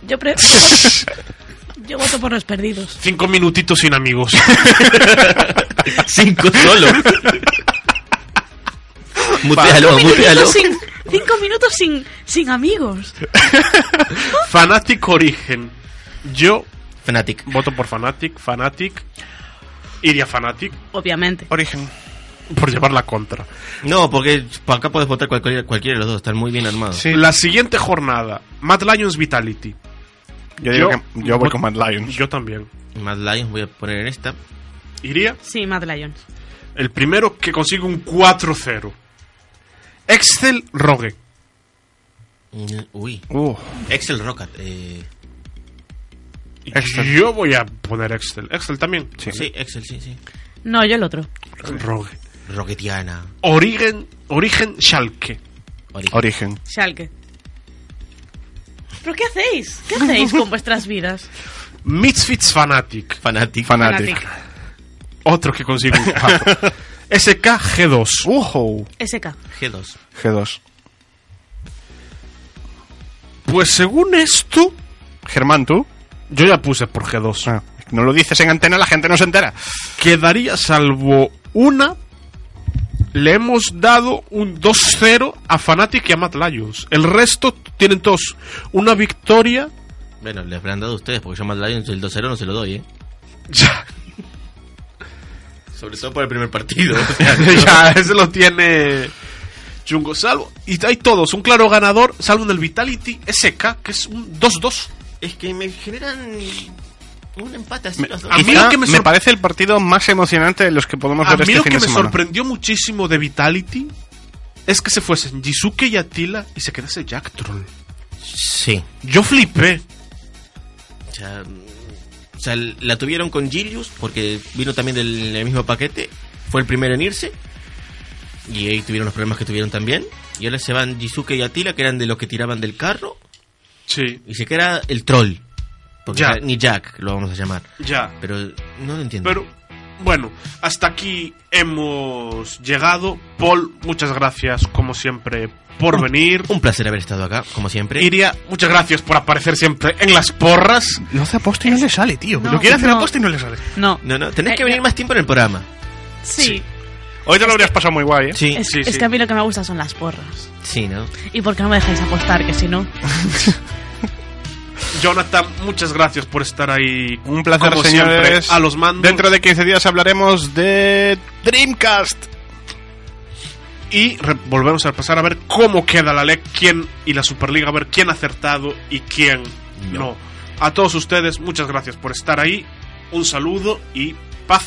Speaker 7: Yo, pre- Yo voto por los perdidos.
Speaker 2: Cinco minutitos sin amigos.
Speaker 3: Cinco solo. mutealo, mutealo.
Speaker 7: Minutos sin- cinco minutos sin, sin amigos.
Speaker 2: Fanatic Origen. Yo
Speaker 3: Fnatic.
Speaker 2: voto por Fanatic. Fanatic. Iría Fanatic.
Speaker 7: Obviamente.
Speaker 4: Origen.
Speaker 2: Por llevar la contra.
Speaker 3: No, porque pa' acá puedes votar cualquiera, cualquiera de los dos, están muy bien armados.
Speaker 4: Sí.
Speaker 2: La siguiente jornada. Mad Lions Vitality.
Speaker 4: Yo
Speaker 2: Yo-
Speaker 4: digo que yo voy con Mad Lions.
Speaker 2: Yo también.
Speaker 3: Mad Lions voy a poner en esta.
Speaker 2: Iría.
Speaker 7: Sí, Mad Lions.
Speaker 2: El primero que consigue un 4-0. Excel Rogue.
Speaker 3: Mm, Uy.
Speaker 4: Uh,
Speaker 3: Excel Rocket. Eh,
Speaker 4: Excel.
Speaker 2: Yo voy a poner Excel. Excel también.
Speaker 4: sí.
Speaker 3: sí, Excel, sí, sí.
Speaker 7: No, yo el otro.
Speaker 2: Rogue.
Speaker 3: Rocketiana.
Speaker 2: Origen, Origen Schalke.
Speaker 3: Origen.
Speaker 4: Origen.
Speaker 7: Schalke. ¿Pero qué hacéis? ¿Qué hacéis con vuestras vidas?
Speaker 2: Misfits Fanatic.
Speaker 3: Fanatic.
Speaker 4: Fanatic.
Speaker 2: Otro que consigue un 4. SKG2.
Speaker 4: Ujo.
Speaker 7: SK.
Speaker 3: G2.
Speaker 4: G2.
Speaker 2: Pues según esto,
Speaker 4: Germán, ¿tú?
Speaker 2: yo ya puse por G2.
Speaker 4: Ah, no lo dices en antena, la gente no se entera.
Speaker 2: Quedaría salvo una. Le hemos dado un 2-0 a Fanatic y a Mad Lions. El resto tienen todos una victoria.
Speaker 3: Bueno, les habrán dado a ustedes, porque yo Mad Lions el 2-0 no se lo doy, ¿eh?
Speaker 2: Ya,
Speaker 3: Sobre todo por el primer partido. o sea,
Speaker 2: ya, ese lo tiene Chungo. Salvo. Y hay todos, un claro ganador, salvo en el Vitality SK, que es un 2-2.
Speaker 3: es que me generan un empate así los dos.
Speaker 2: a mí
Speaker 4: Quizá
Speaker 2: lo que me
Speaker 4: me
Speaker 2: sor-
Speaker 4: parece el partido más emocionante de los que podemos
Speaker 2: A
Speaker 4: ver
Speaker 2: mí
Speaker 4: este
Speaker 2: lo
Speaker 4: fin
Speaker 2: que me
Speaker 4: de semana.
Speaker 2: sorprendió muchísimo de Vitality es que se fuesen Jisuke y Atila y se quedase Jack Troll.
Speaker 3: Sí.
Speaker 2: Yo flipé.
Speaker 3: O sea, mm, o sea, la tuvieron con Gilius, porque vino también del del mismo paquete. Fue el primero en irse. Y ahí tuvieron los problemas que tuvieron también. Y ahora se van Jisuke y Atila, que eran de los que tiraban del carro.
Speaker 2: Sí.
Speaker 3: Y se queda el troll. Porque
Speaker 2: Jack.
Speaker 3: ni Jack lo vamos a llamar.
Speaker 2: Ya.
Speaker 3: Pero no lo entiendo.
Speaker 2: Pero bueno, hasta aquí hemos llegado. Paul, muchas gracias como siempre por venir.
Speaker 3: Un placer haber estado acá, como siempre.
Speaker 2: Iria, muchas gracias por aparecer siempre en las porras.
Speaker 4: Lo hace aposta y no le sale, tío.
Speaker 7: No,
Speaker 4: lo quiere hacer
Speaker 7: no.
Speaker 4: aposta y no le sale.
Speaker 7: No.
Speaker 3: No, no, tenés
Speaker 7: Eh,
Speaker 3: que venir
Speaker 7: no.
Speaker 3: más tiempo en el programa.
Speaker 7: Sí.
Speaker 4: Hoy te lo habrías pasado muy guay, ¿eh?
Speaker 3: Sí,
Speaker 7: Es,
Speaker 2: sí,
Speaker 7: es
Speaker 2: sí.
Speaker 7: que a mí lo que me gusta son las porras.
Speaker 3: sí, ¿no?
Speaker 7: ¿Y por qué no me dejáis apostar? Que si no.
Speaker 2: Jonathan, muchas gracias por estar ahí.
Speaker 4: Un placer,
Speaker 2: como
Speaker 4: señores.
Speaker 2: siempre, a los mandos.
Speaker 4: Dentro de 15 días hablaremos de Dreamcast.
Speaker 2: Y re- volvemos a pasar a ver cómo queda la LEC, quién y la Superliga, a ver quién ha acertado y quién no. A todos ustedes, muchas gracias por estar ahí. Un saludo y paz.